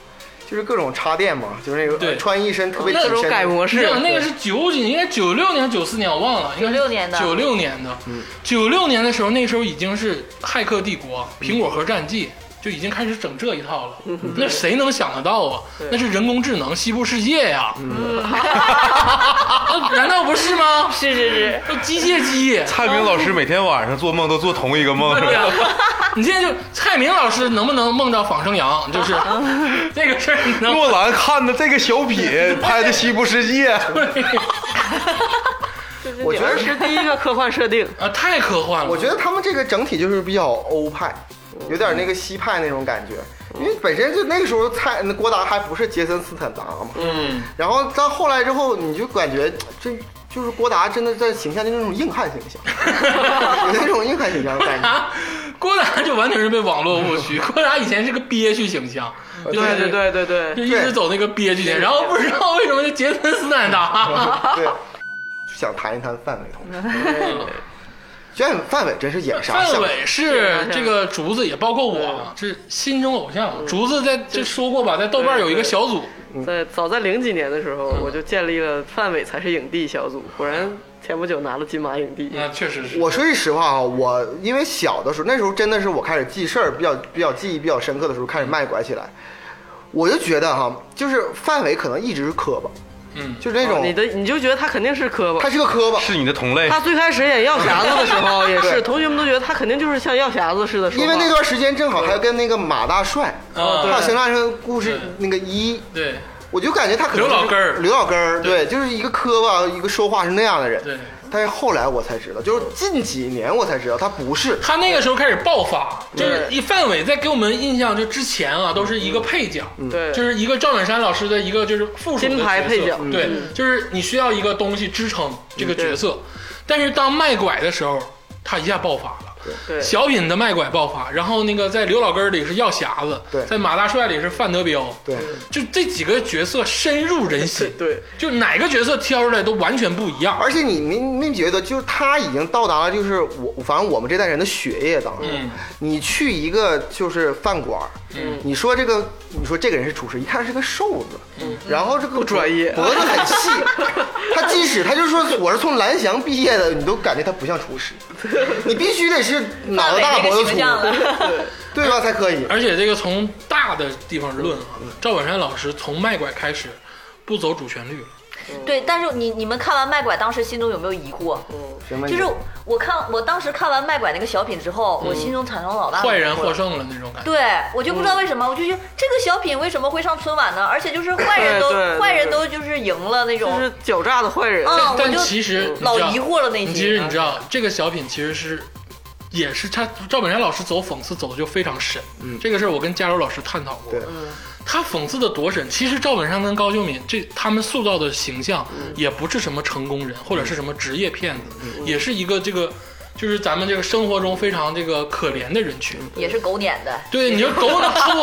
就是各种插电嘛，就是那个对呃穿一身特别各紧种身改的。模你式想，那个是九几，应该九六年、九四年，我忘了，应该96年的九六年的，九六年的时候，那时候已经是《骇客帝国》嗯《苹果核战记》就已经开始整这一套了， <laughs> 那谁能想得到啊？那是人工智能，西部世界呀，嗯嗯 <laughs> 啊难道不是吗？是是是，都机械机。蔡明老师每天晚上做梦都做同一个梦，对呀，你现在就蔡明老师能不能梦到仿生羊？就是这个事儿， <laughs> 你能诺 <laughs> 兰看的这个小品拍的《西部世界》，我觉得这是第一个科幻设定，啊，太科幻了。我觉得他们这个整体就是比较欧派，有点那个西派那种感觉。嗯因为本身就那个时候蔡那郭达还不是杰森斯坦达嘛，嗯，然后到后来之后，你就感觉这就是郭达真的在形象就是那种硬汉形象，有 <laughs> 那种硬汉形象的感觉。啊， <laughs> 郭达就完全是被网络误区。郭达以前是个憋屈形象，对对对，对对对，就一直走那个憋屈形象，然后不知道为什么就杰森斯坦 <laughs> 达。<laughs> 对，就想谈一谈范伟同志。 <laughs> 范范伟真是演啥范像？伟是这个竹子，也包括我，是心中偶像。竹子在这说过吧，在豆瓣有一个小组，嗯嗯在早在零几年的时候，我就建立了范伟才是影帝小组，果然前不久拿了金马影帝。那啊确实是。我说句实话啊，我因为小的时候，那时候真的是我开始记事儿比较比较记忆比较深刻的时候，开始卖拐起来。我就觉得哈，就是范伟可能一直是磕巴，嗯就是那种、哦你的你就觉得他肯定是磕巴他，是个磕巴，是你的同类他最开始演药匣子的时候也是， <laughs> 对同学们都觉得他肯定就是像药匣子似的说话。因为那段时间正好还跟那个马大帅，啊还有《对行大生故事对》那个一，对我就感觉他可能刘老根儿刘老根儿，对，就是一个磕巴，一个说话是那样的人。对，但是后来我才知道，就是近几年我才知道他不是，他那个时候开始爆发，就是对一范伟在给我们印象就之前啊，都是嗯一个配角，对就是一个赵本山老师的一个就是附属的嗯金牌角色配角嗯对，就是你需要一个东西支撑这个角色，但是当卖拐的时候，他一下爆发了。对小品的卖拐爆发，然后那个在刘老根儿里是药匣子，对在马大帅里是范德彪，对，就这几个角色深入人对心，对，就 <laughs> 哪个角色挑出来都完全不一样，而且你没没觉得，就是他已经到达了，就是我反正我们这代人的血液当中。嗯你去一个就是饭馆儿，嗯你说这个，你说这个人是厨师，一看是个瘦子，嗯然后这个不专业脖子很细，他即使他就说我是从蓝翔毕业的，你都感觉他不像厨师，你必须得是脑袋大脖范伟这子粗个形象了， <laughs> 对吧才可以。嗯而且这个从大的地方论啊，赵本山老师从卖拐开始不走主旋律了。对，但是你你们看完《卖拐》，当时心中有没有疑惑？什么？就是我看我当时看完《卖拐》那个小品之后，我心中产生了老大的嗯坏人疑惑获胜了那种感觉。对，我就不知道为什么，我就觉得这个小品为什么会上春晚呢？而且就是坏人 <laughs> 对对都对坏人都就是赢了那就种是，狡诈的坏人。啊，我但就其实你知道老疑惑了那一集。嗯其实你知道，这个小品其实是也是他赵本山老师走讽刺走的就非常深。嗯，这个事儿我跟加州老师探讨过嗯对。嗯他讽刺的多深？其实赵本山跟高秀敏这他们塑造的形象，嗯也不是什么成功人或者是什么职业骗子，也是一个这个。就是咱们这个生活中非常这个可怜的人群，也是狗撵的，对，你就狗着 <laughs> 偷，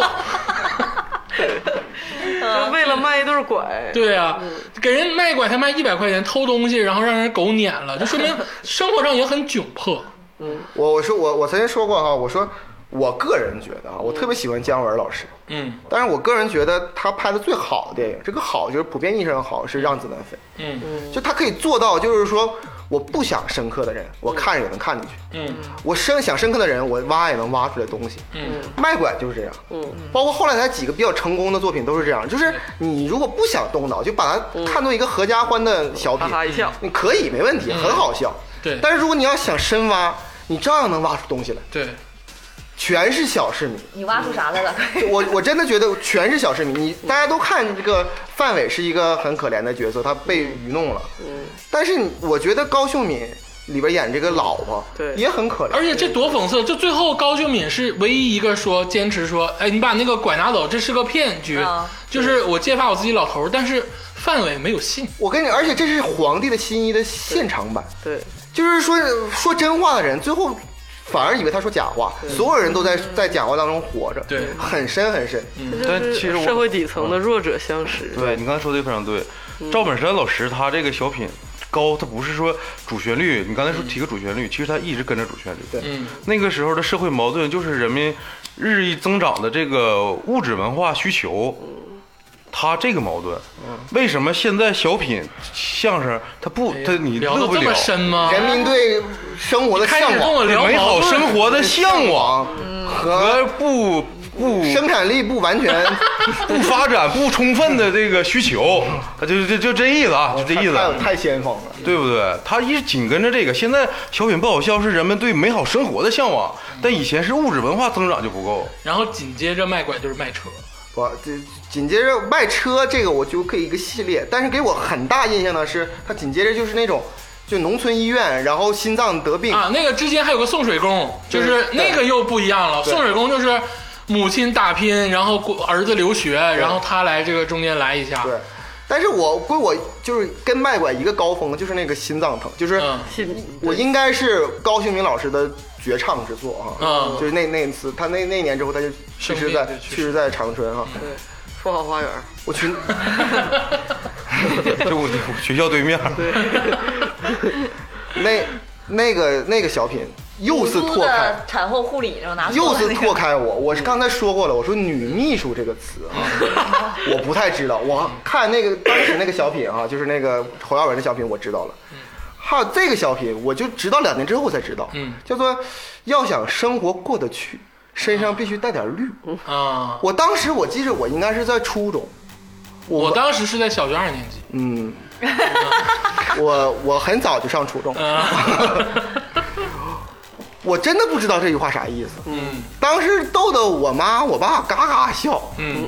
就为了卖一对哎拐，对啊，嗯给人卖拐才卖一百块钱，偷东西然后让人狗撵了，就 <laughs> 说明生活上也很窘迫。嗯我我说我我曾经说过哈，我说我个人觉得啊，我特别喜欢姜文老师，嗯但是我个人觉得他拍的最好的电影，这个好就是普遍意义上的好，是《让子弹飞》。嗯就他可以做到，就是说，我不想深刻的人，我看着也能看进去；嗯我深想深刻的人，我挖也能挖出来东西。嗯，卖拐就是这样，嗯， <laughs> 包括后来他几个比较成功的作品都是这样，就是你如果不想动脑，就把它看作一个合家欢的小品嗯哈，哈一笑。嗯你可以没问题，很好笑。对但是如果你要想深挖，你照样能挖出东西来，对，全是小市民。你挖出啥来了？就我我真的觉得全是小市民，你大家都看这个范伟是一个很可怜的角色，他被愚弄了。 <laughs> 嗯，但是你我觉得高秀敏里边演这个老婆，对也很可怜。而且这多讽刺！就最后高秀敏是唯一一个说坚持说，哎，你把那个拐拿走，这是个骗局啊，就是我揭发我自己老头儿，但是范伟没有信。我跟你，而且这是皇帝的新衣的现场版，对，就是说说真话的人最后。反而以为他说假话，所有人都在在假话当中活着，对嗯很深很深。这但就其实是我社会底层的弱者相识。对你刚才说的非常对，嗯赵本山老师他这个小品高，他不是说主旋律，你刚才说提个主旋律，其实他一直跟着主旋律。对嗯，那个时候的社会矛盾就是人民日益增长的这个物质文化需求，嗯他这个矛盾，为什么现在小品、相声他不他你哎聊乐的不这么了？深吗？人民对生活的开向始跟我往聊美矛好盾生活的向往和和不不生产力不完全，不发展不充分的这个需求，他就就就这意思啊，就这意思。哦太太先锋了。对不对？他一紧跟着这个，现在小品不好笑是人们对美好生活的向往，但以前是物质文化增长就不够。然后紧接着卖拐就是卖车，不，这紧接着卖车这个我就可以一个系列，但是给我很大印象的是，它紧接着就是那种就农村医院，然后心脏得病，啊，那个之间还有个送水工，就是对那个又不一样了。送水工就是母亲打拼，然后过儿子留学，然后他来这个中间来一下。对。但是我归我就是跟卖拐一个高峰，就是那个心脏疼，就是嗯心我应该是高兴明老师的绝唱之作啊，嗯就是那那次他那那年之后他就去世生病对在去世去世在长春哈、啊，富豪花园，我 <laughs> 去，就我我学校对面儿，那那个那个小品又是姑拓姑开，的产后护理然后拿又是拓拓开我，我是刚才说过了，我说“女秘书”这个词啊，我不太知道。我看那个当时那个小品啊，就是那个侯耀文的小品，我知道了。还有这个小品，我就直到两年之后我才知道，嗯叫做“要想生活过得去，身上必须带点绿”啊，我当时我记着，我应该是在初中，我当时是在小学二年级。嗯，我我很早就上初中，嗯 <laughs> 我真的不知道这句话啥意思。嗯当时逗得我妈我爸嘎嘎笑，嗯，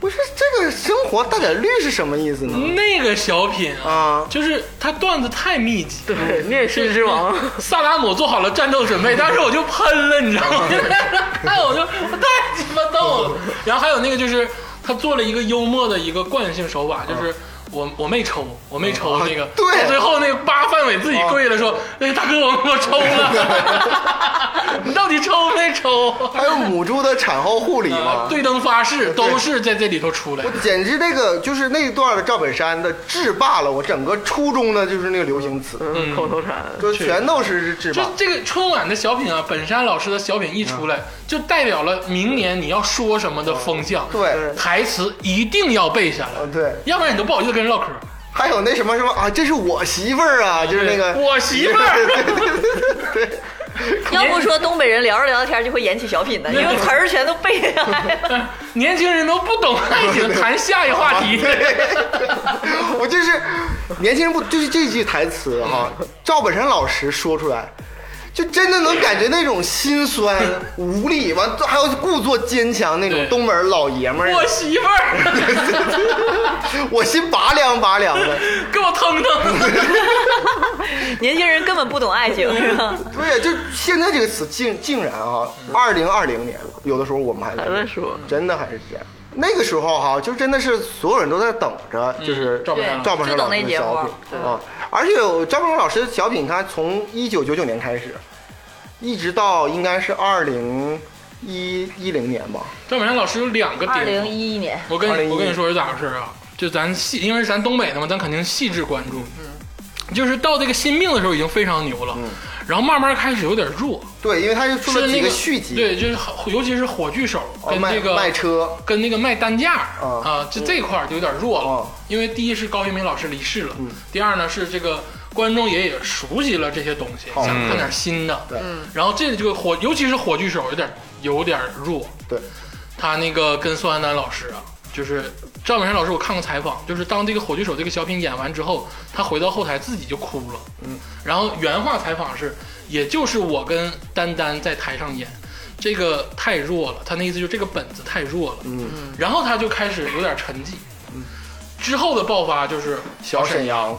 我说这个生活带点绿是什么意思 <laughs> 呢？那个小品啊，啊，就是他段子太密集。对，面试之王，萨达姆做好了战斗准备，当时我就喷了，你知道吗？ <laughs> 看哎我 <laughs> 就我太鸡巴逗了。然后还有那个就是他做了一个幽默的一个惯性手啊法，就是我我没抽，我没抽那个，对最后那个八范伟啊自己跪了，说：“那个大哥，我我抽了， <laughs> 你到底抽没抽还有母猪的产后护理？”啊嘛，对灯发誓都是在这里头出来我。简直那个就是那一段的赵本山的制霸了我整个初中的就是那个流行词，嗯，口头禅，就全都是制就霸。这个春晚的小品啊，本山老师的小品一出来，嗯就代表了明年你要说什么的风向。对，台词一定要背下来，嗯对，要不然你都不好意思跟人唠嗑。还有那什么什么啊，这是我媳妇儿啊，就是那个我媳妇 <laughs> 儿，要不说东北人聊着聊着天就会演起小品的， <laughs> 因为词儿全都背下来了。年轻 <laughs> 人都不懂爱情， <laughs> 谈下一话题。我就是 <laughs> 年轻人不就是这句台词哈、赵本山老师说出来，就真的能感觉那种心酸、无力，完还有故作坚强那种对东北老爷们我儿，媳妇儿， <laughs> 我心拔凉拔凉的。给我腾腾。 <laughs> 年轻人根本不懂爱情，是吧？对呀，就现在这个词竟竟然啊，二零二零年了，有的时候我们还在还在说真的还是这样。那个时候哈、就真的是所有人都在等着，就是嗯赵本山赵本山老师的就小等品啊，而且有赵本山老师的小品，他从一九九九年开始，一直到应该是二零一一零年吧，赵本山老师有两个二点零，一一年，我跟2011我跟你说是咋回事啊？就咱细，因为是咱东北的嘛，咱肯定细致关注。嗯就是到这个新病的时候已经非常牛了，然后慢慢开始有点弱，对，因为他就出是了那几个续集，对，就是好尤其是火炬手哦，跟卖这个卖车，跟那个卖担架儿啊啊，这这块儿就有点弱了哦，嗯因为第一是高一鸣老师离世了，第二呢是这个观众也也熟悉了这些东西，想看点新的，对然后这就火，尤其是火炬手有点有点弱，对，他那个跟宋丹丹老师啊，就是赵本山老师，我看过采访，就是当这个火炬手这个小品演完之后，他回到后台自己就哭了。嗯，然后原话采访是，也就是我跟丹丹在台上演，这个太弱了，他那意思就是这个本子太弱了。嗯， <laughs> 然后他就开始有点沉寂。嗯之后的爆发就是小小沈沈阳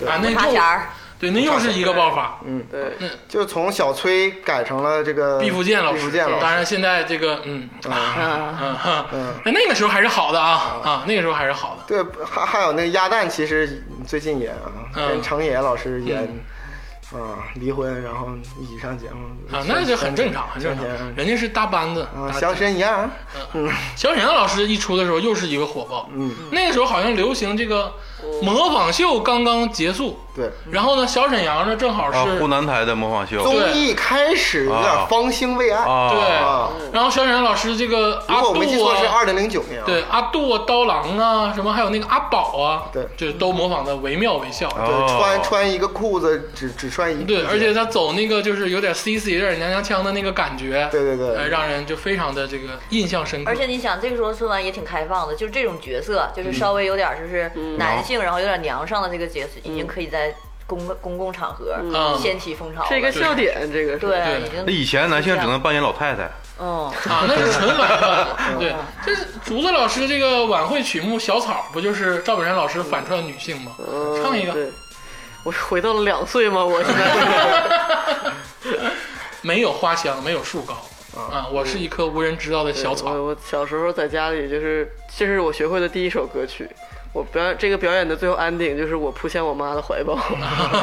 阳，啊，那擦钱又儿，对，那又是一个爆发。嗯，对，就从小崔改成了这个毕福剑老呃毕师，福剑老当师，然现在这个嗯啊，嗯哈，那那个时候还是好的啊啊，那个时候还是好的。对，还还有那个鸭蛋，其实最近也啊，嗯跟程野老师也嗯啊离婚，然后一起上节目啊，那就很正常，很正常。人家是大班子啊，大小沈阳， <laughs> 嗯，小沈阳老师一出的时候，又是一个火爆。嗯，那个时候好像流行这个模仿秀刚刚结束，对，然后呢，小沈阳呢正好啊，是湖南台的模仿秀综艺开始有点方兴未艾啊，对啊，然后小沈阳老师这个如阿果我没记杜错是啊，二零零九年啊，对阿杜啊、刀郎啊，什么还有那个阿宝啊，对就是都模仿的惟妙惟肖。对，哦穿穿一个裤子只只穿一个，对，而且他走那个就是有点 C C 有点娘娘腔的那个感觉，对对对呃让人就非常的这个印象深刻。而且你想，这个时候春晚也挺开放的，就是这种角色，就是稍微有点就是嗯男性，然后有点娘上的这个角色，已经可以在公公共场合嗯掀起风潮了。是一个笑点，这个是对，对已经那以前男性只能扮演老太太，嗯，啊， <laughs> 那是纯晚饭。对，这是竹子老师这个晚会曲目《小草》，不就是赵本山老师反串女性吗？唱一个呃对，我回到了两岁吗？我现在 <laughs> 没有花香，没有树高啊，我是一棵无人知道的小草。我我小时候在家里就是，这是我学会的第一首歌曲。我表演这个表演的最后安定就是我扑向我妈的怀 <laughs> 抱。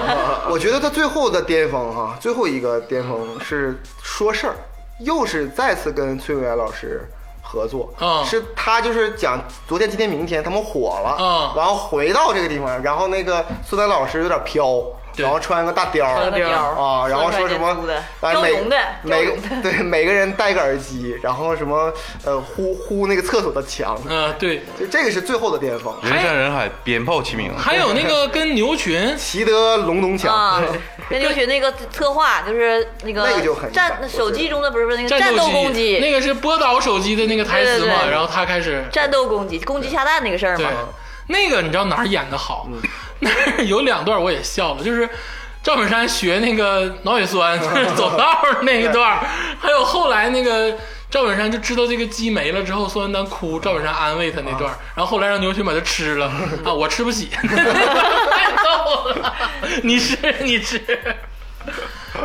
<laughs> 我觉得他最后的巅峰哈、最后一个巅峰是说事儿，又是再次跟崔永元老师合作，嗯是他就是讲昨天、今天、明天他们火了，嗯然后回到这个地方，然后那个苏丹老师有点飘。对然后穿个大貂儿穿个貂儿啊，然后说四什么川人租的啊周每荣的每周个荣的 <laughs> 对每个人戴个耳机，然后什么呃呼呼那个厕所的墙，嗯，对，就这个是最后的巅峰，人山人海，鞭炮齐鸣。还有那个跟 <laughs> 牛群，习得隆咚啊 <laughs> 墙，， <laughs> 那就是那个策划，就是那个那个就很一般战我觉得手机中的不是不是那个战战斗斗机，攻击，那个是波导手机的那个台词嘛，对对对然后他开始战斗攻击攻击下蛋那个事儿对嘛，，那个你知道哪儿演的好？嗯 <laughs> 有两段我也笑了，就是。赵本山学那个脑 <laughs> 血栓就是走道儿那一段儿，还有后来那个赵本山就知道这个鸡没了之后，宋丹丹哭，嗯赵本山安慰他那段儿，然后后来让牛群把它吃 <laughs> 了啊，我吃不起，太逗了，你吃你吃。 <laughs>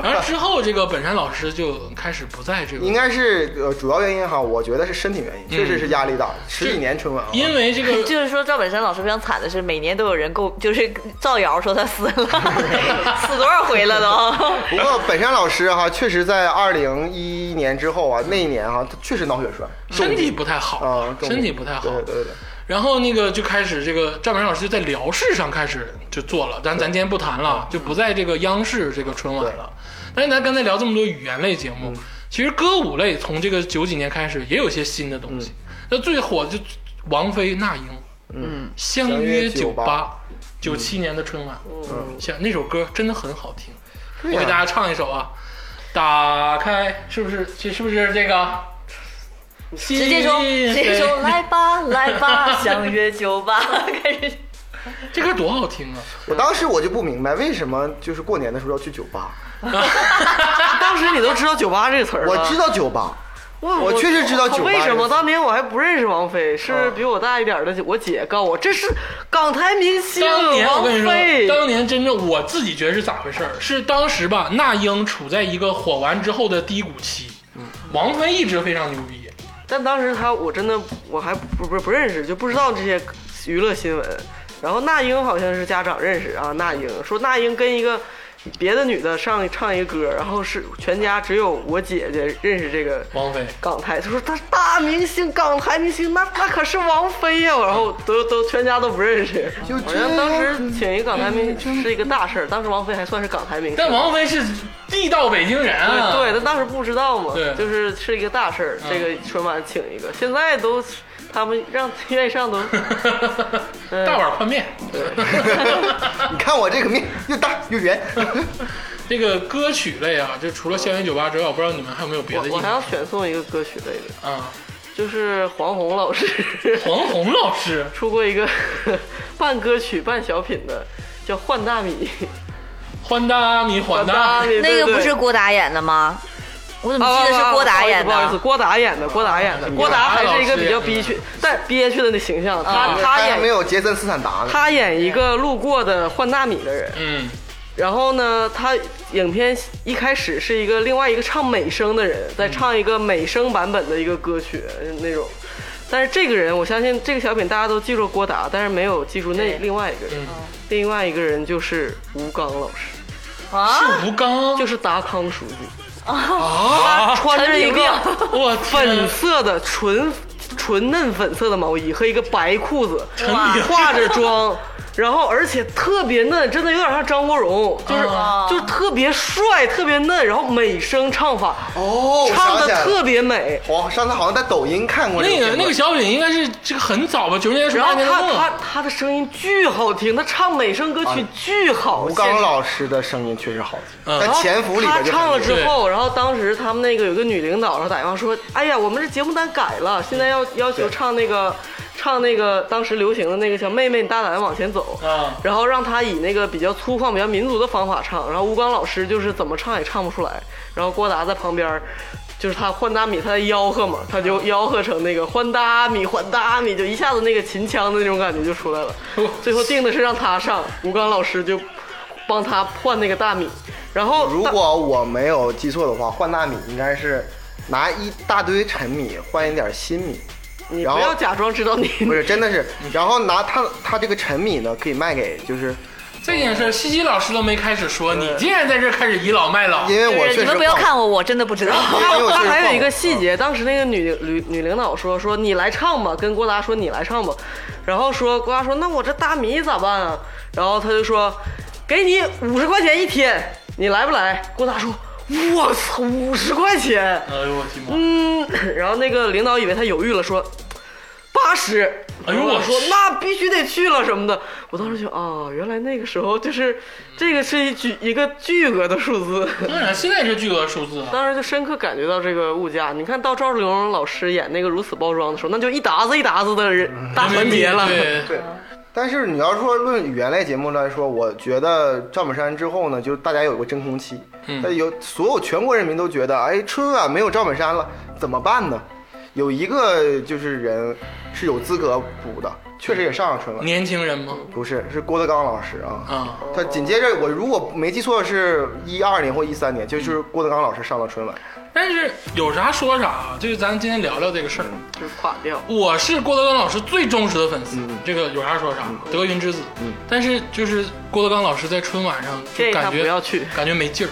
然后之后这个本山老师就开始不在这个应该是呃主要原因哈，我觉得是身体原因，确实是压力大，十几年春晚啊，嗯因为这 <laughs> 个就是说赵本山老师非常惨的是，每年都有人够，就是造谣说他死了， <laughs> 死多少回了都。不过本山老师哈，确实在二零一一年之后啊，那一年哈，他确实脑血栓身体不太好，啊，中身体不太好，对对对对，然后那个就开始这个赵本山老师就在辽视上开始就做了，咱咱今天不谈嗯了，就不在这个央视这个春晚了。但是咱刚才聊这么多语言类节目，其实歌舞类从这个九几年开始也有些新的东西。嗯那最火就王菲、那英，嗯，相约约九九八八，九七年的春晚，嗯像那首歌真的很好听，对我呀给大家唱一首啊。打开，是不是？这是不是这个？直直接说，直接说，来吧，来 <laughs> 吧，相约酒吧，开始。这歌多好听啊！我当时我就不明白为什么就是过年的时候要去酒吧，当时你都知道“酒吧”这个词儿了，我知道酒吧，哇。我确实知道酒吧为什这么个词嗯当年我还不认识王菲？是比我大一点的我姐告我，这是港台明星当年我王跟你菲说，。当年真正我自己觉得是咋回事儿？是当时吧，那英处在一个火完之后的低谷期，嗯王菲一直非常牛逼。但当时她我真的我还不不不认识，就不知道这些娱乐新闻。然后那英好像是家长认识啊，那英说那英跟一个别的女的上唱一歌，然后是全家只有我姐姐认识这个王菲港台，她说她是大明星，港台明星，那那可是王菲呀、然后都都全家都不认识，就好这样像当时请一个港台明星是一个大事儿，当时王菲还算是港台明星。但王菲是地道北京人啊，对，但当时不知道嘛对，就是是一个大事儿。这嗯个春晚请一个，现在都他们让愿意上都 <laughs> 嗯大碗宽面。你看我这个面又大又圆，这个歌曲类啊，就除了《校园酒吧》之外，我不知道你们还有没有别的我意我还要见选送一个歌曲类的，啊？就是黄宏老师 <laughs> 黄宏老师， <laughs> 出过一个半歌曲半小品的，叫《换大米》。 <laughs> 欢大米欢大大米，米那个不是郭郭达演的吗？我怎么啊记得是郭达演不好意思，的？郭达演的，郭达演的，嗯郭达还是一个比较憋屈，但憋屈的那形象，他啊他还演没有杰森斯坦达呢，他演一个路过的换大米的人。嗯，然后呢，他影片一开始是一个另外一个唱美声的人在唱一个美声版本的一个歌曲那种，但是这个人我相信这个小品大家都记住郭达，但是没有记住那对另外一个人，嗯另外一个人就是吴刚老师，啊，是吴刚，就是达康书记啊，他穿着一个陈我天粉，色的纯纯嫩粉色的毛衣和一个白裤子，明化着妆，然后而且特别嫩，真的有点像张国荣，就是、啊就是特别帅，特别嫩，然后美声唱法，哦，我唱想的起来了特别美。我上次好像在抖音看过这那片个段那个小品应该是这个很早吧，九十年代初然八后他十年代末他他的声音巨好听，他唱美声歌曲巨好。啊吴现刚场老师的声音确实好听，嗯在潜伏里边就他唱了之对后，然后当时他们那个有个女领导，然后打电话说：“哎呀，我们这节目单改了，现在要要求唱那个，唱那个当时流行的那个叫《妹妹你大胆地往前走》啊然后让他以那个比较粗犷、比较民族的方法唱。然后吴刚老师就是怎么唱也唱不出来，然后郭达在旁边儿。”就是他换大米，他在吆喝嘛，他就吆喝成那个换大米，换大米，就一下子那个秦腔的那种感觉就出来了。最后定的是让他上，吴刚老师就帮他换那个大米，然后如大果我没有记错的话，换大米应该是拿一大堆陈米换一点新米，你然不后要假装知道你不是真的是，然后拿它它这个陈米呢可以卖给就是，这件事儿，西西老师都没开始说，你竟然在这儿开始倚老卖老因。为就我是确你实们不要忘了看我，我真的不知道。 <laughs> 因为我确嗯他实还有一个忘了细节，当时那个女女女领导说说你来唱吧，跟郭达说你来唱吧，然后说郭达说那我这大米咋办啊？然后他就说给你五十块钱一天，你来不来？郭达说我操五十块钱，哎呦我的妈！嗯，然后那个领导以为他犹豫了，说八十。哎呦我说去那必须得去了什么的，我当时就啊，原来那个时候就是这个是一巨一个巨额的数字。当然，现在是巨额数字啊。当时就深刻感觉到这个物价。你看到赵丽蓉老师演那个《如此包装》的时候，那就一沓子一沓子的人大团结了。<laughs> 嗯对，对，但是你要说论语言类节目来说，我觉得赵本山之后呢，就是大家有个真空期，嗯那有所有全国人民都觉得，哎，春晚没有赵本山了，怎么办呢？有一个就是人是有资格补的，确实也上了春晚，年轻人吗？不是是郭德纲老师啊。啊，他紧接着，我如果没记错，是一二年或一三年，就是郭德纲老师上了春晚。但是有啥说啥啊，就是咱今天聊聊这个事儿。就垮掉。嗯我是郭德纲老师最忠实的粉丝，这个有啥说啥，德云之子。但是就是郭德纲老师在春晚上建就议他感觉不要去感觉没劲儿，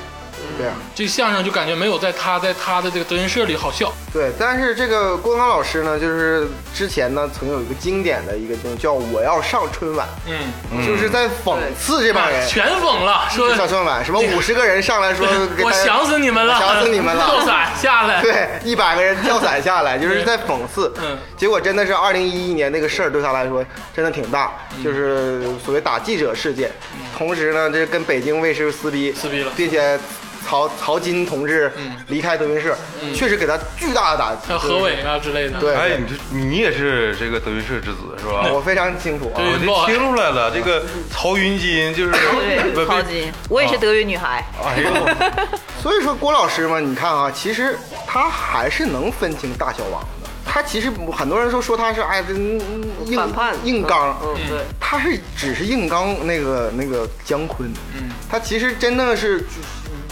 对啊，这相声就感觉没有在他在他的这个德云社里好笑。对，但是这个郭德纲老师呢，就是之前呢曾有一个经典的一个节目叫《我要上春晚》，嗯，就是在讽刺这帮人。全疯了，说上春晚，什么五十个人上来 <laughs> 说，给我大家想死你们了，我想死你们跳了。伞下 <laughs> 来。对，一百个人跳伞下来，就是在讽刺。嗯结果真的是二零一一年那个事儿对他来说真的挺大，嗯就是所谓打记者事件。同时呢，这跟北京卫视撕逼，撕逼了嗯并且曹曹金同志离开德云社，确实给他巨大的打击。还有何伟啊之类的。对，哎，对，你这你也是这个德云社之子是吧？我非常清楚啊。对我就听出来了，这个曹云金就是对，被超被级，我也是德云女孩。哎呦， <laughs> 所以说郭老师嘛，你看啊，其实他还是能分清大小王的。他其实很多人都说他是哎，这硬反叛硬刚，嗯，对，他是只是硬刚那个那个姜昆，嗯，他其实真的是，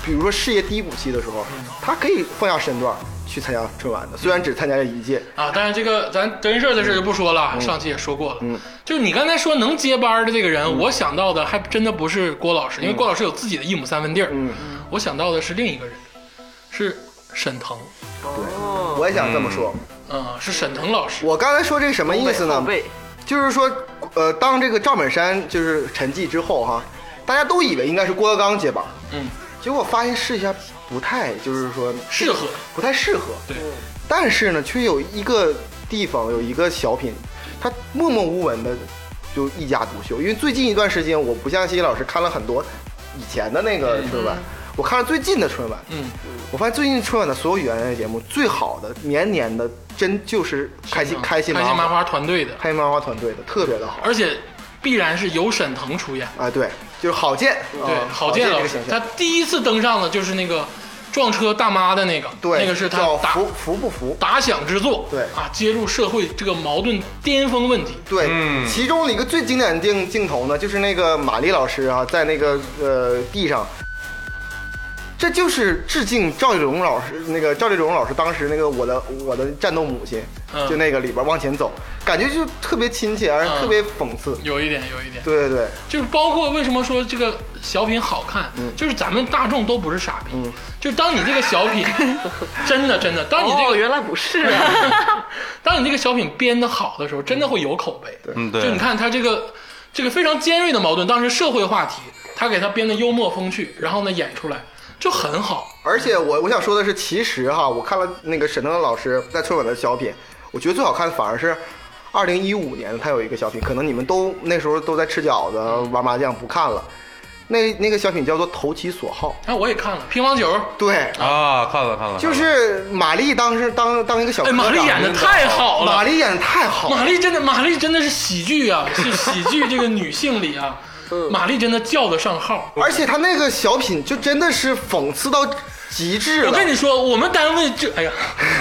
比如说事业低谷期的时候，嗯他可以放下身段去参加春晚的，虽然只参加了一届，啊，当然这个咱德云社的事儿就不说了，上期也说过了。嗯，就是你刚才说能接班儿的这个嗯人，我想到的还真的不是郭老师，因为郭老师有自己的一亩三分地儿。嗯，我想到的是另一个人，是沈腾。我也想这么说。嗯，是沈腾老师。我刚才说这个什么意思呢后？背就是说，呃，当这个赵本山就是沉寂之后哈，大家都以为应该是郭德纲接班，嗯，结果发现试一下不太，就是说适合不太适合。对，但是呢，却有一个地方有一个小品，它默默无闻的就一家独秀。因为最近一段时间，我不像西西老师看了很多以前的那个春晚，我看了最近的春晚，嗯，我发现最近春晚的所有语言类节目，最好的年年的真就是开心开心开心麻花花团队的，开心麻花团队的特别的好。而且必然是由沈腾出演。啊，对，就是郝建，对啊，郝建建这老个师形，他象，第一次登上的就是那个撞车大妈的那个，对，那个是他叫打服服不服？打响之作，对啊，揭露社会这个矛盾巅峰问题。对，嗯其中一个最经典的镜镜头呢，就是那个马丽老师啊，在那个呃地上，这就是致敬赵丽蓉老师，那个赵丽蓉老师当时那个我的我的战斗母亲，嗯就那个里边往前走，感觉就特别亲切，而且嗯特别讽刺。有一点，有一点，对对对，就是包括为什么说这个小品好看，就是咱们大众都不是傻逼，就是当你这个小品，真的真的，当你这哦，个、原来不是啊， <laughs> 当你这个小品编得好的时候，真的会有口碑。对嗯就你对，看他这个这个非常尖锐的矛盾，当时社会话题，他给他编的幽默风趣，然后呢演出来就很好。而且我我想说的是，其实哈，我看了那个沈腾老师在春晚的小品，我觉得最好看的反而是。二零一五年，他有一个小品，可能你们都那时候都在吃饺子、嗯玩麻将，不看了。那那个小品叫做《投其所好》，哎、我也看了乒乓球，对，啊，看了看了，就是马丽当时当当一个小科哎，长，玛丽演的太好了，马丽演的太好玛了，丽真的，玛丽真的是喜剧啊，是喜剧这个女性里啊，玛丽真的叫得上号。而且她那个小品就真的是讽刺到极致了。我跟你说，我们单 <laughs> 位这，哎呀，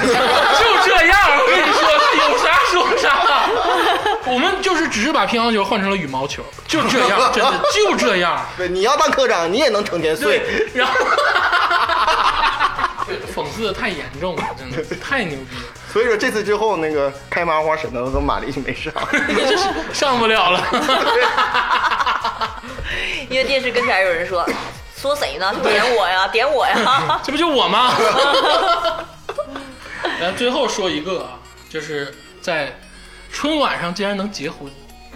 就这样。我跟你说，是有啥说啥。我们就是只是把乒乓球换成了羽毛球，就这样，真的就这样。 <laughs> 对，你要当科长，你也能成天睡。对，然后讽刺的太严重了，真的嗯太牛逼了，所以说这次之后，那个开麻花沈腾和马丽就没上。 <laughs> <laughs> 这是上不了了。因为电视跟前儿有人说，说谁呢？就点 <laughs> 我呀，点我呀。这不就我吗？ <laughs> 然后最后说一个啊，就是在春晚上竟然能结婚，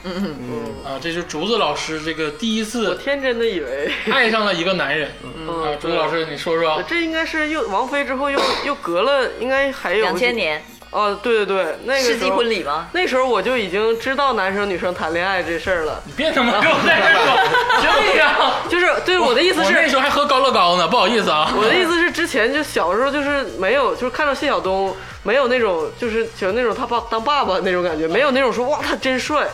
嗯嗯啊，这就是竹子老师这个第一我次天真的以为，嗯爱上了一个男人、啊，竹子老师，你说说这应该是又王菲之后又又隔了，应该还有两千。年哦，对对对，那个世纪时候婚礼吗？那时候我就已经知道男生女生谈恋爱这事儿了，你别他妈给我在这 <laughs> 说，行不 <laughs> 行？就是对我的意思我是，那时候还喝高乐高呢，不好意思 <laughs> 啊。我的意思是，之前就小时候就是没有，就是看到谢晓东没有那种，就是就那种他爸当爸爸那种感觉，没有那种说哇他真帅。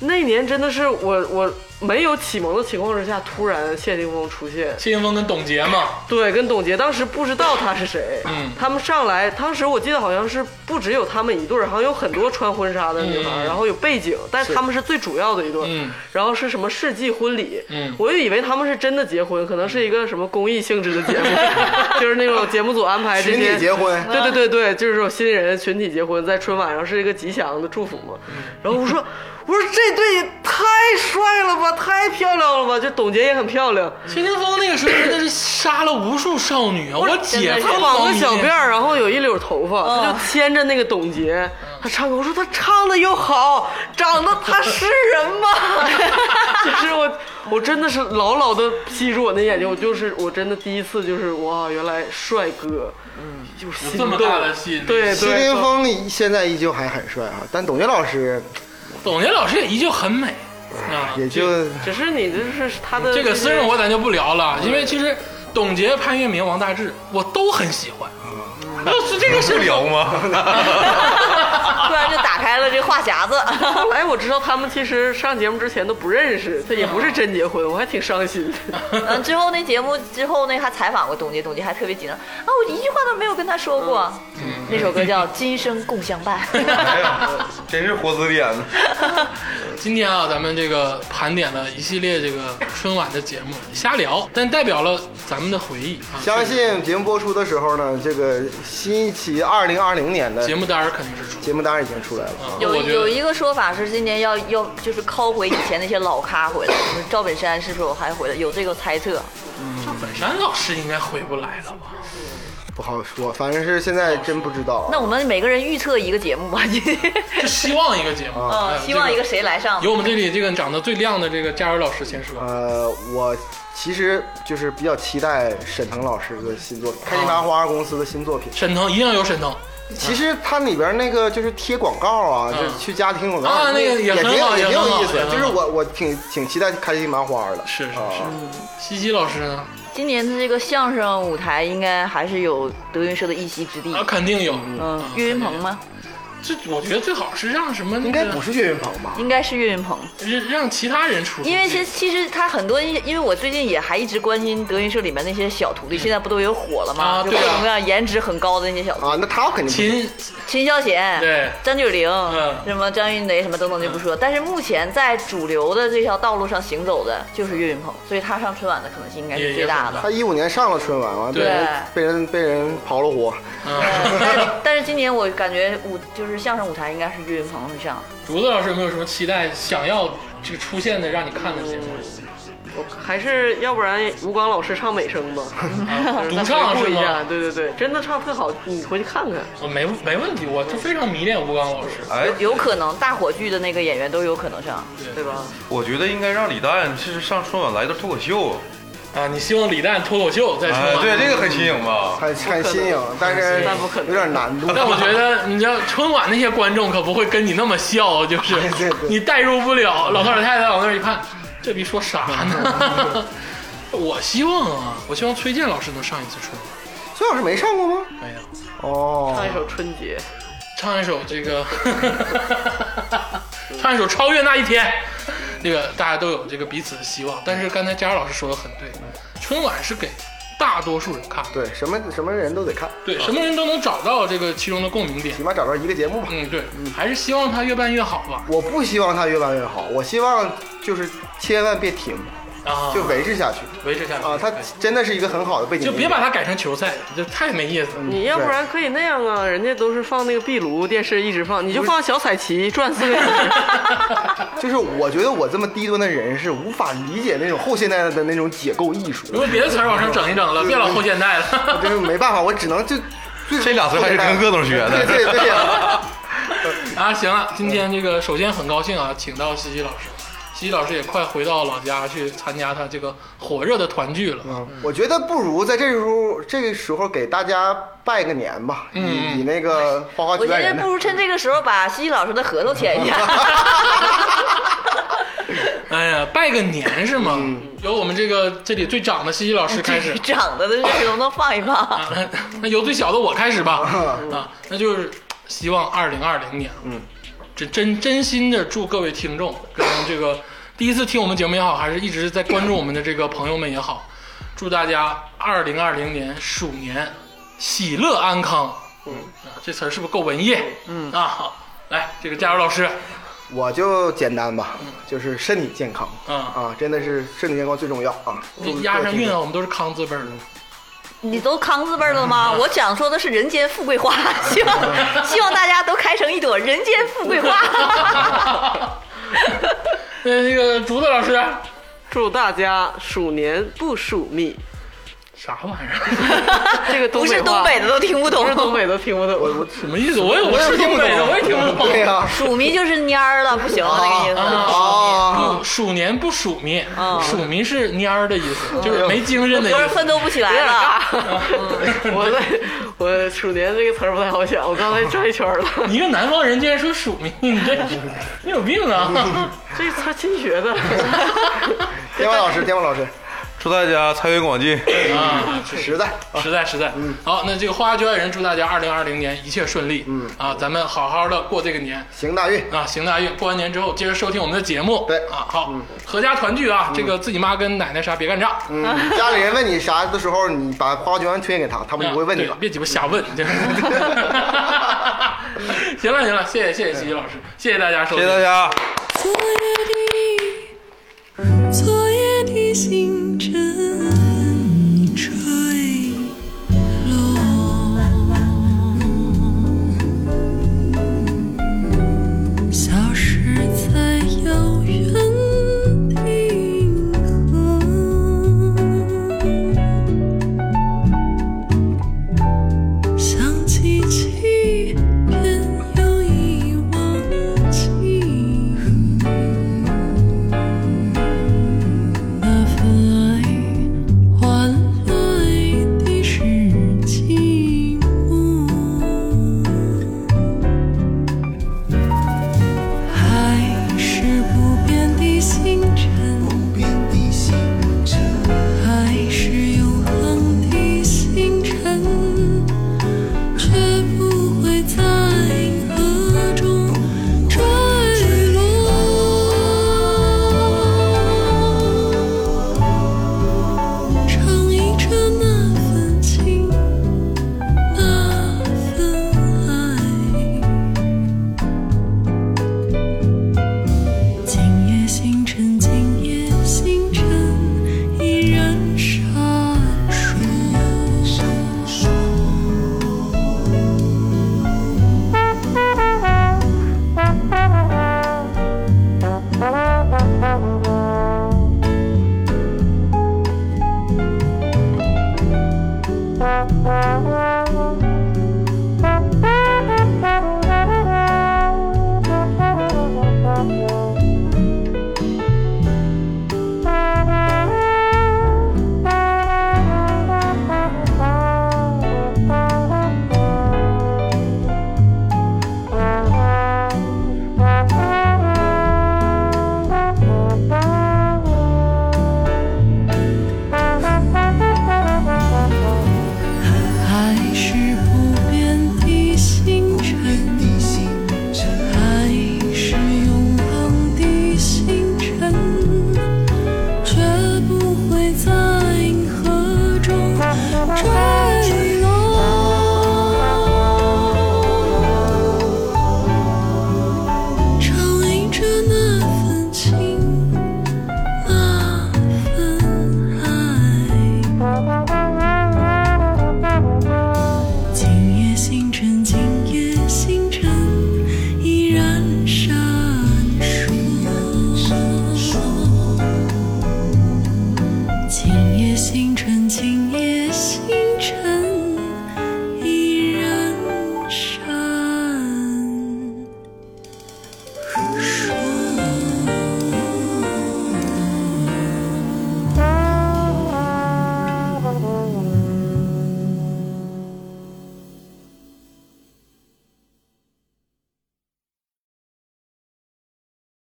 那年真的是我我没有启蒙的情况之下，突然谢霆锋出现，谢霆锋跟董洁嘛，对，跟董洁当时不知道他是谁，嗯他们上来，当时我记得好像是不只有他们一对儿，好像有很多穿婚纱的女孩，嗯然后有背景，但是他们是最主要的一对儿，嗯然后是什么世纪婚礼，嗯我就以为他们是真的结婚，可能是一个什么公益性质的节目，就是那种节目组安排这群体些结婚，对对对对，就是这种新人群体结婚，在春晚上是一个吉祥的祝福嘛。然后我说，我说这对也太帅了吧，太漂亮了吧！就董洁也很漂亮，谢霆锋那个时候真的是杀了无数少女啊，我姐真的是夫她绑个小辫儿，然后有一绺头发，嗯她就牵着那个董洁，她唱歌，我说她唱的又好，长得她是人吗？ <laughs> 就是我，我真的是牢牢的吸住我那眼睛，我就是我真的第一次就是哇，原来帅哥，嗯，就心这动么，大的吸引力对对，谢霆锋现在依旧还很帅啊，但董洁老师董洁老师也依旧很美啊，也就只是你就是他的这个私生活，活咱就不聊了，因为其实董洁、潘粤明、王大治我都很喜欢。 <laughs> 那哦是这个不是聊 <laughs> 吗？突然就打开了这话 <laughs> 匣子。后来哎我知道他们其实上节目之前都不认识，他也不是真结婚，我还挺伤心的。嗯，之后那节目之后那还采访过董洁，董洁还特别紧张啊，我一句话都没有跟她说过。嗯那首歌叫《今生共相伴》。哎呀，真是活字典呢。今天啊，咱们这个盘点了一系列这个春晚的节目，瞎聊，但代表了咱们的回忆啊。相信节目播出的时候呢，这个新一期二零二零年的节目单儿肯定是出，节目单已经出来了。啊有我觉得有一个说法是今年要要就是拷回以前那些老咖回来，就是赵本山是否还回来？有这个猜测。赵本山老师应该回不来了 <laughs> 吧？嗯不好说，反正是现在真不知道。那我们每个人预测一个节目吧，今天。就希望一个节目，哎哦哦嗯， <laughs> 希望一个这谁来上由？我们这里这个长得最亮的这个佳茹老师先说。呃，我其实就是比较期待沈腾老师的新作品，开心麻花公司的新作品。沈腾一定要有沈腾，其实它里边那个就是贴广告啊，嗯就是去家里听广告啊那个也也挺很好有也挺也很好有意思也很。好就是我我挺挺期待开心麻花的。是是是啊西西老师呢？今年的这个相声舞台应该还是有德云社的一席之地啊，。肯定有。嗯，岳云鹏吗？这我觉得最好是让什么那个？应该不是岳云鹏吧？应该是岳云鹏，让让其他人出去，因为其其实他很多，因为我最近也还一直关心德云社里面那些小徒弟，现在不都有火了嗯啊吗？就对各啊种各样颜值很高的那些小徒弟。啊，那他肯定不是秦秦霄贤，对张峻霖，嗯什么张云雷什么等等就不说，但是目前在主流的这条道路上行走的就是岳云鹏，所以他上春晚的可能性应该也是也最大很大的。他一五年上了春晚，完了被对人被人被人刨了活。嗯，但是但是今年我感觉舞就是相声舞台应该是岳云鹏会上，竹子老师有没有什么期待？想要这个出现的让你看的节目？我还是要不然吴刚老师唱美声吧， <laughs> 啊就是独再唱回是顾一下，吗？对对对，真的唱特好，你回去看看。我没没问题，我就非常迷恋吴刚老师。哎，有可能大火剧的那个演员都有可能上。对吧？我觉得应该让李诞是上春晚来段脱口秀。啊，你希望李诞脱口秀在春哎，晚？对，这个很新颖 <laughs> 吧？很很新颖，但是但不可能有点难度。但我觉得，你知道春晚那些观众可不会跟你那么笑，就是 <laughs> 对对你代入不了。老头老太太往那儿一看，这逼说啥呢？ <laughs> 我希望啊，我希望崔健老师能上一次春晚。崔老师没上过吗？没有，唱一哦，首《春节唱一首这个， <laughs> 唱一首《超越那一天》，这个大家都有这个彼此的希望。但是刚才佳儿老师说的很对，春晚是给大多数人看，对，什么什么人都得看，对，什么人都能找到这个其中的共鸣点起。码找到一个节目吧。嗯，对，还是希望它越办越好吧。我不希望它越办越好，我希望就是千万别停，啊，就维持下去维持下去啊！它对真的是一个很好的背景就音乐，嗯别把它改成球赛，这太没意思了。你要不然可以那样啊，人家都是放那个壁炉电视一直放，你就放小彩旗转四个小时。就是我觉得我这么低端的人是无法理解那种后现代的那种解构艺术如，果别的词儿往上整一整了，别老后现代我了。真是没办法，我只能就最这俩词还是跟各种学的对对对呀， <laughs> 啊，行了，今天这个首先很高兴啊，请到西西老师，西西老师也快回到老家去参加他这个火热的团聚了。嗯我觉得不如在这时候这个时候给大家拜个年吧，嗯以以那个花花我绝觉代得人的不如趁这个时候把西西老师的合同签一下。。哎呀，拜个年是吗？由我们这个这里最长的西西老师开始长得的事能不能放一放？啊那那由最小的我开始吧。啊，那就是希望二零二零年，嗯，真真真心的祝各位听众跟这个第一次听我们节目也好，还是一直在关注我们的这个朋友们也好，祝大家二零二零年鼠年喜乐安康。嗯，啊，这词儿是不是够文艺？嗯啊，好，来，这个加油老师，我就简单吧，就是身体健康嗯啊，真的是身体健康最重要啊。这押上韵啊，我们都是康字辈儿的。你都康字辈儿 <laughs> 了吗？我想说的是人间富贵花，希望希望大家都开成一朵人间富贵花。那 <laughs> 那个竹子老师，祝大家鼠年不鼠蜜，啥玩意儿？这个东不北是话东北的都听不懂，不是东北都听不懂。我什么意思？我也我是东北的，我也听不懂。对呀，鼠迷就是蔫儿了，不行，哦那个意思。啊不，，鼠年不鼠迷啊，鼠迷是蔫儿的意嗯思，就是没精神的意不是思。奋斗不起来有点了，尬，我在我鼠年这个词儿不太好想，我刚才转一圈儿了，你一个南方人竟然说鼠迷，你这你有病 <laughs> 啊！这词儿新学的。天王老师，天王老师，祝大家财源广进。啊，实在啊， <laughs> 实在实在。好，那这个花花绝爱人祝大家二零二零年一切顺利。嗯啊，咱们好好的过这个年。行大运，啊，行大运，过完年之后接着收听我们的节目。对啊，好，合家团聚啊，这个自己妈跟奶奶啥别干仗，嗯，家里人问你啥的时候，你把花花绝爱推荐给他，他们就不会问你对了。别鸡巴瞎 <laughs> 问。这 <laughs> 行了行了，谢谢谢谢西西老师，谢谢大家收谢听，谢大家。昨夜里，昨